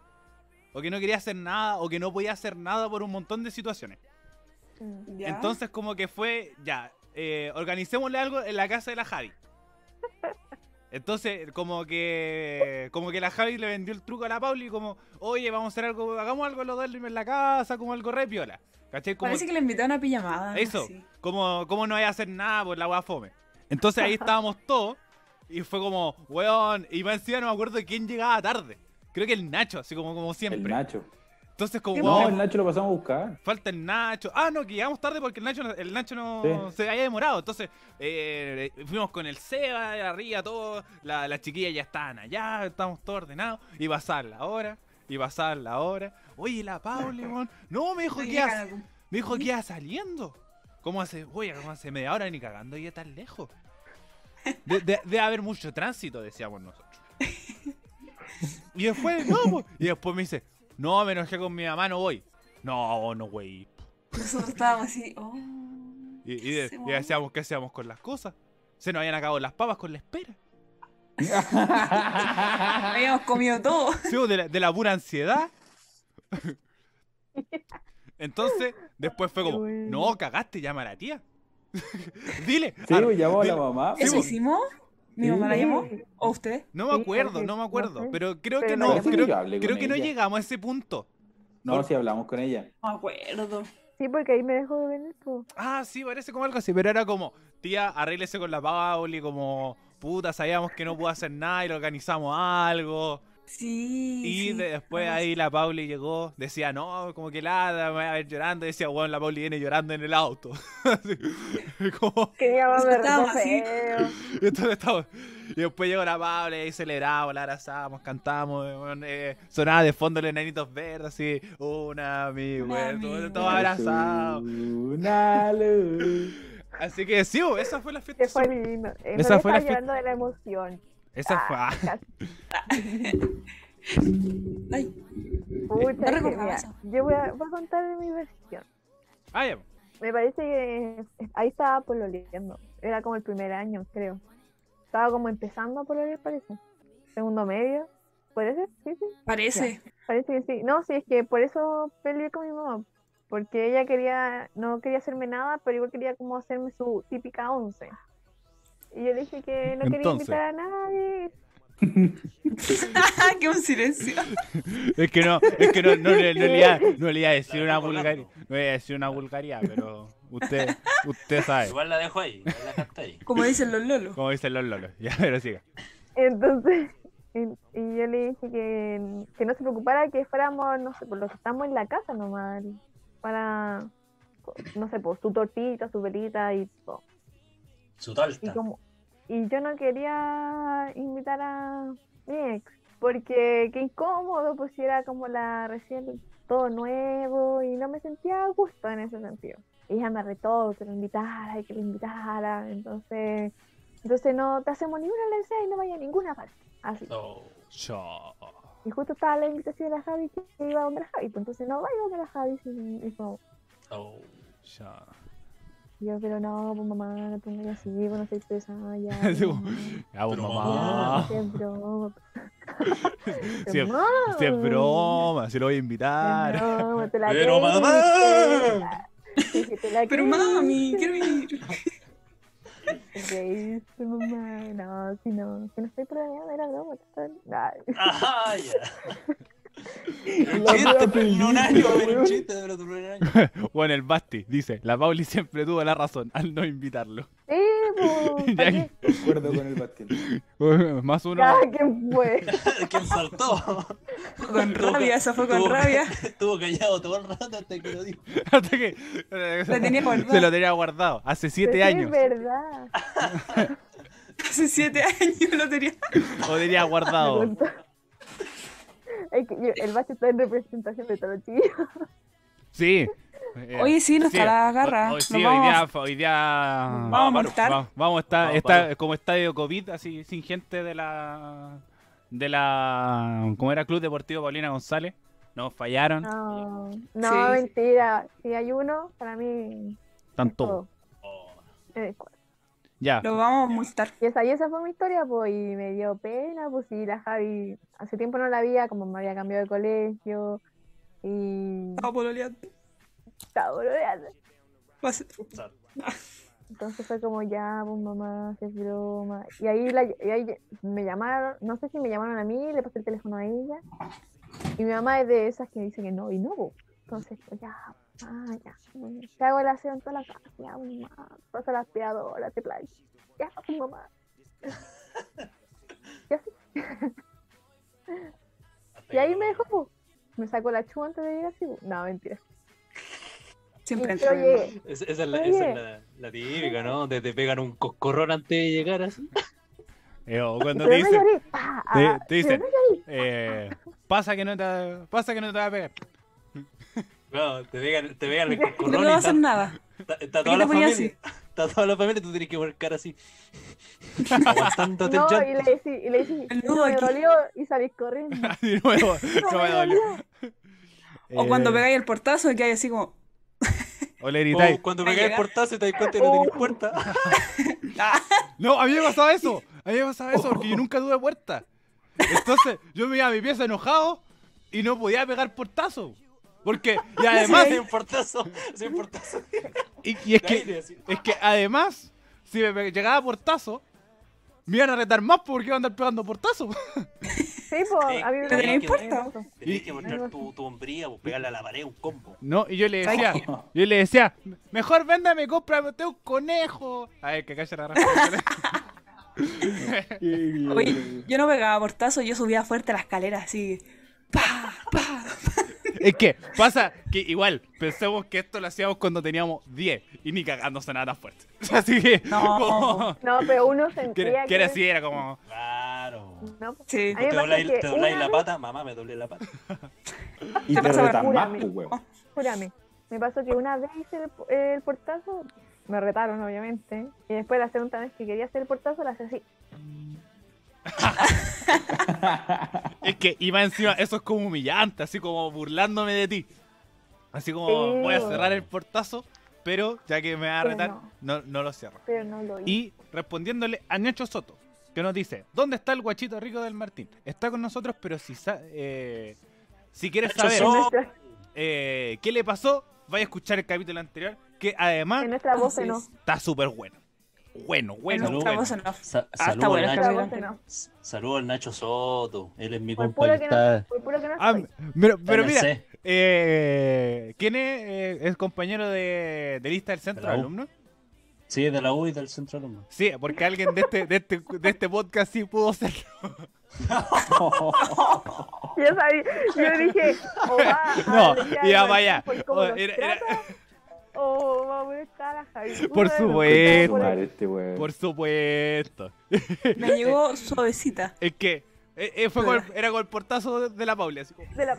Speaker 1: O que no quería hacer nada, o que no podía hacer nada por un montón de situaciones.
Speaker 5: Mm.
Speaker 2: Ya.
Speaker 1: Entonces como que fue, ya, eh, organicémosle algo en la casa de la Javi. Entonces, como que como que la Javi le vendió el truco a la Pauli como, oye, vamos a hacer algo, hagamos algo los dos en la casa, como algo re piola. ¿Cachai? Como,
Speaker 2: Parece que le invitaron a pijamada. ¿no?
Speaker 1: Eso,
Speaker 2: Sí.
Speaker 1: como, como no vaya a hacer nada por la weá fome. Entonces ahí estábamos todos y fue como, weón, y más encima no me acuerdo quién llegaba tarde. Creo que el Nacho, así como, como siempre.
Speaker 6: El Nacho.
Speaker 1: Entonces como,
Speaker 2: Sí,
Speaker 6: No,
Speaker 1: weón,
Speaker 6: el Nacho lo pasamos a buscar.
Speaker 1: Falta el Nacho. Ah, no, que llegamos tarde porque el Nacho, no- el Nacho no
Speaker 6: Sí.
Speaker 1: se había demorado. Entonces, eh, fuimos con el Seba, arriba, todo. La, las chiquillas ya estaban allá, estamos todos ordenados. Y pasar la hora, y pasar la hora. Oye, la Pauli, weón. No, me dijo
Speaker 2: No
Speaker 1: que
Speaker 2: llega
Speaker 1: iba,
Speaker 2: a la-
Speaker 1: me dijo que iba saliendo. ¿Cómo hace? Oye, ¿cómo hace media hora ni cagando ya tan lejos? De, de- debe haber mucho tránsito, decíamos nosotros. Y después, no, po. y después me dice, no, me enojé con mi mamá, no voy. No, no, güey.
Speaker 2: Nosotros estábamos así. Oh,
Speaker 1: Y, y
Speaker 2: ¿qué
Speaker 1: de-
Speaker 2: hacemos
Speaker 1: y
Speaker 2: ahora?
Speaker 1: decíamos, ¿qué hacíamos con las cosas? Se nos habían acabado las papas con la espera.
Speaker 2: Habíamos comido todo.
Speaker 1: Sí, pues, de, la, de la pura ansiedad. Entonces, después fue como,
Speaker 5: Bueno.
Speaker 1: no, cagaste, llama a la tía. dile.
Speaker 6: Sí,
Speaker 1: ar-
Speaker 6: pues, llamó a la
Speaker 1: dile-
Speaker 6: mamá.
Speaker 1: Ah, Sí,
Speaker 2: ¿Eso
Speaker 1: vos.
Speaker 2: hicimos? ¿Mi
Speaker 6: Sí,
Speaker 2: mamá la
Speaker 6: sí.
Speaker 2: llamó? ¿O usted?
Speaker 1: No me
Speaker 5: Sí,
Speaker 1: acuerdo,
Speaker 5: porque-
Speaker 1: no me
Speaker 5: no
Speaker 1: acuerdo.
Speaker 5: sé.
Speaker 1: Pero creo
Speaker 5: Pero
Speaker 1: que
Speaker 5: la
Speaker 1: no,
Speaker 5: llamó.
Speaker 1: creo,
Speaker 6: Yo hablé con
Speaker 1: creo que no
Speaker 6: ella.
Speaker 1: llegamos a ese punto.
Speaker 6: No, sí hablamos con ella.
Speaker 2: No me acuerdo.
Speaker 5: Sí, porque ahí me dejó de venir. po.
Speaker 1: Ah, sí, parece como algo así, pero era como, tía, arréglese con la Pauli, como, puta, sabíamos que no pudo hacer nada y le organizamos algo.
Speaker 2: Sí.
Speaker 1: Y
Speaker 2: sí,
Speaker 1: de- después
Speaker 2: algo así.
Speaker 1: ahí la Pauli llegó, decía, no, como que lada, me voy a ver llorando. Y decía, bueno, la Pauli viene llorando en el auto. Así, como-
Speaker 5: Que mi mamá me
Speaker 2: Estaba
Speaker 5: retó
Speaker 2: así.
Speaker 5: feo.
Speaker 1: entonces estaba- Y después llegó la Pauli, ahí celebramos, la abrazamos, cantamos. eh, bueno, eh, sonaba de fondo los enanitos verdes, así, un amigo,
Speaker 2: Un
Speaker 1: eh,
Speaker 2: amigo.
Speaker 1: todo, todo abrazado.
Speaker 6: Una luz.
Speaker 1: Así que sí, bo, esa fue la fiesta.
Speaker 5: Se fue
Speaker 1: sur.
Speaker 5: lindo. Eh,
Speaker 1: Esa
Speaker 5: Esa
Speaker 1: fue
Speaker 5: fue
Speaker 1: la fiesta.
Speaker 5: llorando de la emoción.
Speaker 1: Esa fue.
Speaker 5: Ah,
Speaker 2: Ay,
Speaker 5: Pucha, es que,
Speaker 2: recordaba
Speaker 5: mira,
Speaker 2: eso.
Speaker 5: yo voy a, voy a contar mi versión.
Speaker 1: Ah, ya, bo.
Speaker 5: Me parece que ahí estaba pololeando. Era como el primer año, creo. Estaba como empezando a pololear, parece. Segundo medio. ¿Puede ser? Sí, sí.
Speaker 2: parece.
Speaker 5: Parece que sí. No, sí, es que por eso peleé con mi mamá. Porque ella quería, no quería hacerme nada, pero igual quería como hacerme su típica once. Y yo le dije que no quería
Speaker 1: Entonces.
Speaker 5: invitar a nadie.
Speaker 2: ¡Qué un silencio!
Speaker 1: Es que no, es que no, no, le- no le, iba, no le iba a decir
Speaker 3: La
Speaker 1: una
Speaker 3: dejo
Speaker 1: vulgaridad.
Speaker 3: colgando.
Speaker 1: No le iba a decir una vulgaridad, pero usted, usted sabe.
Speaker 3: Igual la dejo ahí, igual la dejaste ahí.
Speaker 2: Como dicen los lolos.
Speaker 1: Como dicen los lolos. Ya, pero siga.
Speaker 5: Entonces, y, y yo le dije que, que no se preocupara, que fuéramos, no sé, por lo que estamos en la casa nomás, el- para, no sé, por su tortita, su velita y todo.
Speaker 3: Su
Speaker 5: Y,
Speaker 3: torta.
Speaker 5: como, y yo no quería invitar a mi ex, porque qué incómodo, pues si era como la recién todo nuevo y no me sentía a gusto en ese sentido. Y ella me retó que lo invitara y que lo invitara, entonces, entonces no te hacemos ni una lección y no vaya a ninguna parte. Así.
Speaker 3: No.
Speaker 1: Yo.
Speaker 5: Y justo estaba la invitación de la Javi que iba a donde la Javi, pues entonces no vaya donde la Javi. Y, y como,
Speaker 3: no.
Speaker 1: Yo.
Speaker 5: yo, pero no, pues mamá, no te pongas así, pues no soy pesada ya.
Speaker 1: Así
Speaker 5: pues,
Speaker 1: como,
Speaker 5: mamá".
Speaker 1: Ya, pues,
Speaker 3: Pero
Speaker 1: mamá.
Speaker 5: Ya, es broma. pues, Es
Speaker 1: Si es,
Speaker 5: broma.
Speaker 1: si es broma, si lo voy a invitar.
Speaker 5: Es broma, te la
Speaker 3: Pero,
Speaker 5: creíste.
Speaker 3: mamá.
Speaker 5: Es que te la
Speaker 2: Pero
Speaker 5: creíste,
Speaker 2: mami, quiero ir.
Speaker 5: te creíste, mamá. No, si no, si no estoy planeando, era broma. total. Ay,
Speaker 3: Ajá, ya.
Speaker 6: La wea
Speaker 3: En un año,
Speaker 6: pellizca,
Speaker 3: en un
Speaker 6: weón.
Speaker 3: chiste, pero tu primer año.
Speaker 1: Bueno, el Basti dice: La Pauli siempre tuvo la razón al no invitarlo.
Speaker 5: Sí, pues,
Speaker 1: Ya
Speaker 5: ¿pa' qué?
Speaker 6: Acuerdo con el Batkin.
Speaker 1: Más uno.
Speaker 5: Ya, ¿quién fue?
Speaker 3: ¿Quién saltó?
Speaker 2: Con rabia, eso fue con
Speaker 3: Tuvo-
Speaker 2: rabia.
Speaker 3: Estuvo callado todo el rato hasta que lo dijo.
Speaker 1: Hasta que. eh, Se
Speaker 2: tenía guardado.
Speaker 1: lo tenía guardado. Hace siete
Speaker 5: Sí,
Speaker 1: años.
Speaker 5: Es verdad.
Speaker 2: hace siete años lo tenía.
Speaker 1: O diría guardado.
Speaker 5: Es que yo- el bache está en representación de todos los chiquillos.
Speaker 1: Sí. Eh,
Speaker 2: Hoy sí, nos está la garra.
Speaker 1: Hoy,
Speaker 2: Nos
Speaker 1: sí, hoy
Speaker 2: vamos
Speaker 1: día,
Speaker 2: a-
Speaker 1: hoy día.
Speaker 2: Vamos a
Speaker 1: Vamos,
Speaker 2: montar.
Speaker 1: Vamos, vamos a estar
Speaker 3: Vamos,
Speaker 1: está-
Speaker 3: vamos.
Speaker 1: como estadio COVID, así sin gente de la. De la. ¿Cómo era? Club Deportivo Paulina González. Nos fallaron.
Speaker 2: Ah,
Speaker 5: No,
Speaker 2: Sí,
Speaker 5: no
Speaker 2: sí.
Speaker 5: mentira. Si hay uno, para mí.
Speaker 1: Tanto.
Speaker 5: todo.
Speaker 2: Oh.
Speaker 5: Eh,
Speaker 1: Ya.
Speaker 2: Lo vamos a multar.
Speaker 5: Y esa, y esa fue mi historia, pues, y me dio pena, pues, y la Javi, hace tiempo no la veía, como me había cambiado de colegio, y
Speaker 2: Estaba pololeando.
Speaker 5: estaba boloreando.
Speaker 2: Va a ser-
Speaker 5: Entonces fue como, ya, pues, mamá, haces broma. Y ahí, la- y ahí me llamaron, no sé si me llamaron a mí, le pasé el teléfono a ella, y mi mamá es de esas que dice que no, y no, pues. Entonces, pues, ya, mamá, ya, mm, te hago el aseo en toda la casa, ya, mamá, pasa la aspiradora, te plancho, ya, pues, mamá. Ya sí. Y ahí me dejó, po. me sacó la chuva antes de llegar, así, po. No, mentira.
Speaker 2: Siempre
Speaker 5: Y yo
Speaker 2: entra.
Speaker 5: llegué.
Speaker 3: Es- esa es, la, esa
Speaker 5: Oye.
Speaker 3: es la, la típica, ¿no? Te, te pegan un coscorrón antes de llegar así.
Speaker 1: Eh, o cuando
Speaker 5: Pero
Speaker 1: te
Speaker 5: no
Speaker 1: dicen.
Speaker 5: lloré. pa,
Speaker 1: Te,
Speaker 5: ah,
Speaker 1: te
Speaker 5: pero
Speaker 1: dicen.
Speaker 5: no
Speaker 1: eh, pasa que no te, pasa que no te va a pegar.
Speaker 3: No, te pegan, te pegan el
Speaker 2: No
Speaker 3: coscorrón.
Speaker 2: te
Speaker 3: y
Speaker 2: va a
Speaker 3: está-
Speaker 2: hacer nada.
Speaker 3: Está, está
Speaker 2: ¿Por qué
Speaker 3: toda
Speaker 2: te
Speaker 3: la
Speaker 2: ponía
Speaker 3: familia.
Speaker 2: así?
Speaker 3: Está toda la familia, tú tienes que poner cara así. Aguantándote el
Speaker 5: No, y
Speaker 3: llanto.
Speaker 5: le decí, y le decí,
Speaker 2: El
Speaker 5: "No
Speaker 2: nudo
Speaker 5: me
Speaker 2: aquí".
Speaker 5: dolió y salí corriendo.
Speaker 1: De nuevo,
Speaker 5: No
Speaker 1: no
Speaker 5: me
Speaker 1: me dolió.
Speaker 5: dolió.
Speaker 2: O cuando
Speaker 1: Eh,
Speaker 2: pegáis el portazo y que hay así como.
Speaker 1: O le
Speaker 3: Oh,
Speaker 1: gritáis.
Speaker 3: cuando
Speaker 2: Va a
Speaker 3: pegas el
Speaker 2: llegar.
Speaker 3: portazo y te das cuenta que no tenés
Speaker 5: Oh.
Speaker 3: puerta.
Speaker 2: "Ah".
Speaker 1: No, a mí me pasaba eso. A mí me pasaba eso porque yo nunca tuve puerta. Entonces, yo me iba a mi pieza enojado y no podía pegar portazo. Porque, y además,
Speaker 3: sin portazo, sin portazo.
Speaker 1: y, y es
Speaker 3: de
Speaker 1: que,
Speaker 3: aire, así.
Speaker 1: es que además, si me pe- llegaba portazo, me iban a retar más porque iba a andar pegando portazo.
Speaker 5: Sí, pues,
Speaker 3: Sí,
Speaker 5: a mí
Speaker 2: ¿Te tenéis
Speaker 5: me dolió.
Speaker 3: Tenés que-
Speaker 2: puerta?
Speaker 3: Tenías que mostrar tu, tu hombría, pues, pegarle a la pared un combo.
Speaker 1: No, y yo le
Speaker 2: ¿Sabes
Speaker 1: decía,
Speaker 2: qué?
Speaker 1: yo le decía, mejor véndame, cómprame usted un conejo. A ver, que calle la raja.
Speaker 2: Oye, yo no pegaba portazo, yo subía fuerte la escalera así. ¡Pa! ¡Pa!
Speaker 1: Es que pasa que igual pensemos que esto lo hacíamos cuando teníamos 10 y ni cagando sonaba tan fuerte. Así que.
Speaker 2: No.
Speaker 1: como-
Speaker 5: No, pero uno
Speaker 1: que,
Speaker 5: sentía
Speaker 1: era-
Speaker 5: que...
Speaker 1: que era así, era como.
Speaker 3: Claro.
Speaker 5: No, pues,
Speaker 2: Sí.
Speaker 5: A mí me
Speaker 3: Te
Speaker 5: pasa
Speaker 3: dobláis
Speaker 5: que
Speaker 3: te dobláis
Speaker 5: una
Speaker 3: la
Speaker 5: vez-
Speaker 3: pata, mamá, me doblé la pata.
Speaker 6: Y te
Speaker 2: pasa,
Speaker 6: retan más,
Speaker 5: júrame.
Speaker 6: pues, weón.
Speaker 5: júrame, me pasó que una vez hice el, el portazo, me retaron, obviamente, y después la segunda vez que quería hacer el portazo, la hice así.
Speaker 1: Es que iba encima, eso es como humillante, así como burlándome de ti. Así como
Speaker 5: Sí.
Speaker 1: voy a cerrar el portazo, pero ya que me va a
Speaker 5: Pero
Speaker 1: retar,
Speaker 5: no.
Speaker 1: no, no lo cierro.
Speaker 5: Pero no lo hice.
Speaker 1: Y respondiéndole a Nacho Soto, que nos dice, ¿dónde está el guachito rico del Martín? Está con nosotros, pero si sa- eh, si quieres
Speaker 3: Nacho
Speaker 1: saber
Speaker 5: En
Speaker 3: Soto.
Speaker 5: nuestra,
Speaker 1: eh, qué le pasó, vaya a escuchar el capítulo anterior, que además
Speaker 5: en nuestra voz
Speaker 2: Así
Speaker 5: no.
Speaker 2: es.
Speaker 1: está súper bueno. Bueno, bueno,
Speaker 2: En nuestra
Speaker 1: bueno.
Speaker 2: voz en off.
Speaker 3: Sa-
Speaker 2: Ah, está
Speaker 3: Saludos
Speaker 2: bueno
Speaker 3: al
Speaker 2: el
Speaker 5: Nacho.
Speaker 3: Nacho.
Speaker 2: capítulo
Speaker 5: Esta voz en
Speaker 2: anterior.
Speaker 3: Saludos al Nacho Soto. Él es mi
Speaker 5: Por puro
Speaker 3: compa que
Speaker 5: que
Speaker 3: está.
Speaker 5: no, por puro que no
Speaker 1: Ah,
Speaker 5: estoy.
Speaker 1: pero, pero
Speaker 3: en el
Speaker 1: mira,
Speaker 3: C.
Speaker 1: eh, ¿quién es? eh, ¿Es compañero de, de lista del centro de
Speaker 3: Bravo.
Speaker 1: alumnos?
Speaker 3: Sí, de la U y del centro alumno.
Speaker 1: Sí, porque alguien de este, de este, de este podcast sí pudo ser.
Speaker 5: Yo sabía, yo dije, o va a
Speaker 1: No,
Speaker 5: brillar
Speaker 1: ya
Speaker 5: Martín
Speaker 1: vaya.
Speaker 5: por cómo
Speaker 1: Oh,
Speaker 5: nos
Speaker 1: era- era-
Speaker 5: trata, o va a molestar a Javi.
Speaker 1: Por
Speaker 5: Uno de los
Speaker 1: supuesto.
Speaker 5: dos.
Speaker 6: Madre, este weón.
Speaker 1: Eh, Por supuesto.
Speaker 2: Me llegó suavecita.
Speaker 1: Es que eh, eh, fue con- era con el portazo de, de la Paula. así como-
Speaker 5: De la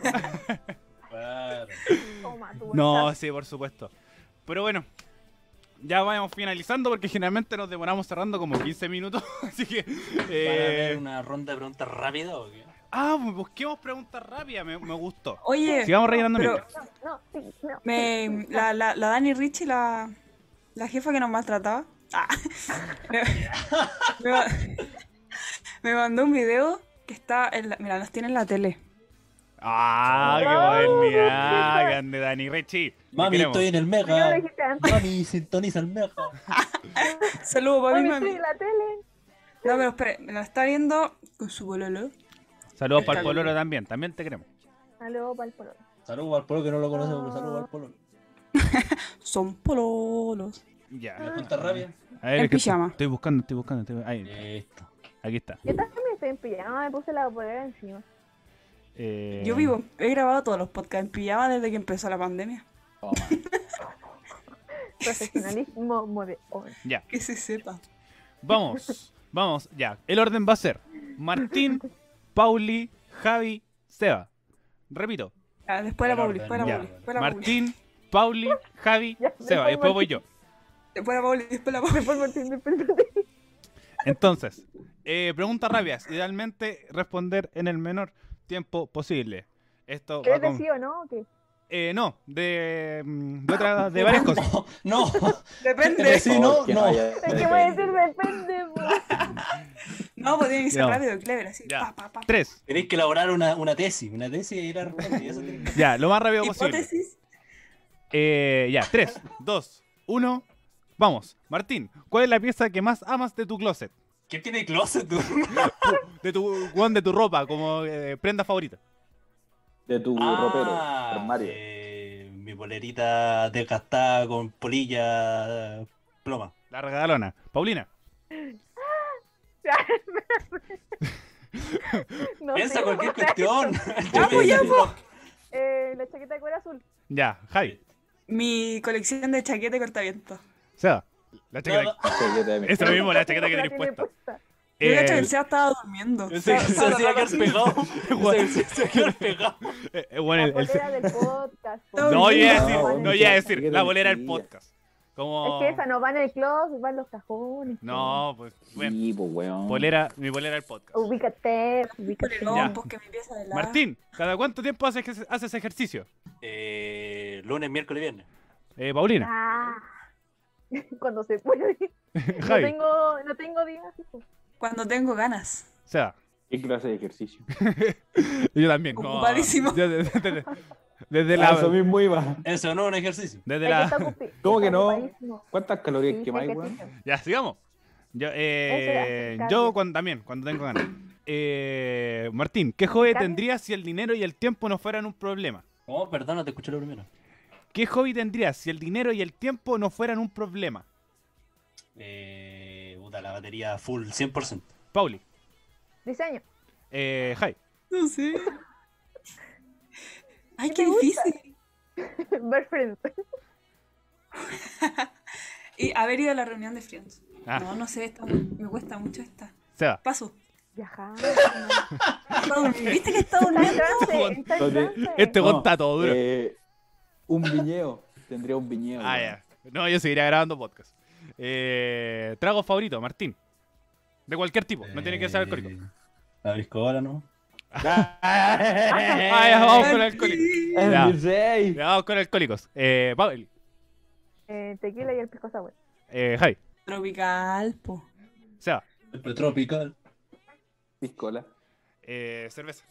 Speaker 3: Claro.
Speaker 5: toma, tu
Speaker 1: No,
Speaker 5: bolsa.
Speaker 1: sí, por supuesto. Pero bueno, ya vamos finalizando porque generalmente nos demoramos cerrando como 15 minutos. Así que...
Speaker 3: ¿Van a
Speaker 1: eh,
Speaker 3: haber una ronda de preguntas rápida o qué?
Speaker 1: Ah, busquemos preguntas rápidas, me, me gustó.
Speaker 2: Oye,
Speaker 1: Sigamos rellenando
Speaker 2: pero-
Speaker 1: mientras.
Speaker 5: No, sí, no.
Speaker 2: me, la, la, la Dani Richie, la, la jefa que nos maltrataba, ah, me, me ma- me mandó un video que está en la, mira, nos tiene en la tele.
Speaker 1: Ah, qué
Speaker 5: Ay,
Speaker 1: modernidad,
Speaker 5: bonita.
Speaker 1: grande Dani Rechi.
Speaker 3: Mami, estoy en el
Speaker 5: ¿Por qué no lo
Speaker 3: mega.
Speaker 5: dijiste antes?
Speaker 3: Mami, sintoniza el mega.
Speaker 2: Saludos para
Speaker 5: Mami,
Speaker 2: mí,
Speaker 5: estoy
Speaker 2: mami.
Speaker 5: en la tele.
Speaker 2: No, pero espere, me la está viendo con su bololo.
Speaker 1: Saludos para el Poloro también, también te queremos.
Speaker 5: Aló, Valpolo.
Speaker 3: Saludos al pueblo que no lo conoce, pero saludos al pueblo.
Speaker 2: Son pololos.
Speaker 1: Ya.
Speaker 3: Pregunta rápida.
Speaker 1: A ver,
Speaker 2: Ah, En
Speaker 1: es que
Speaker 2: pijama.
Speaker 1: Estoy buscando, estoy buscando. estoy- Ahí,
Speaker 3: Listo.
Speaker 1: aquí está.
Speaker 5: Yo también estoy en pijama, me puse la polera encima.
Speaker 1: Eh,
Speaker 2: Yo vivo, he grabado todos los podcasts en pijama desde que empezó la pandemia.
Speaker 6: Toma.
Speaker 5: Profesionalismo mode on.
Speaker 1: Ya,
Speaker 2: Que se sepa.
Speaker 1: vamos. Vamos, ya. El orden va a ser Martín, Pauli, Javi, Seba. Repito.
Speaker 2: Ya, después la
Speaker 7: El orden,
Speaker 2: Pauli, después la
Speaker 1: ya.
Speaker 2: Pauli, después la Pauli.
Speaker 1: Martín, Pauli, Javi,
Speaker 5: Ya,
Speaker 1: Seba.
Speaker 5: después
Speaker 1: Y después voy yo.
Speaker 2: Después la Pauli, después la Pauli.
Speaker 5: Después Martín, después Martín.
Speaker 1: Entonces, eh, preguntas rápidas. Idealmente responder en el menor tiempo posible. Esto va
Speaker 5: ¿Querés
Speaker 1: con-
Speaker 5: decir o no? ¿O qué?
Speaker 1: Eh, no, de, mm, de, otra- de varias cosas.
Speaker 7: No,
Speaker 2: Depende.
Speaker 7: Sí, no, no.
Speaker 5: Es que voy a decir depende, pues. po.
Speaker 1: Ah,
Speaker 2: No, pues tiene que ser
Speaker 1: Ya.
Speaker 2: rápido, clever, así.
Speaker 1: Ya.
Speaker 2: Pa, pa, pa.
Speaker 1: Tres.
Speaker 7: tenéis que elaborar una, una tesis, una tesis y ir a responder. y eso tiene que-
Speaker 1: Ya, lo más rápido posible.
Speaker 2: Hipótesis.
Speaker 1: Eh, ya, tres, dos, uno. Vamos, Martín, ¿cuál es la pieza que más amas de tu closet?
Speaker 7: ¿Qué tiene closet tú?
Speaker 1: Uh, De tu, Juan, de tu ropa, como eh, prenda favorita.
Speaker 6: De tu
Speaker 7: Ah,
Speaker 6: ropero, armario.
Speaker 7: eh, mi bolerita desgastada con polilla ploma.
Speaker 1: La regalona. Paulina,
Speaker 5: No
Speaker 7: Piensa
Speaker 5: sé.
Speaker 7: cualquier cuestión.
Speaker 2: Ya, pues, ya, pues.
Speaker 5: Eh, la chaqueta de cuero azul.
Speaker 1: ya, Javi,
Speaker 2: Mi colección de chaqueta y cortavientos.
Speaker 1: Seba. La chaqueta.
Speaker 7: No, no,
Speaker 6: Chaqueta de mi-
Speaker 1: Es lo mismo, la chaqueta que
Speaker 5: La
Speaker 1: tenéis
Speaker 5: tiene
Speaker 1: puesta.
Speaker 5: puesta.
Speaker 2: Yo cacho que
Speaker 1: Eh,
Speaker 2: el Seba estaba durmiendo.
Speaker 7: yo sé- se hacía quedar pegado. Se- se- se hacía quedar pegado.
Speaker 1: eh, eh, bueno,
Speaker 5: La
Speaker 1: el- el-
Speaker 5: polera del podcast. pues. po.
Speaker 1: no iba
Speaker 2: Paulina.
Speaker 1: a decir,
Speaker 6: No,
Speaker 1: no iba a
Speaker 6: muchacha,
Speaker 1: decir,
Speaker 6: qué
Speaker 1: la bolera del
Speaker 6: tontería.
Speaker 1: podcast. Como...
Speaker 5: Es que esa no va en el closet, va en los cajones. po.
Speaker 1: No, pues, bueno,
Speaker 6: Sí, pues, weón.
Speaker 1: bolera, mi bolera del podcast.
Speaker 5: pues. Ubícate, ubícate.
Speaker 1: Ya.
Speaker 2: Polerón, pues que me empieza de lado.
Speaker 1: Martín, ¿cada cuánto tiempo haces, ejer- haces ejercicio?
Speaker 7: Eh, lunes, miércoles, viernes.
Speaker 1: Eh, Paulina,
Speaker 5: Ah. Cuando se puede. No
Speaker 1: Javi,
Speaker 5: tengo, no tengo días. pues. po.
Speaker 2: Cuando tengo ganas.
Speaker 1: Seba.
Speaker 6: ¿Qué clase de ejercicio?
Speaker 1: Yo también. como-
Speaker 2: Ocupadísimo.
Speaker 1: Yo desde, desde- desde
Speaker 6: De
Speaker 1: la...
Speaker 6: Ah, Eso mismo iba.
Speaker 7: Eso no es un ejercicio.
Speaker 1: Desde
Speaker 5: Es que está
Speaker 1: la...
Speaker 5: ocupi-
Speaker 6: ¿Cómo
Speaker 5: está
Speaker 6: que no?
Speaker 5: ocupadísimo.
Speaker 6: ¿Cuántas
Speaker 5: Sí,
Speaker 6: calorías
Speaker 5: sí,
Speaker 6: quemáis,
Speaker 5: que
Speaker 6: weón?
Speaker 5: sí.
Speaker 1: Ya, sigamos. Yo, eh,
Speaker 5: Eso ya,
Speaker 1: yo
Speaker 5: cambio.
Speaker 1: cuando, también, cuando tengo ganas. Eh, Martín, ¿qué hobby
Speaker 5: Cambio.
Speaker 1: tendrías si el dinero y el tiempo no fueran un problema?
Speaker 7: Oh, perdón, no te escuché lo primero.
Speaker 1: ¿Qué hobby tendrías si el dinero y el tiempo no fueran un problema?
Speaker 7: Eh, puta, la batería full, 100%.
Speaker 1: Pauli,
Speaker 5: Diseño.
Speaker 1: eh, Jai,
Speaker 2: No sé. Ay, qué
Speaker 5: te gusta?
Speaker 2: difícil.
Speaker 5: Ver Friends.
Speaker 2: Y haber ido a la reunión de Friends.
Speaker 1: Ah.
Speaker 2: No, no sé, esta mu- me cuesta mucho esta.
Speaker 1: Seba.
Speaker 2: Paso.
Speaker 5: Viajar.
Speaker 2: Está durmiendo. ¿Viste que está
Speaker 5: Está en
Speaker 2: durmiendo?
Speaker 5: trance, está en
Speaker 6: Donde-
Speaker 5: trance.
Speaker 1: Este
Speaker 6: No,
Speaker 1: contato duro.
Speaker 6: eh, un viñedo. Tendría un viñedo.
Speaker 1: ah,
Speaker 6: weón.
Speaker 1: ya. No, yo seguiría grabando podcast. Eh, trago favorito, Martín. De cualquier tipo, no tiene que ser alcohólico.
Speaker 7: Eh, La briscola, ¿no?
Speaker 1: Ah, ya, vamos con alcohólicos.
Speaker 6: El
Speaker 1: Ya.
Speaker 6: DJ.
Speaker 1: Ya, vamos con alcohólicos. Eh, Pauli,
Speaker 5: Eh, tequila y el pisco sour.
Speaker 1: eh, Javi,
Speaker 2: Tropical, po.
Speaker 1: Seba.
Speaker 7: Tropical.
Speaker 6: Piscola.
Speaker 1: Eh, cerveza.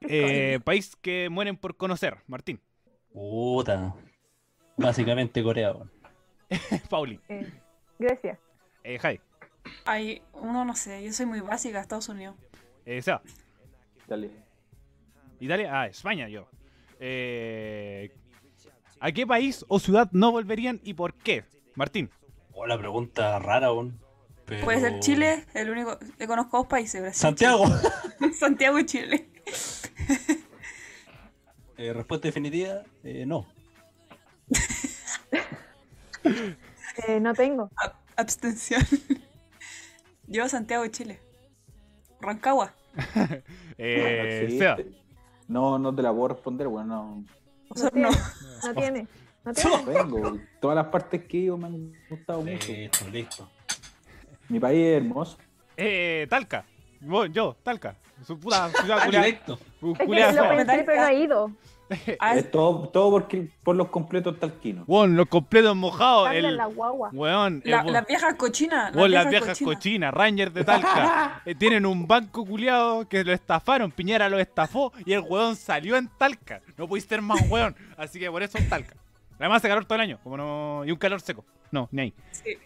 Speaker 1: Eh, país que mueren por conocer, Martín.
Speaker 7: Puta. Básicamente Corea, weón.
Speaker 1: Pauli.
Speaker 5: Eh, Grecia.
Speaker 1: Eh, Jai.
Speaker 2: Ay, uno no sé, yo soy muy básica, Estados Unidos.
Speaker 1: Eh, Seba.
Speaker 6: Dale.
Speaker 1: Italia. Ah, España, yo. Eh, ¿A qué país o ciudad no volverían y por qué? Martín.
Speaker 7: Oh, la pregunta rara, weón. Pero-
Speaker 2: Puede
Speaker 3: Oh.
Speaker 2: ser Chile, el único. Le conozco dos países, Brasil.
Speaker 7: Santiago.
Speaker 2: Santiago y Chile.
Speaker 7: Eh, respuesta definitiva, eh, no.
Speaker 5: Eh, no tengo.
Speaker 2: Ab- abstención. yo a Santiago y Chile. Rancagua.
Speaker 1: Eh,
Speaker 6: Sí.
Speaker 1: Seba.
Speaker 6: No, no te la puedo responder, weón. No,
Speaker 2: O
Speaker 5: No
Speaker 2: sea,
Speaker 5: tiene.
Speaker 2: no.
Speaker 5: No tiene. No tiene.
Speaker 6: vengo. weón. Todas las partes que he ido me han gustado mucho.
Speaker 7: Listo, Eh, listo.
Speaker 6: Mi país es hermoso.
Speaker 1: Eh, Talca. Yo, yo, Talca. Su puta ciudad uh,
Speaker 7: Ah,
Speaker 1: culia.
Speaker 7: directo.
Speaker 5: Es que lo pensé, pero no he ido.
Speaker 2: Ah,
Speaker 6: Es todo, todo porque, por los completos talquinos.
Speaker 1: Weón, los completos mojados.
Speaker 5: Habla
Speaker 1: El,
Speaker 5: la guagua.
Speaker 1: weón, el
Speaker 2: la-
Speaker 1: bo-
Speaker 2: las viejas cochinas.
Speaker 1: weón, las viejas cochinas, Rangers de Talca. Eh, tienen un banco culiado que lo estafaron. Piñera lo estafó y el weón salió en Talca. No pudiste ser más weón. Así que por eso Talca. Además hace calor todo el año. Como no... Y un calor seco. No, ni ahí.
Speaker 2: Sí.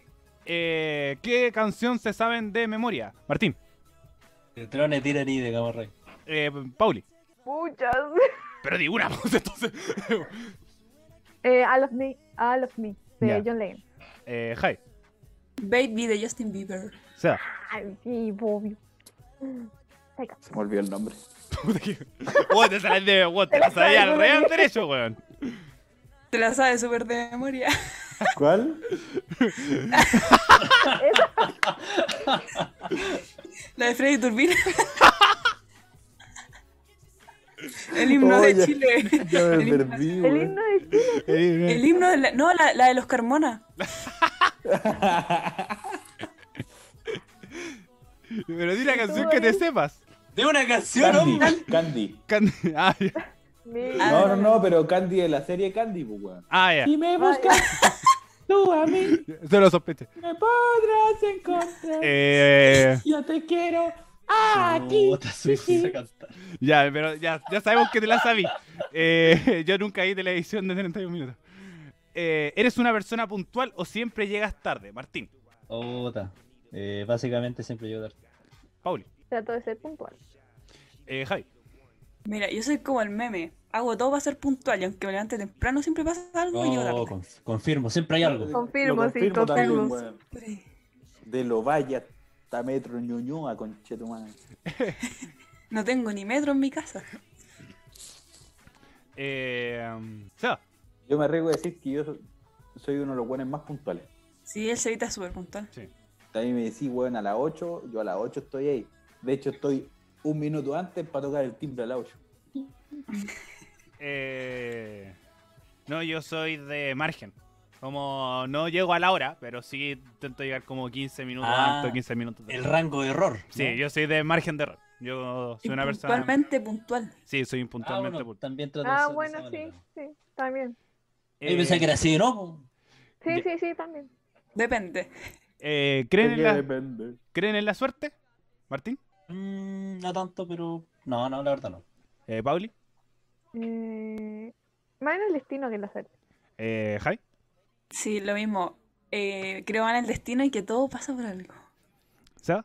Speaker 1: Eh, ¿Qué canción se saben de memoria? Martín.
Speaker 7: De Trones tiran y de Gamarrey.
Speaker 1: Eh, Pauli.
Speaker 5: Muchas.
Speaker 1: Pero di una, pues, entonces.
Speaker 5: Eh, all of me. All of me. De
Speaker 1: Ya.
Speaker 5: John Lennon.
Speaker 1: eh, Jai.
Speaker 2: Baby de Justin Bieber.
Speaker 1: Seba.
Speaker 5: Ay, sí, obvio.
Speaker 6: Se me olvidó el nombre.
Speaker 1: Puta que- Vos te salís de. Vos te la salís al real derecho, weón.
Speaker 2: Te la sabes súper de memoria.
Speaker 6: ¿Cuál?
Speaker 2: La de Freddy Turbina. El himno
Speaker 6: Oh,
Speaker 2: de
Speaker 6: ya.
Speaker 2: Chile.
Speaker 6: Ya me
Speaker 2: El himno-
Speaker 6: perdí,
Speaker 5: El
Speaker 6: weón.
Speaker 5: himno de Chile.
Speaker 1: Eh,
Speaker 2: El himno de la... No, la, la de los Carmona.
Speaker 1: Pero di la canción que te sepas.
Speaker 3: De una canción,
Speaker 6: Candy,
Speaker 3: hombre.
Speaker 6: Candy.
Speaker 1: Can- Ah, ya.
Speaker 5: Mira.
Speaker 6: No, no, no, pero Candy de la serie Candy, pues, weón.
Speaker 1: Ah, ya.
Speaker 6: Si me buscas, tú a mí
Speaker 1: Se lo sospeché.
Speaker 6: me podrás encontrar.
Speaker 1: Eh,
Speaker 6: Yo te quiero
Speaker 2: Ah,
Speaker 6: aquí.
Speaker 8: Puta, se me puse a cantar.
Speaker 1: ya, pero ya, ya sabemos que te la sabí. Eh, yo nunca vi televisión de 31 minutos. Eh, ¿Eres una persona puntual o siempre llegas tarde, Martín?
Speaker 8: Puta. Eh, básicamente siempre llego tarde.
Speaker 1: Pauli,
Speaker 5: Trato de ser puntual.
Speaker 1: eh, Javi.
Speaker 2: Mira, yo soy como el meme. Hago todo para ser puntual y aunque me levante temprano siempre pasa algo y llego
Speaker 8: Oh,
Speaker 2: tarde.
Speaker 8: con- confirmo, siempre hay algo.
Speaker 5: Confirmo,
Speaker 6: Lo
Speaker 5: sí,
Speaker 6: también,
Speaker 5: confirmo.
Speaker 6: weón. De lo vaya hasta Metro Ñuñoa, conchetumana.
Speaker 2: No tengo ni metro en mi casa.
Speaker 1: Eh, um, Seba.
Speaker 6: Yo me arriesgo a decir que yo soy uno de los buenos más puntuales.
Speaker 2: Sí, el Cevita es súper puntual.
Speaker 6: También me decís, weón, a las 8, yo a las 8 estoy ahí. De hecho, estoy un minuto antes para tocar el timbre a las 8.
Speaker 1: Eh, no, yo soy de margen. Como no llego a la hora, pero sí intento llegar como 15 minutos
Speaker 3: Ah,
Speaker 1: antes, 15 minutos
Speaker 3: El
Speaker 1: después.
Speaker 3: rango de error. ¿no?
Speaker 1: Sí, yo soy de margen de error. Yo soy una persona.
Speaker 2: Puntualmente puntual.
Speaker 1: Sí, soy
Speaker 8: Ah, bueno,
Speaker 1: puntualmente.
Speaker 8: también trato de
Speaker 5: Ah,
Speaker 8: ser de
Speaker 5: bueno,
Speaker 8: esa
Speaker 5: sí,
Speaker 8: manera.
Speaker 5: sí, también.
Speaker 1: Eh,
Speaker 3: Yo pensaba que era así, ¿no?
Speaker 5: Sí,
Speaker 1: Ya.
Speaker 5: sí, sí, también.
Speaker 2: Depende.
Speaker 1: eh, ¿creen, en la,
Speaker 6: Depende.
Speaker 1: ¿Creen en la suerte, Martín?
Speaker 3: Mm, no tanto, pero.
Speaker 8: No, no, la verdad no.
Speaker 1: Eh, ¿Pauli?
Speaker 5: Eh, más en el destino que en la suerte.
Speaker 1: Eh, ¿Javi?
Speaker 2: Sí, lo mismo. Eh, creo en el destino y que todo pasa por algo.
Speaker 1: ¿Seba?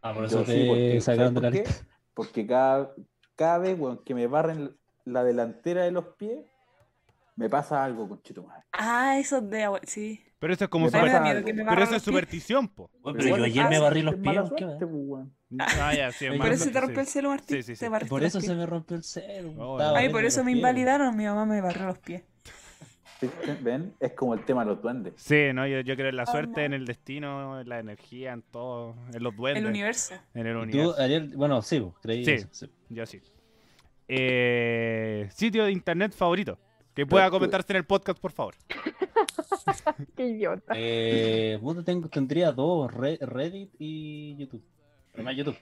Speaker 8: Ah, por
Speaker 6: Yo
Speaker 8: eso
Speaker 6: sí, porque-
Speaker 8: te sacaron de la
Speaker 6: ¿sabes por qué?
Speaker 8: lista.
Speaker 6: Porque cada, cada vez weón, que me barren la delantera de los pies, me pasa algo, conchetumana.
Speaker 2: Ah, eso de agua. Sí.
Speaker 1: Pero eso es como
Speaker 6: Me
Speaker 2: A mí me da
Speaker 1: super-
Speaker 6: pasa-
Speaker 2: miedo que me
Speaker 1: Pero
Speaker 2: barran
Speaker 1: eso es
Speaker 2: los pies.
Speaker 1: superstición, po.
Speaker 3: Bueno, pero yo
Speaker 2: bueno,
Speaker 3: ayer
Speaker 2: ah,
Speaker 3: me
Speaker 2: sí,
Speaker 3: barrí los
Speaker 6: Es
Speaker 3: pies.
Speaker 6: mala
Speaker 3: ¿qué
Speaker 6: suerte,
Speaker 3: va?
Speaker 6: pues, weón.
Speaker 1: Ah, ya, sí,
Speaker 8: Por
Speaker 1: es
Speaker 2: Por
Speaker 1: malo,
Speaker 2: eso
Speaker 1: sí,
Speaker 2: te rompió el
Speaker 1: sí.
Speaker 2: cielo, Martín.
Speaker 1: Sí, sí, sí.
Speaker 2: Te barriste
Speaker 8: Por
Speaker 2: los
Speaker 8: eso se
Speaker 2: pies.
Speaker 8: me rompió el cero.
Speaker 1: Oh,
Speaker 8: Estaba
Speaker 1: la-
Speaker 2: Ay,
Speaker 8: viendo
Speaker 2: por eso
Speaker 8: los
Speaker 2: me
Speaker 8: pies.
Speaker 2: invalidaron. Mi mamá me barrió los pies.
Speaker 6: ¿Viste? ¿Ven? Es como el tema de los duendes.
Speaker 1: Sí, no, yo, yo creo en la
Speaker 2: Ah,
Speaker 1: suerte,
Speaker 2: no.
Speaker 1: en el destino, en la energía, en todo, en los duendes,
Speaker 2: El universo.
Speaker 1: en el
Speaker 8: ¿Y
Speaker 1: universo.
Speaker 8: Tú,
Speaker 3: eh.
Speaker 8: Ariel, bueno, sí, vos, creí
Speaker 1: Sí.
Speaker 8: eso, sí.
Speaker 1: Yo sí. Eh, sitio de internet favorito. Que pueda
Speaker 6: Pero tú-
Speaker 1: comentarse en el podcast, por favor.
Speaker 5: Qué idiota.
Speaker 8: Eh, puta, tengo, tendría dos, Re- Reddit y YouTube. Pero más YouTube.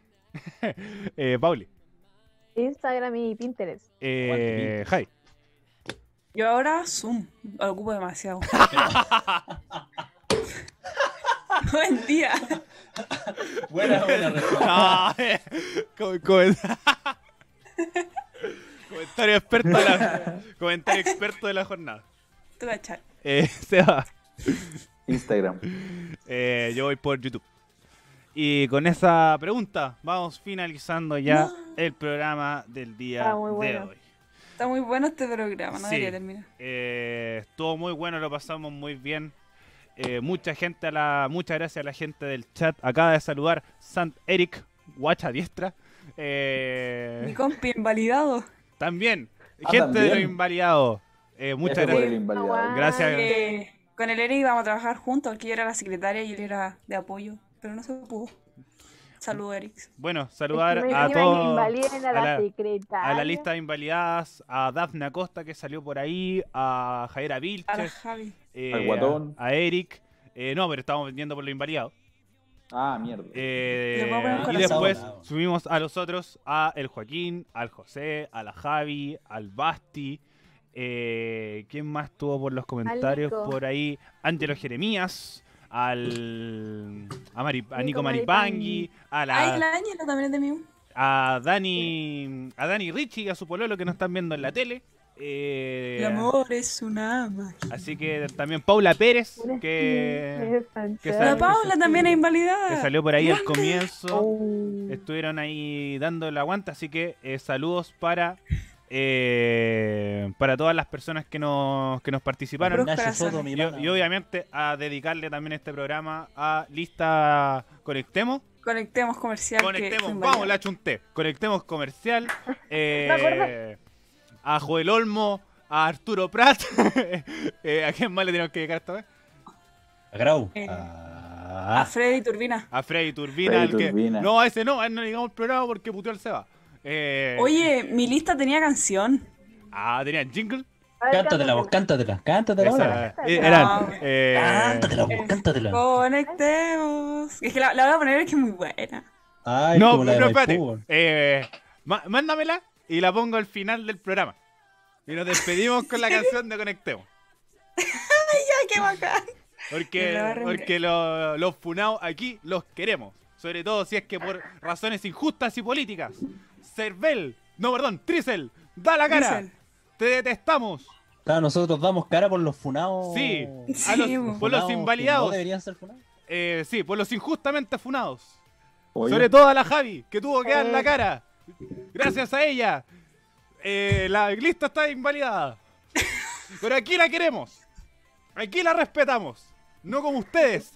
Speaker 1: Eh, Pauli.
Speaker 5: Instagram y Pinterest.
Speaker 1: Eh,
Speaker 8: Aguante,
Speaker 1: Jai.
Speaker 2: Yo ahora Zoom. Lo ocupo demasiado. Buen día.
Speaker 8: Buena, buena respuesta.
Speaker 1: Ah, eh, co- comen- comentario, experto de la, comentario experto de la jornada.
Speaker 2: Tú cachai.
Speaker 1: Eh, Seba.
Speaker 6: Instagram.
Speaker 1: Eh, yo voy por YouTube. Y con esa pregunta vamos finalizando ya el programa del día
Speaker 5: Ah, muy
Speaker 1: de
Speaker 5: bueno.
Speaker 1: hoy.
Speaker 2: Está muy bueno este programa. No
Speaker 1: Sí.
Speaker 2: debería terminar.
Speaker 1: Eh, estuvo muy bueno, lo pasamos muy bien. Eh, mucha gente a la, muchas gracias a la gente del chat. Acaba de saludar Sant Eric, guacha diestra. Eh,
Speaker 2: Mi compi invalidado.
Speaker 1: también,
Speaker 6: Ah,
Speaker 1: gente de los
Speaker 6: también.
Speaker 1: invalidados. Eh, muchas
Speaker 6: Ese fue
Speaker 1: gracias.
Speaker 6: el invalidado.
Speaker 5: Aguante.
Speaker 1: Gracias.
Speaker 2: Eh, con el Eric íbamos a trabajar juntos, porque yo era la secretaria y él era de apoyo, pero no se pudo. Saludos, Eric.
Speaker 1: Bueno, saludar
Speaker 5: Es que me
Speaker 1: a
Speaker 5: iban
Speaker 1: todos.
Speaker 5: invaliden a
Speaker 1: a la-
Speaker 5: la,
Speaker 1: a la
Speaker 5: secretaria.
Speaker 1: A la lista de invalidadas, a Dafne Acosta que salió por ahí, a Jaira
Speaker 2: A la
Speaker 1: Vilches,
Speaker 2: Javi.
Speaker 1: eh,
Speaker 6: Ah. Al guatón.
Speaker 1: a, a Eric. Eh, no, pero estábamos vendiendo por los invalidados.
Speaker 6: Ah, mierda.
Speaker 1: Eh,
Speaker 2: Le voy a poner un
Speaker 1: y
Speaker 2: corazón.
Speaker 1: después
Speaker 8: Ah, bueno.
Speaker 1: subimos a los otros, a el Joaquín, al José, a la Javi, al Basti. eh, ¿Quién más tuvo por los comentarios
Speaker 5: Nico.
Speaker 1: por ahí? Ángelo Jeremías, al a, Mari- a
Speaker 5: Nico
Speaker 1: Nico Maripangui,
Speaker 5: Maripangui.
Speaker 1: a
Speaker 2: Ay,
Speaker 1: la
Speaker 2: la Ángela también es de mí.
Speaker 1: a Dani a Dani Richie y a su pololo que nos están viendo en la tele. eh,
Speaker 2: El amor es una magia.
Speaker 1: así que también Paula Pérez,
Speaker 5: Una
Speaker 1: que,
Speaker 5: espina
Speaker 1: que
Speaker 5: especial.
Speaker 2: La
Speaker 1: sale-
Speaker 2: Paula también es invalidada.
Speaker 1: que Eh, salió por ahí al comienzo.
Speaker 5: Ah, Oh.
Speaker 1: estuvieron ahí dando el aguante, así que eh, saludos para eh, para todas las personas que nos, que nos participaron.
Speaker 2: Pero-
Speaker 8: foto, mi
Speaker 1: Y,
Speaker 8: hermana.
Speaker 1: y obviamente a dedicarle también este programa a Lista Conectemos.
Speaker 2: Conectemos comercial. que fue
Speaker 1: Conectemos,
Speaker 2: invalidada.
Speaker 1: vamos, la chunté. Conectemos comercial. eh,
Speaker 5: Me acordé.
Speaker 1: a Joel Olmo, a Arturo Prat. eh, ¿A quién más le tenemos que llegar esta vez?
Speaker 8: A Grau.
Speaker 2: Eh.
Speaker 8: A
Speaker 2: A
Speaker 8: Ah,
Speaker 2: Freddy Turbina.
Speaker 1: A Freddy Turbina,
Speaker 6: Freddy
Speaker 1: el que.
Speaker 6: Turbina.
Speaker 1: No, a ese no, a él no le digamos el programa porque puteó al Seba. Eh,
Speaker 2: Oye, mi lista tenía canción.
Speaker 1: Ah, tenían jingle.
Speaker 5: A ver,
Speaker 8: cántatela vos, cántatela, cántatela ahora.
Speaker 1: Esa, eh, eran.
Speaker 2: No.
Speaker 1: eh,
Speaker 8: Cántatela vos,
Speaker 3: oh.
Speaker 8: cántatela.
Speaker 2: Conectemos. Es que la, la voy a poner, es que es muy buena.
Speaker 8: Ay,
Speaker 1: no,
Speaker 8: como la de
Speaker 1: pero
Speaker 8: My
Speaker 1: espérate.
Speaker 8: Power.
Speaker 1: Eh, ma- mándamela y la pongo al final del programa. Y nos despedimos con la canción de Conectemos.
Speaker 2: ¡Ay, qué bacán! Me la va a
Speaker 1: Porque,
Speaker 2: arrancar.
Speaker 1: porque lo- los funados aquí los queremos. Sobre todo si es que por razones injustas y políticas. Cervel, no, perdón, Trisel, da la cara.
Speaker 2: Dicen.
Speaker 1: Te detestamos.
Speaker 8: Claro, nosotros damos cara por los funados.
Speaker 1: Sí, a
Speaker 2: Sí, pues,
Speaker 1: los-
Speaker 2: bo.
Speaker 1: por los
Speaker 8: funados que No
Speaker 1: invalidados.
Speaker 8: deberían ser funados.
Speaker 1: Eh, sí, por los injustamente funados.
Speaker 6: Oye,
Speaker 1: Sobre todo a la Javi, que tuvo que dar la cara. Gracias a ella. eh, la lista está invalidada. Pero aquí la queremos. Aquí la respetamos. No como ustedes.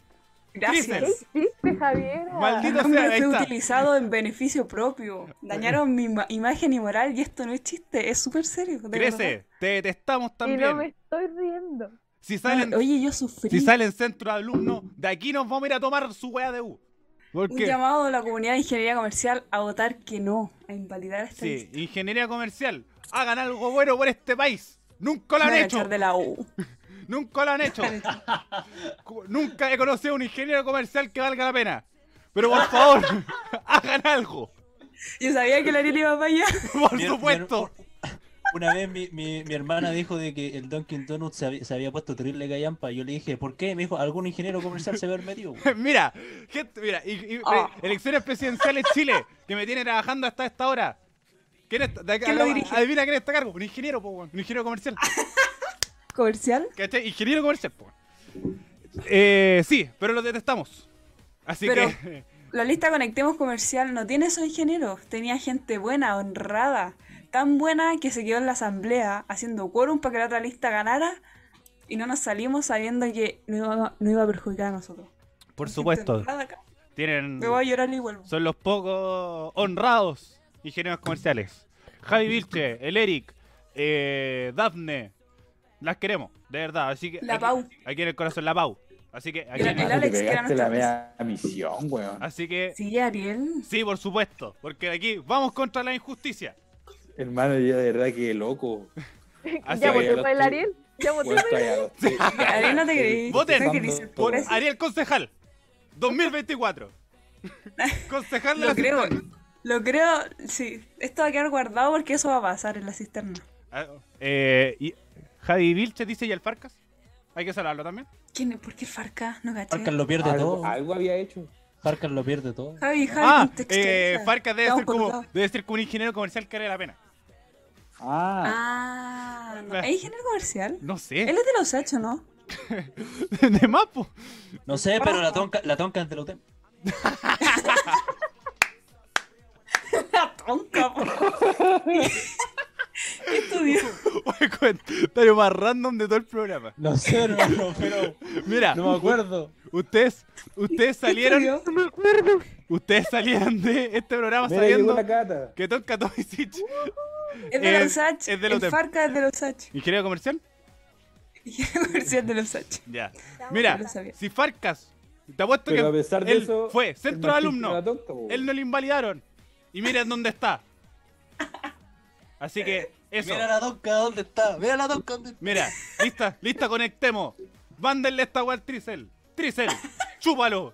Speaker 2: Gracias.
Speaker 1: Crisel,
Speaker 5: chiste, Javier.
Speaker 2: El
Speaker 1: maldito sea.
Speaker 2: nombre
Speaker 1: Ahí
Speaker 2: fue
Speaker 1: está.
Speaker 2: utilizado en beneficio propio. Dañaron mi ima- imagen y moral y esto no es chiste, es súper serio. de verdad.
Speaker 1: Crece, te detestamos
Speaker 5: Y no me
Speaker 1: también.
Speaker 5: estoy riendo.
Speaker 1: Si salen,
Speaker 2: Oye, yo sufrí.
Speaker 1: si salen centro de alumnos, de aquí nos vamos a ir a tomar su weá de U.
Speaker 2: Un
Speaker 1: Porque,
Speaker 2: llamado de la comunidad de ingeniería comercial a votar que no, a invalidar esta
Speaker 1: sí,
Speaker 2: lista.
Speaker 1: ingeniería comercial, hagan algo bueno por este país. Nunca lo han
Speaker 2: Me van a
Speaker 1: hecho.
Speaker 2: echar de la U.
Speaker 1: Nunca lo han hecho. Cu- Nunca he conocido un ingeniero comercial que valga la pena. Pero por favor, hagan algo.
Speaker 2: Yo sabía que la Ariel iba para allá.
Speaker 1: Por
Speaker 3: Mi- mi-
Speaker 1: supuesto.
Speaker 3: Una vez mi, mi- mi hermana dijo de que el Dunkin' Donuts se había, se había puesto terrible callampa. Yo le dije, ¿por qué? Me dijo, algún ingeniero comercial se había metido. güey".
Speaker 1: Mira, gente, mira, y- y-
Speaker 2: Ah.
Speaker 1: eh, elecciones presidenciales Chile, que me tiene trabajando hasta esta hora. ¿Quién está? de acá-
Speaker 2: ¿Quién lo dirige?
Speaker 1: Adivina quién está a cargo. Un ingeniero, po, weón. un ingeniero comercial.
Speaker 2: Comercial.
Speaker 1: ¿Cachai? Ingeniero comercial, po. Eh, sí, pero lo detestamos. Así
Speaker 2: Pero-
Speaker 1: que.
Speaker 2: La lista Conectemos Comercial no tiene esos ingenieros. Tenía gente buena, honrada. Tan buena que se quedó en la asamblea haciendo quórum para que la otra lista ganara. Y no nos salimos sabiendo que no iba, no iba a perjudicar a nosotros.
Speaker 1: Por
Speaker 2: Gente
Speaker 1: supuesto,
Speaker 2: honrada acá.
Speaker 1: tienen.
Speaker 2: Me voy a llorar y vuelvo.
Speaker 1: Son los pocos honrados ingenieros comerciales. Javi Vilche, el Eric, eh, Dafne, las queremos, de verdad. Así que
Speaker 2: La
Speaker 1: aquí,
Speaker 2: Pau.
Speaker 1: aquí en el corazón la Pau. Así que, aquí-
Speaker 2: El- el Alex,
Speaker 6: te
Speaker 2: que era
Speaker 6: pegaste la
Speaker 2: nuestro
Speaker 6: mea misión, weón.
Speaker 1: así que
Speaker 2: Sí, Ariel.
Speaker 1: sí, por supuesto, porque de aquí vamos contra la injusticia.
Speaker 6: Hermano, yo de verdad que loco.
Speaker 1: Así
Speaker 5: ya
Speaker 1: que-
Speaker 5: voté
Speaker 6: los
Speaker 5: por el
Speaker 6: tri-
Speaker 5: Ariel. Ya voté
Speaker 6: Weón,
Speaker 5: por el
Speaker 6: todavía los estoy-
Speaker 2: Ariel, no te creí.
Speaker 1: Voten.
Speaker 2: No querí ser
Speaker 1: Por
Speaker 2: pobre.
Speaker 1: Ariel Concejal, 2024. Concejal de
Speaker 2: Lo
Speaker 1: la
Speaker 2: creo.
Speaker 1: cisterna.
Speaker 2: Lo creo, sí. Esto va a quedar guardado porque eso va a pasar en la cisterna.
Speaker 1: Ah, eh, y Javi Vilche dice y el Farcas. Hay que saludarlo también.
Speaker 2: ¿Quién es? ¿Por qué Farca? No caché.
Speaker 8: Farkas lo pierde todo.
Speaker 6: Algo, algo había hecho.
Speaker 8: Farkas lo pierde todo.
Speaker 2: Javi, Javi,
Speaker 1: Ah, eh,
Speaker 2: contextualiza.
Speaker 1: Farca debe
Speaker 2: Estamos
Speaker 1: ser, como,
Speaker 2: colgados.
Speaker 1: debe ser como un ingeniero comercial que vale la pena.
Speaker 6: Ah,
Speaker 2: Ah,
Speaker 1: Eh.
Speaker 2: no. ¿es ingeniero comercial?
Speaker 1: No
Speaker 2: Él
Speaker 1: sé.
Speaker 2: es de los hechos, ¿no?
Speaker 1: De Mapo.
Speaker 8: No sé, pero la tonca, la tonca es de la E UTEM.
Speaker 2: La tonca, po. ¿Qué estudió?
Speaker 1: Oye, comentario más random de todo el programa.
Speaker 8: No sé, hermano, pero
Speaker 1: Mira,
Speaker 8: no me acuerdo.
Speaker 1: ustedes, ustedes salieron,
Speaker 2: Estudió.
Speaker 1: ustedes salieron de este programa
Speaker 6: mira, llegó
Speaker 1: sabiendo
Speaker 6: la cata.
Speaker 1: que Tonka Tomisich,
Speaker 2: Es de
Speaker 1: Es-
Speaker 2: los hechos.
Speaker 1: es de los
Speaker 2: El
Speaker 1: de-
Speaker 2: Farca es de los hechos.
Speaker 1: ingeniero comercial.
Speaker 2: Ingeniero comercial de los hechos.
Speaker 1: Ya.
Speaker 2: Yo
Speaker 1: Mira,
Speaker 2: lo sabía.
Speaker 1: si Farcas, te apuesto
Speaker 6: Pero a
Speaker 1: que
Speaker 6: pesar de
Speaker 1: él
Speaker 6: eso.
Speaker 1: fue
Speaker 6: el
Speaker 1: Eh, centro de
Speaker 6: machista era
Speaker 1: alumno.
Speaker 6: tonto, weón.
Speaker 1: Él no lo invalidaron. Y miren dónde está. Así que, eso.
Speaker 8: Mira la tonca, ¿dónde está? Mira la tonca, ¿dónde está?
Speaker 1: Mira, lista, lista, conectemos. Mándenle esta weá al Tricel. Tricel, chúpalo.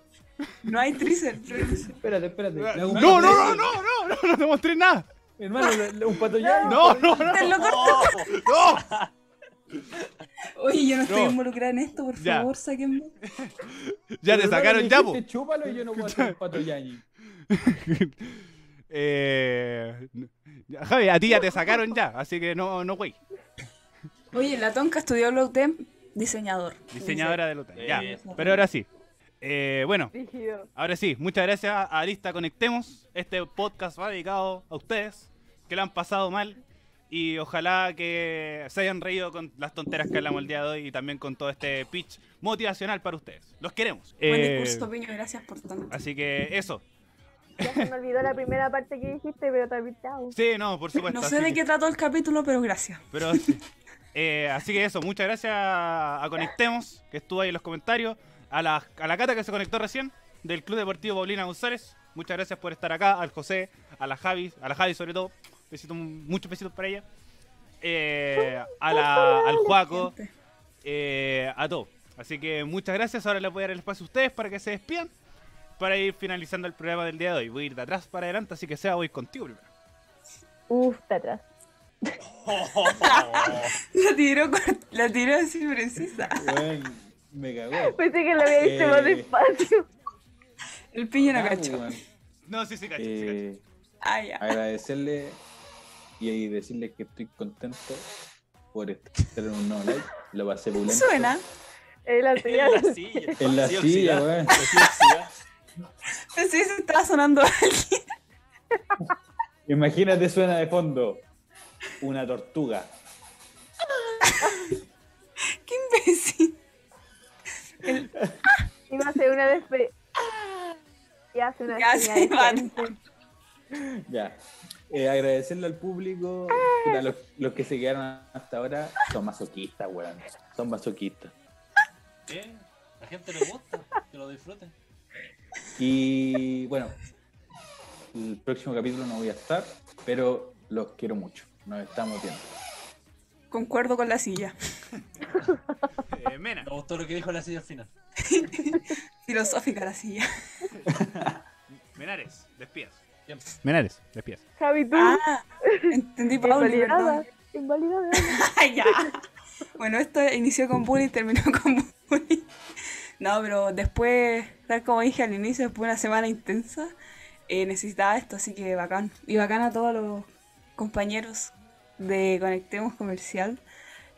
Speaker 2: No hay tríceps.
Speaker 6: Espérate, espérate. le hago
Speaker 1: No,
Speaker 6: un
Speaker 1: no, no, no,
Speaker 6: pato-
Speaker 1: no, no, no te mostré nada.
Speaker 6: Hermano, le- le- un pato ya.
Speaker 1: No, no, no,
Speaker 2: Te lo corto.
Speaker 1: no.
Speaker 2: Oye, yo no estoy
Speaker 1: No.
Speaker 2: involucrada en esto, por
Speaker 1: Ya.
Speaker 2: favor, sáquenme.
Speaker 1: Ya te sacaron ya, po.
Speaker 6: Te chúpalo y yo no voy a hacer un pato yañi.
Speaker 1: Eh, ya, Javi, a ti ya te sacaron ya, así que no, no, güey.
Speaker 2: Oye, la tonca estudió en la UTEM, diseñador.
Speaker 1: Diseñadora del hotel. Ya,
Speaker 3: Eh,
Speaker 1: pero ahora sí. Eh, bueno,
Speaker 5: Rígido.
Speaker 1: ahora sí, muchas gracias a Arista Conectemos. Este podcast va dedicado a ustedes que la han pasado mal y ojalá que se hayan reído con las tonteras que hablamos el día de hoy y también con todo este pitch motivacional para ustedes. Los queremos.
Speaker 2: Buen
Speaker 1: Eh,
Speaker 2: discurso, Piño, gracias por tanto.
Speaker 1: así que eso.
Speaker 5: Ya se me olvidó la primera parte que dijiste, pero te olvidado.
Speaker 1: Sí, no, por supuesto.
Speaker 2: No sé
Speaker 1: así
Speaker 2: de
Speaker 1: que-
Speaker 2: qué trató el capítulo, pero gracias.
Speaker 1: Pero eh, así que eso, muchas gracias a Conectemos, que estuvo ahí en los comentarios, a la, a la Cata que se conectó recién, del Club Deportivo Paulina González. Muchas gracias por estar acá, al José, a la Javi, a la Javi sobre todo. Besito, muchos besitos para ella. Eh, a la, al Juaco, eh, a todos. Así que muchas gracias. Ahora les voy a dar el espacio a ustedes para que se despidan. Para ir finalizando el programa del día de hoy. Voy a ir de atrás para adelante, así que sea, voy contigo primero.
Speaker 5: Uf, está atrás.
Speaker 2: La tiró, cort- la tiró así precisa.
Speaker 6: Weón, me cagó.
Speaker 5: Pensé que lo había dicho más
Speaker 6: Eh.
Speaker 5: despacio.
Speaker 2: El piño no
Speaker 6: Ah,
Speaker 2: cachó.
Speaker 6: weón.
Speaker 1: No, sí, sí, cacho. sí, cacho.
Speaker 6: Eh,
Speaker 2: Ah, ya.
Speaker 6: agradecerle y, y decirle que estoy contento por estar en un no like. Lo pasé
Speaker 2: ¿Qué
Speaker 6: pulento.
Speaker 2: suena?
Speaker 5: Eh, la
Speaker 7: En
Speaker 5: tuya.
Speaker 7: la silla.
Speaker 6: En la
Speaker 7: Sí,
Speaker 6: silla,
Speaker 7: oxidado.
Speaker 6: weón.
Speaker 7: Sí, oxidado.
Speaker 2: Pensé que se estaba sonando alguien.
Speaker 6: Imagínate, suena de fondo. Una tortuga.
Speaker 2: ¡Qué imbécil!
Speaker 5: Iba a hacer una despedida. Y hace una
Speaker 2: Ya
Speaker 5: despedida
Speaker 2: se va.
Speaker 5: decente.
Speaker 6: Ya. Eh, agradecerle al público,
Speaker 2: Ah.
Speaker 6: puta, los, los que se quedaron hasta ahora, son masoquistas, weón. Son masoquistas.
Speaker 7: Bien, La gente le gusta, que lo disfruten.
Speaker 6: Y bueno, el próximo capítulo no voy a estar, pero los quiero mucho. Nos estamos viendo.
Speaker 2: Concuerdo con la silla.
Speaker 1: Eh, Mena,
Speaker 7: Me gustó lo que dijo la silla al final.
Speaker 2: Filosófica la silla.
Speaker 1: Menares, despías.
Speaker 7: Bien.
Speaker 1: Menares, despías.
Speaker 5: Javi, tú.
Speaker 2: Ah, entendí, Pauli,
Speaker 5: Invalidada.
Speaker 2: perdón.
Speaker 5: Invalidada.
Speaker 2: Ah, ya. Bueno, esto inició con bullying, terminó con bullying. No, pero después, tal como dije al inicio, después de una semana intensa, eh, necesitaba esto, así que bacán. Y bacán a todos los compañeros de Conectemos Comercial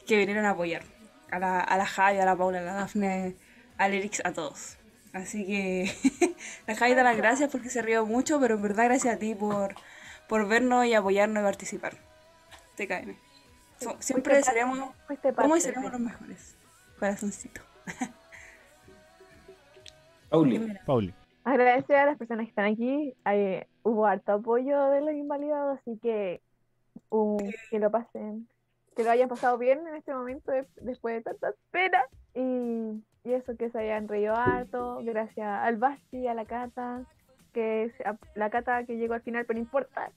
Speaker 2: que vinieron a apoyar. A la, a la Javi, a la Paula, a la Dafne, al Erix, a todos. Así que la Javi da las gracias porque se rió mucho, pero en verdad gracias a ti por, por vernos y apoyarnos y participar. Te caen. So- siempre
Speaker 5: Fuiste
Speaker 2: seremos
Speaker 5: parte- fuiste
Speaker 2: ¿Cómo
Speaker 5: parte,
Speaker 2: y seremos
Speaker 5: sí.
Speaker 2: los mejores? Corazoncito.
Speaker 6: Pauli,
Speaker 1: Pauli.
Speaker 5: Agradecer a las personas que están aquí. Ay, hubo harto apoyo de los invalidados, así que um, que lo pasen, que lo hayan pasado bien en este momento de- después de tanta espera. Y, y eso, que se hayan reído harto. Gracias al Basti, a la Cata, que es a- la Cata que llegó al final, pero no importa.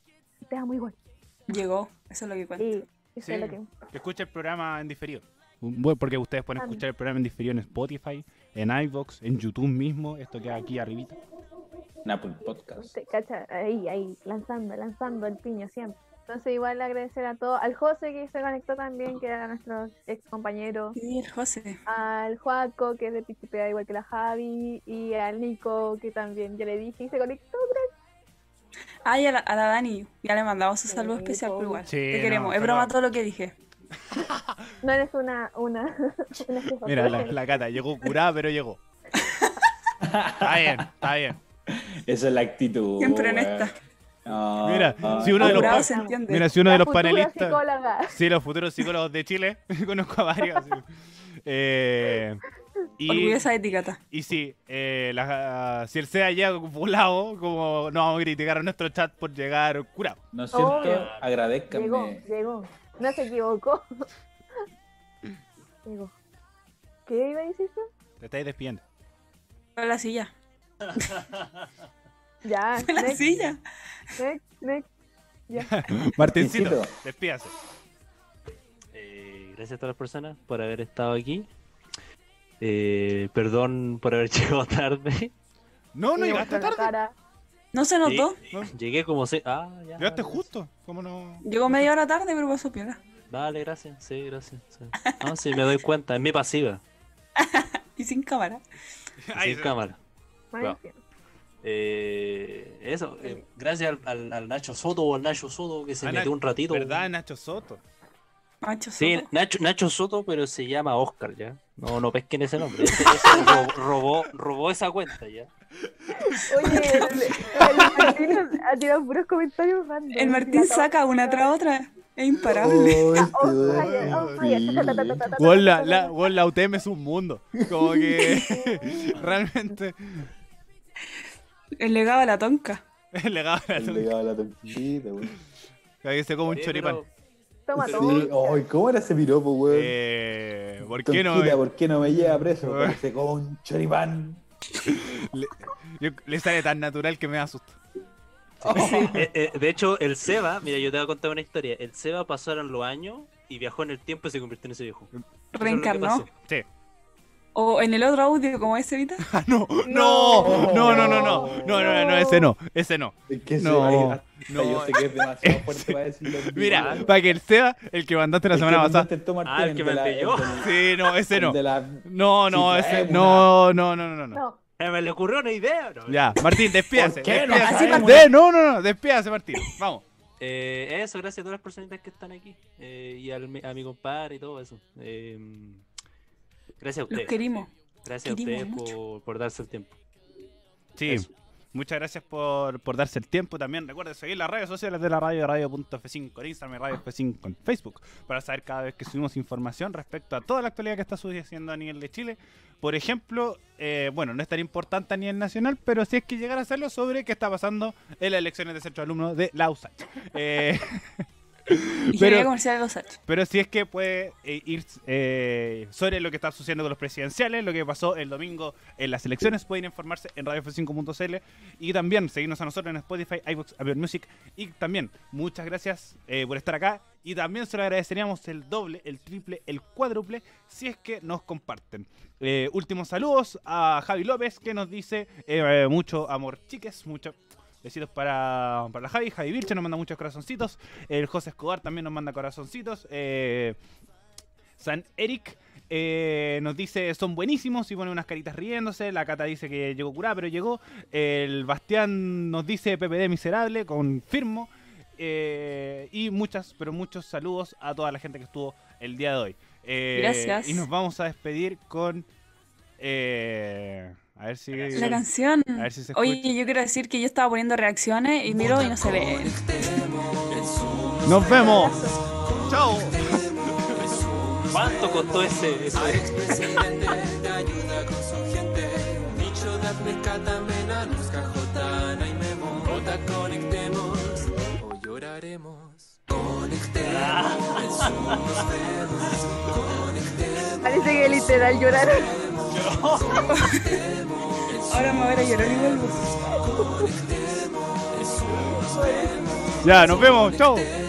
Speaker 5: Te amo igual.
Speaker 2: Llegó, eso es lo que cuenta.
Speaker 5: Y eso es lo
Speaker 1: Sí.
Speaker 5: que
Speaker 1: Que escuche el programa en diferido. Bueno, porque ustedes pueden
Speaker 5: También.
Speaker 1: escuchar el programa en diferido en Spotify, en iVoox, en YouTube mismo. Esto queda aquí arribita.
Speaker 6: en Apple Podcast.
Speaker 5: Te cacha, ahí, ahí, lanzando, lanzando el piño siempre. Entonces, igual agradecer a todo, al José que se conectó también, que era nuestro ex compañero,
Speaker 2: Sí, el José.
Speaker 5: al Juaco, que es de Pichipea, igual que la Javi, y al Nico, que también ya le dije y se conectó.
Speaker 2: Ah, y a la, a la Dani. Ya le mandaba su saludo
Speaker 5: Sí,
Speaker 2: especial, pero igual.
Speaker 1: Sí,
Speaker 2: Te
Speaker 1: no,
Speaker 2: queremos. es
Speaker 1: pero-
Speaker 2: broma todo lo que dije.
Speaker 5: No eres una. una, una jefa,
Speaker 1: Mira, la,
Speaker 5: pero-
Speaker 1: la gata llegó curada, pero llegó. Está bien, está bien.
Speaker 6: Esa es la actitud.
Speaker 2: Siempre
Speaker 6: weón.
Speaker 2: honesta.
Speaker 6: Ah,
Speaker 1: Mira,
Speaker 6: ah,
Speaker 1: si uno de los
Speaker 2: Apurado
Speaker 1: pa-
Speaker 2: se entiende.
Speaker 1: Mira, si uno de
Speaker 5: La
Speaker 1: los
Speaker 5: futura
Speaker 1: panelistas.
Speaker 5: psicóloga.
Speaker 1: Sí, los futuros psicólogos de Chile. Conozco a varios. así. Eh, y,
Speaker 2: Orgullosa de ti, Cata.
Speaker 1: y sí, eh, la- si el SEA llega volado, como no vamos a criticar a nuestro chat por llegar curado.
Speaker 6: No es cierto,
Speaker 5: Obvio.
Speaker 6: agradezcanme.
Speaker 5: Llegó, llegó. No se equivocó. llegó. ¿Qué iba a decir tú?
Speaker 1: Te estáis despidiendo.
Speaker 2: Fue la silla.
Speaker 5: Ya.
Speaker 2: Fue la
Speaker 5: next,
Speaker 2: silla.
Speaker 5: next, next.
Speaker 1: Martincito,
Speaker 6: Martincito.
Speaker 1: despídase.
Speaker 3: Eh, gracias a todas las personas por haber estado aquí. Eh, perdón por haber llegado tarde.
Speaker 1: No, no
Speaker 5: Y
Speaker 1: llegaste
Speaker 5: con
Speaker 1: tarde.
Speaker 5: la cara.
Speaker 2: No se notó.
Speaker 3: Llegué como se. Ah, ya.
Speaker 1: Llegaste justo. ¿Cómo no?
Speaker 2: Llegó media hora tarde, pero pasó piola.
Speaker 3: Vale, gracias. Sí, gracias. sí. No, sí, me doy cuenta. Es mi pasiva.
Speaker 2: Y sin cámara.
Speaker 1: Ahí
Speaker 3: Sin
Speaker 1: se-
Speaker 3: cámara.
Speaker 5: Más
Speaker 3: Wow.
Speaker 5: encima.
Speaker 3: Eh, eso, eh, gracias al, al- al Nacho Soto o al Nacho Soto que se
Speaker 1: Ah,
Speaker 3: metió
Speaker 1: Na-
Speaker 3: un ratito.
Speaker 1: ¿Verdad, Nacho Soto?
Speaker 2: Macho
Speaker 3: Sí,
Speaker 2: Soto.
Speaker 3: Nacho, Nacho Soto, pero se llama Oscar ya. No, no pesquen ese nombre. Ese- ese ro- robó, robó esa cuenta ya.
Speaker 5: Oye, el, el Martín nos ha tirado puros comentarios random.
Speaker 2: El Martín saca una tras otra. Es imparable.
Speaker 6: Oh, este
Speaker 5: Oh,
Speaker 6: weón.
Speaker 5: fire, oh, fire, ta, ta, ta, ta, ta, ta,
Speaker 1: Bueno, la,
Speaker 5: ta, ta,
Speaker 1: la-
Speaker 5: ta.
Speaker 1: bueno, la UTM es un mundo. Como que realmente
Speaker 3: Oh.
Speaker 2: El legado de la tonca.
Speaker 1: el legado de la
Speaker 6: El legado de la tortuguita, weón.
Speaker 1: Que se come un
Speaker 3: Eh,
Speaker 1: choripán.
Speaker 3: pero-
Speaker 5: Toma
Speaker 6: Sí,
Speaker 5: todo.
Speaker 1: oh,
Speaker 6: ay, ¿cómo era ese piropo, weón?
Speaker 1: Eh, ¿Por qué no?
Speaker 6: Tonquita,
Speaker 1: eh?
Speaker 6: ¿por qué no me lleva preso?
Speaker 1: Weón.
Speaker 6: Porque se come un choripán.
Speaker 1: Le, yo- le sale tan natural que me asusta.
Speaker 3: Eh, eh, de hecho, el Seba, mira, yo te voy a contar una historia. El Seba pasaron los años y viajó en el tiempo y se convirtió en ese viejo. Eso es lo que
Speaker 2: Reencarnó.
Speaker 3: pasó.
Speaker 2: O en el otro audio, como ese ahorita.
Speaker 1: Ah, no, no, no, no, no, no, no, no, no, no, ese no, ese no.
Speaker 6: Es que ese
Speaker 1: No,
Speaker 6: baile, hasta
Speaker 1: no.
Speaker 6: yo sé que es demasiado fuerte para decirlo. en vivo,
Speaker 1: Mira,
Speaker 6: weón.
Speaker 1: para que el Seba, el que mandaste la
Speaker 6: Es que
Speaker 1: semana pasada.
Speaker 6: mandaste el Tom
Speaker 3: Ah, el que
Speaker 6: Martín, de la-
Speaker 3: mandé yo.
Speaker 6: el del-
Speaker 1: Sí, no, ese no.
Speaker 6: el de la-
Speaker 1: No, no,
Speaker 6: Sí,
Speaker 1: ese
Speaker 6: traemos
Speaker 1: no, no, no, no, no.
Speaker 5: No,
Speaker 3: Eh, me le ocurrió una idea. ¿no?
Speaker 1: Ya, Martín, despídase.
Speaker 6: ¿Por qué no
Speaker 1: despídase.
Speaker 6: sabemos?
Speaker 1: De- no, no, no, despídase, Martín. Vamos.
Speaker 3: Eh, eso, gracias a todas las personitas que están aquí. eh, y al mi- a mi compadre y todo eso. Eh, gracias a
Speaker 2: Los
Speaker 3: ustedes.
Speaker 2: querimos.
Speaker 3: Gracias a
Speaker 2: querimos
Speaker 3: ustedes por, por darse el tiempo.
Speaker 1: Sí.
Speaker 3: Eso.
Speaker 1: Muchas gracias por, por darse el tiempo también. Recuerden seguir las redes sociales de la radio, radio.f5 en Instagram y radio F5 en Facebook, para saber cada vez que subimos información respecto a toda la actualidad que está sucediendo a nivel de Chile. Por ejemplo, eh, bueno, no es tan importante a nivel nacional, pero si es que llegar a hacerlo sobre qué está pasando en las elecciones de centro alumno de la USACH. Eh,
Speaker 2: Ingeniería comercial de los H.
Speaker 1: Pero si es que puede eh, ir eh, sobre lo que está sucediendo con los presidenciales, lo que pasó el domingo en las elecciones, pueden informarse en radiof5.cl y también seguirnos a nosotros en Spotify, iVoox, Apple Music y también muchas gracias eh, por estar acá y también se lo agradeceríamos el doble, el triple, el cuádruple si es que nos comparten. Eh, últimos saludos a Javi López que nos dice eh, mucho amor chiques, mucho... Besitos para, para la Javi, Javi Virche nos manda muchos corazoncitos. El José Escobar también nos manda corazoncitos. Eh, San Eric eh, nos dice son buenísimos y pone unas caritas riéndose. La Cata dice que llegó curada, pero llegó. El Bastián nos dice PPD miserable, confirmo. Eh, y muchas, pero muchos saludos a toda la gente que estuvo el día de hoy. Eh,
Speaker 2: Gracias.
Speaker 1: Y nos vamos a despedir con. eh, a ver si.
Speaker 2: La canción.
Speaker 1: A ver si se escucha.
Speaker 2: Oye, yo quiero decir que yo estaba poniendo reacciones y miro y no se ve.
Speaker 1: ¡Nos vemos! ¡Chao!
Speaker 3: ¿Cuánto costó ese? ese?
Speaker 5: parece que literal llorar.
Speaker 2: Ahora me voy a ir a llorar y vuelvo.
Speaker 1: Ya, nos vemos, chao.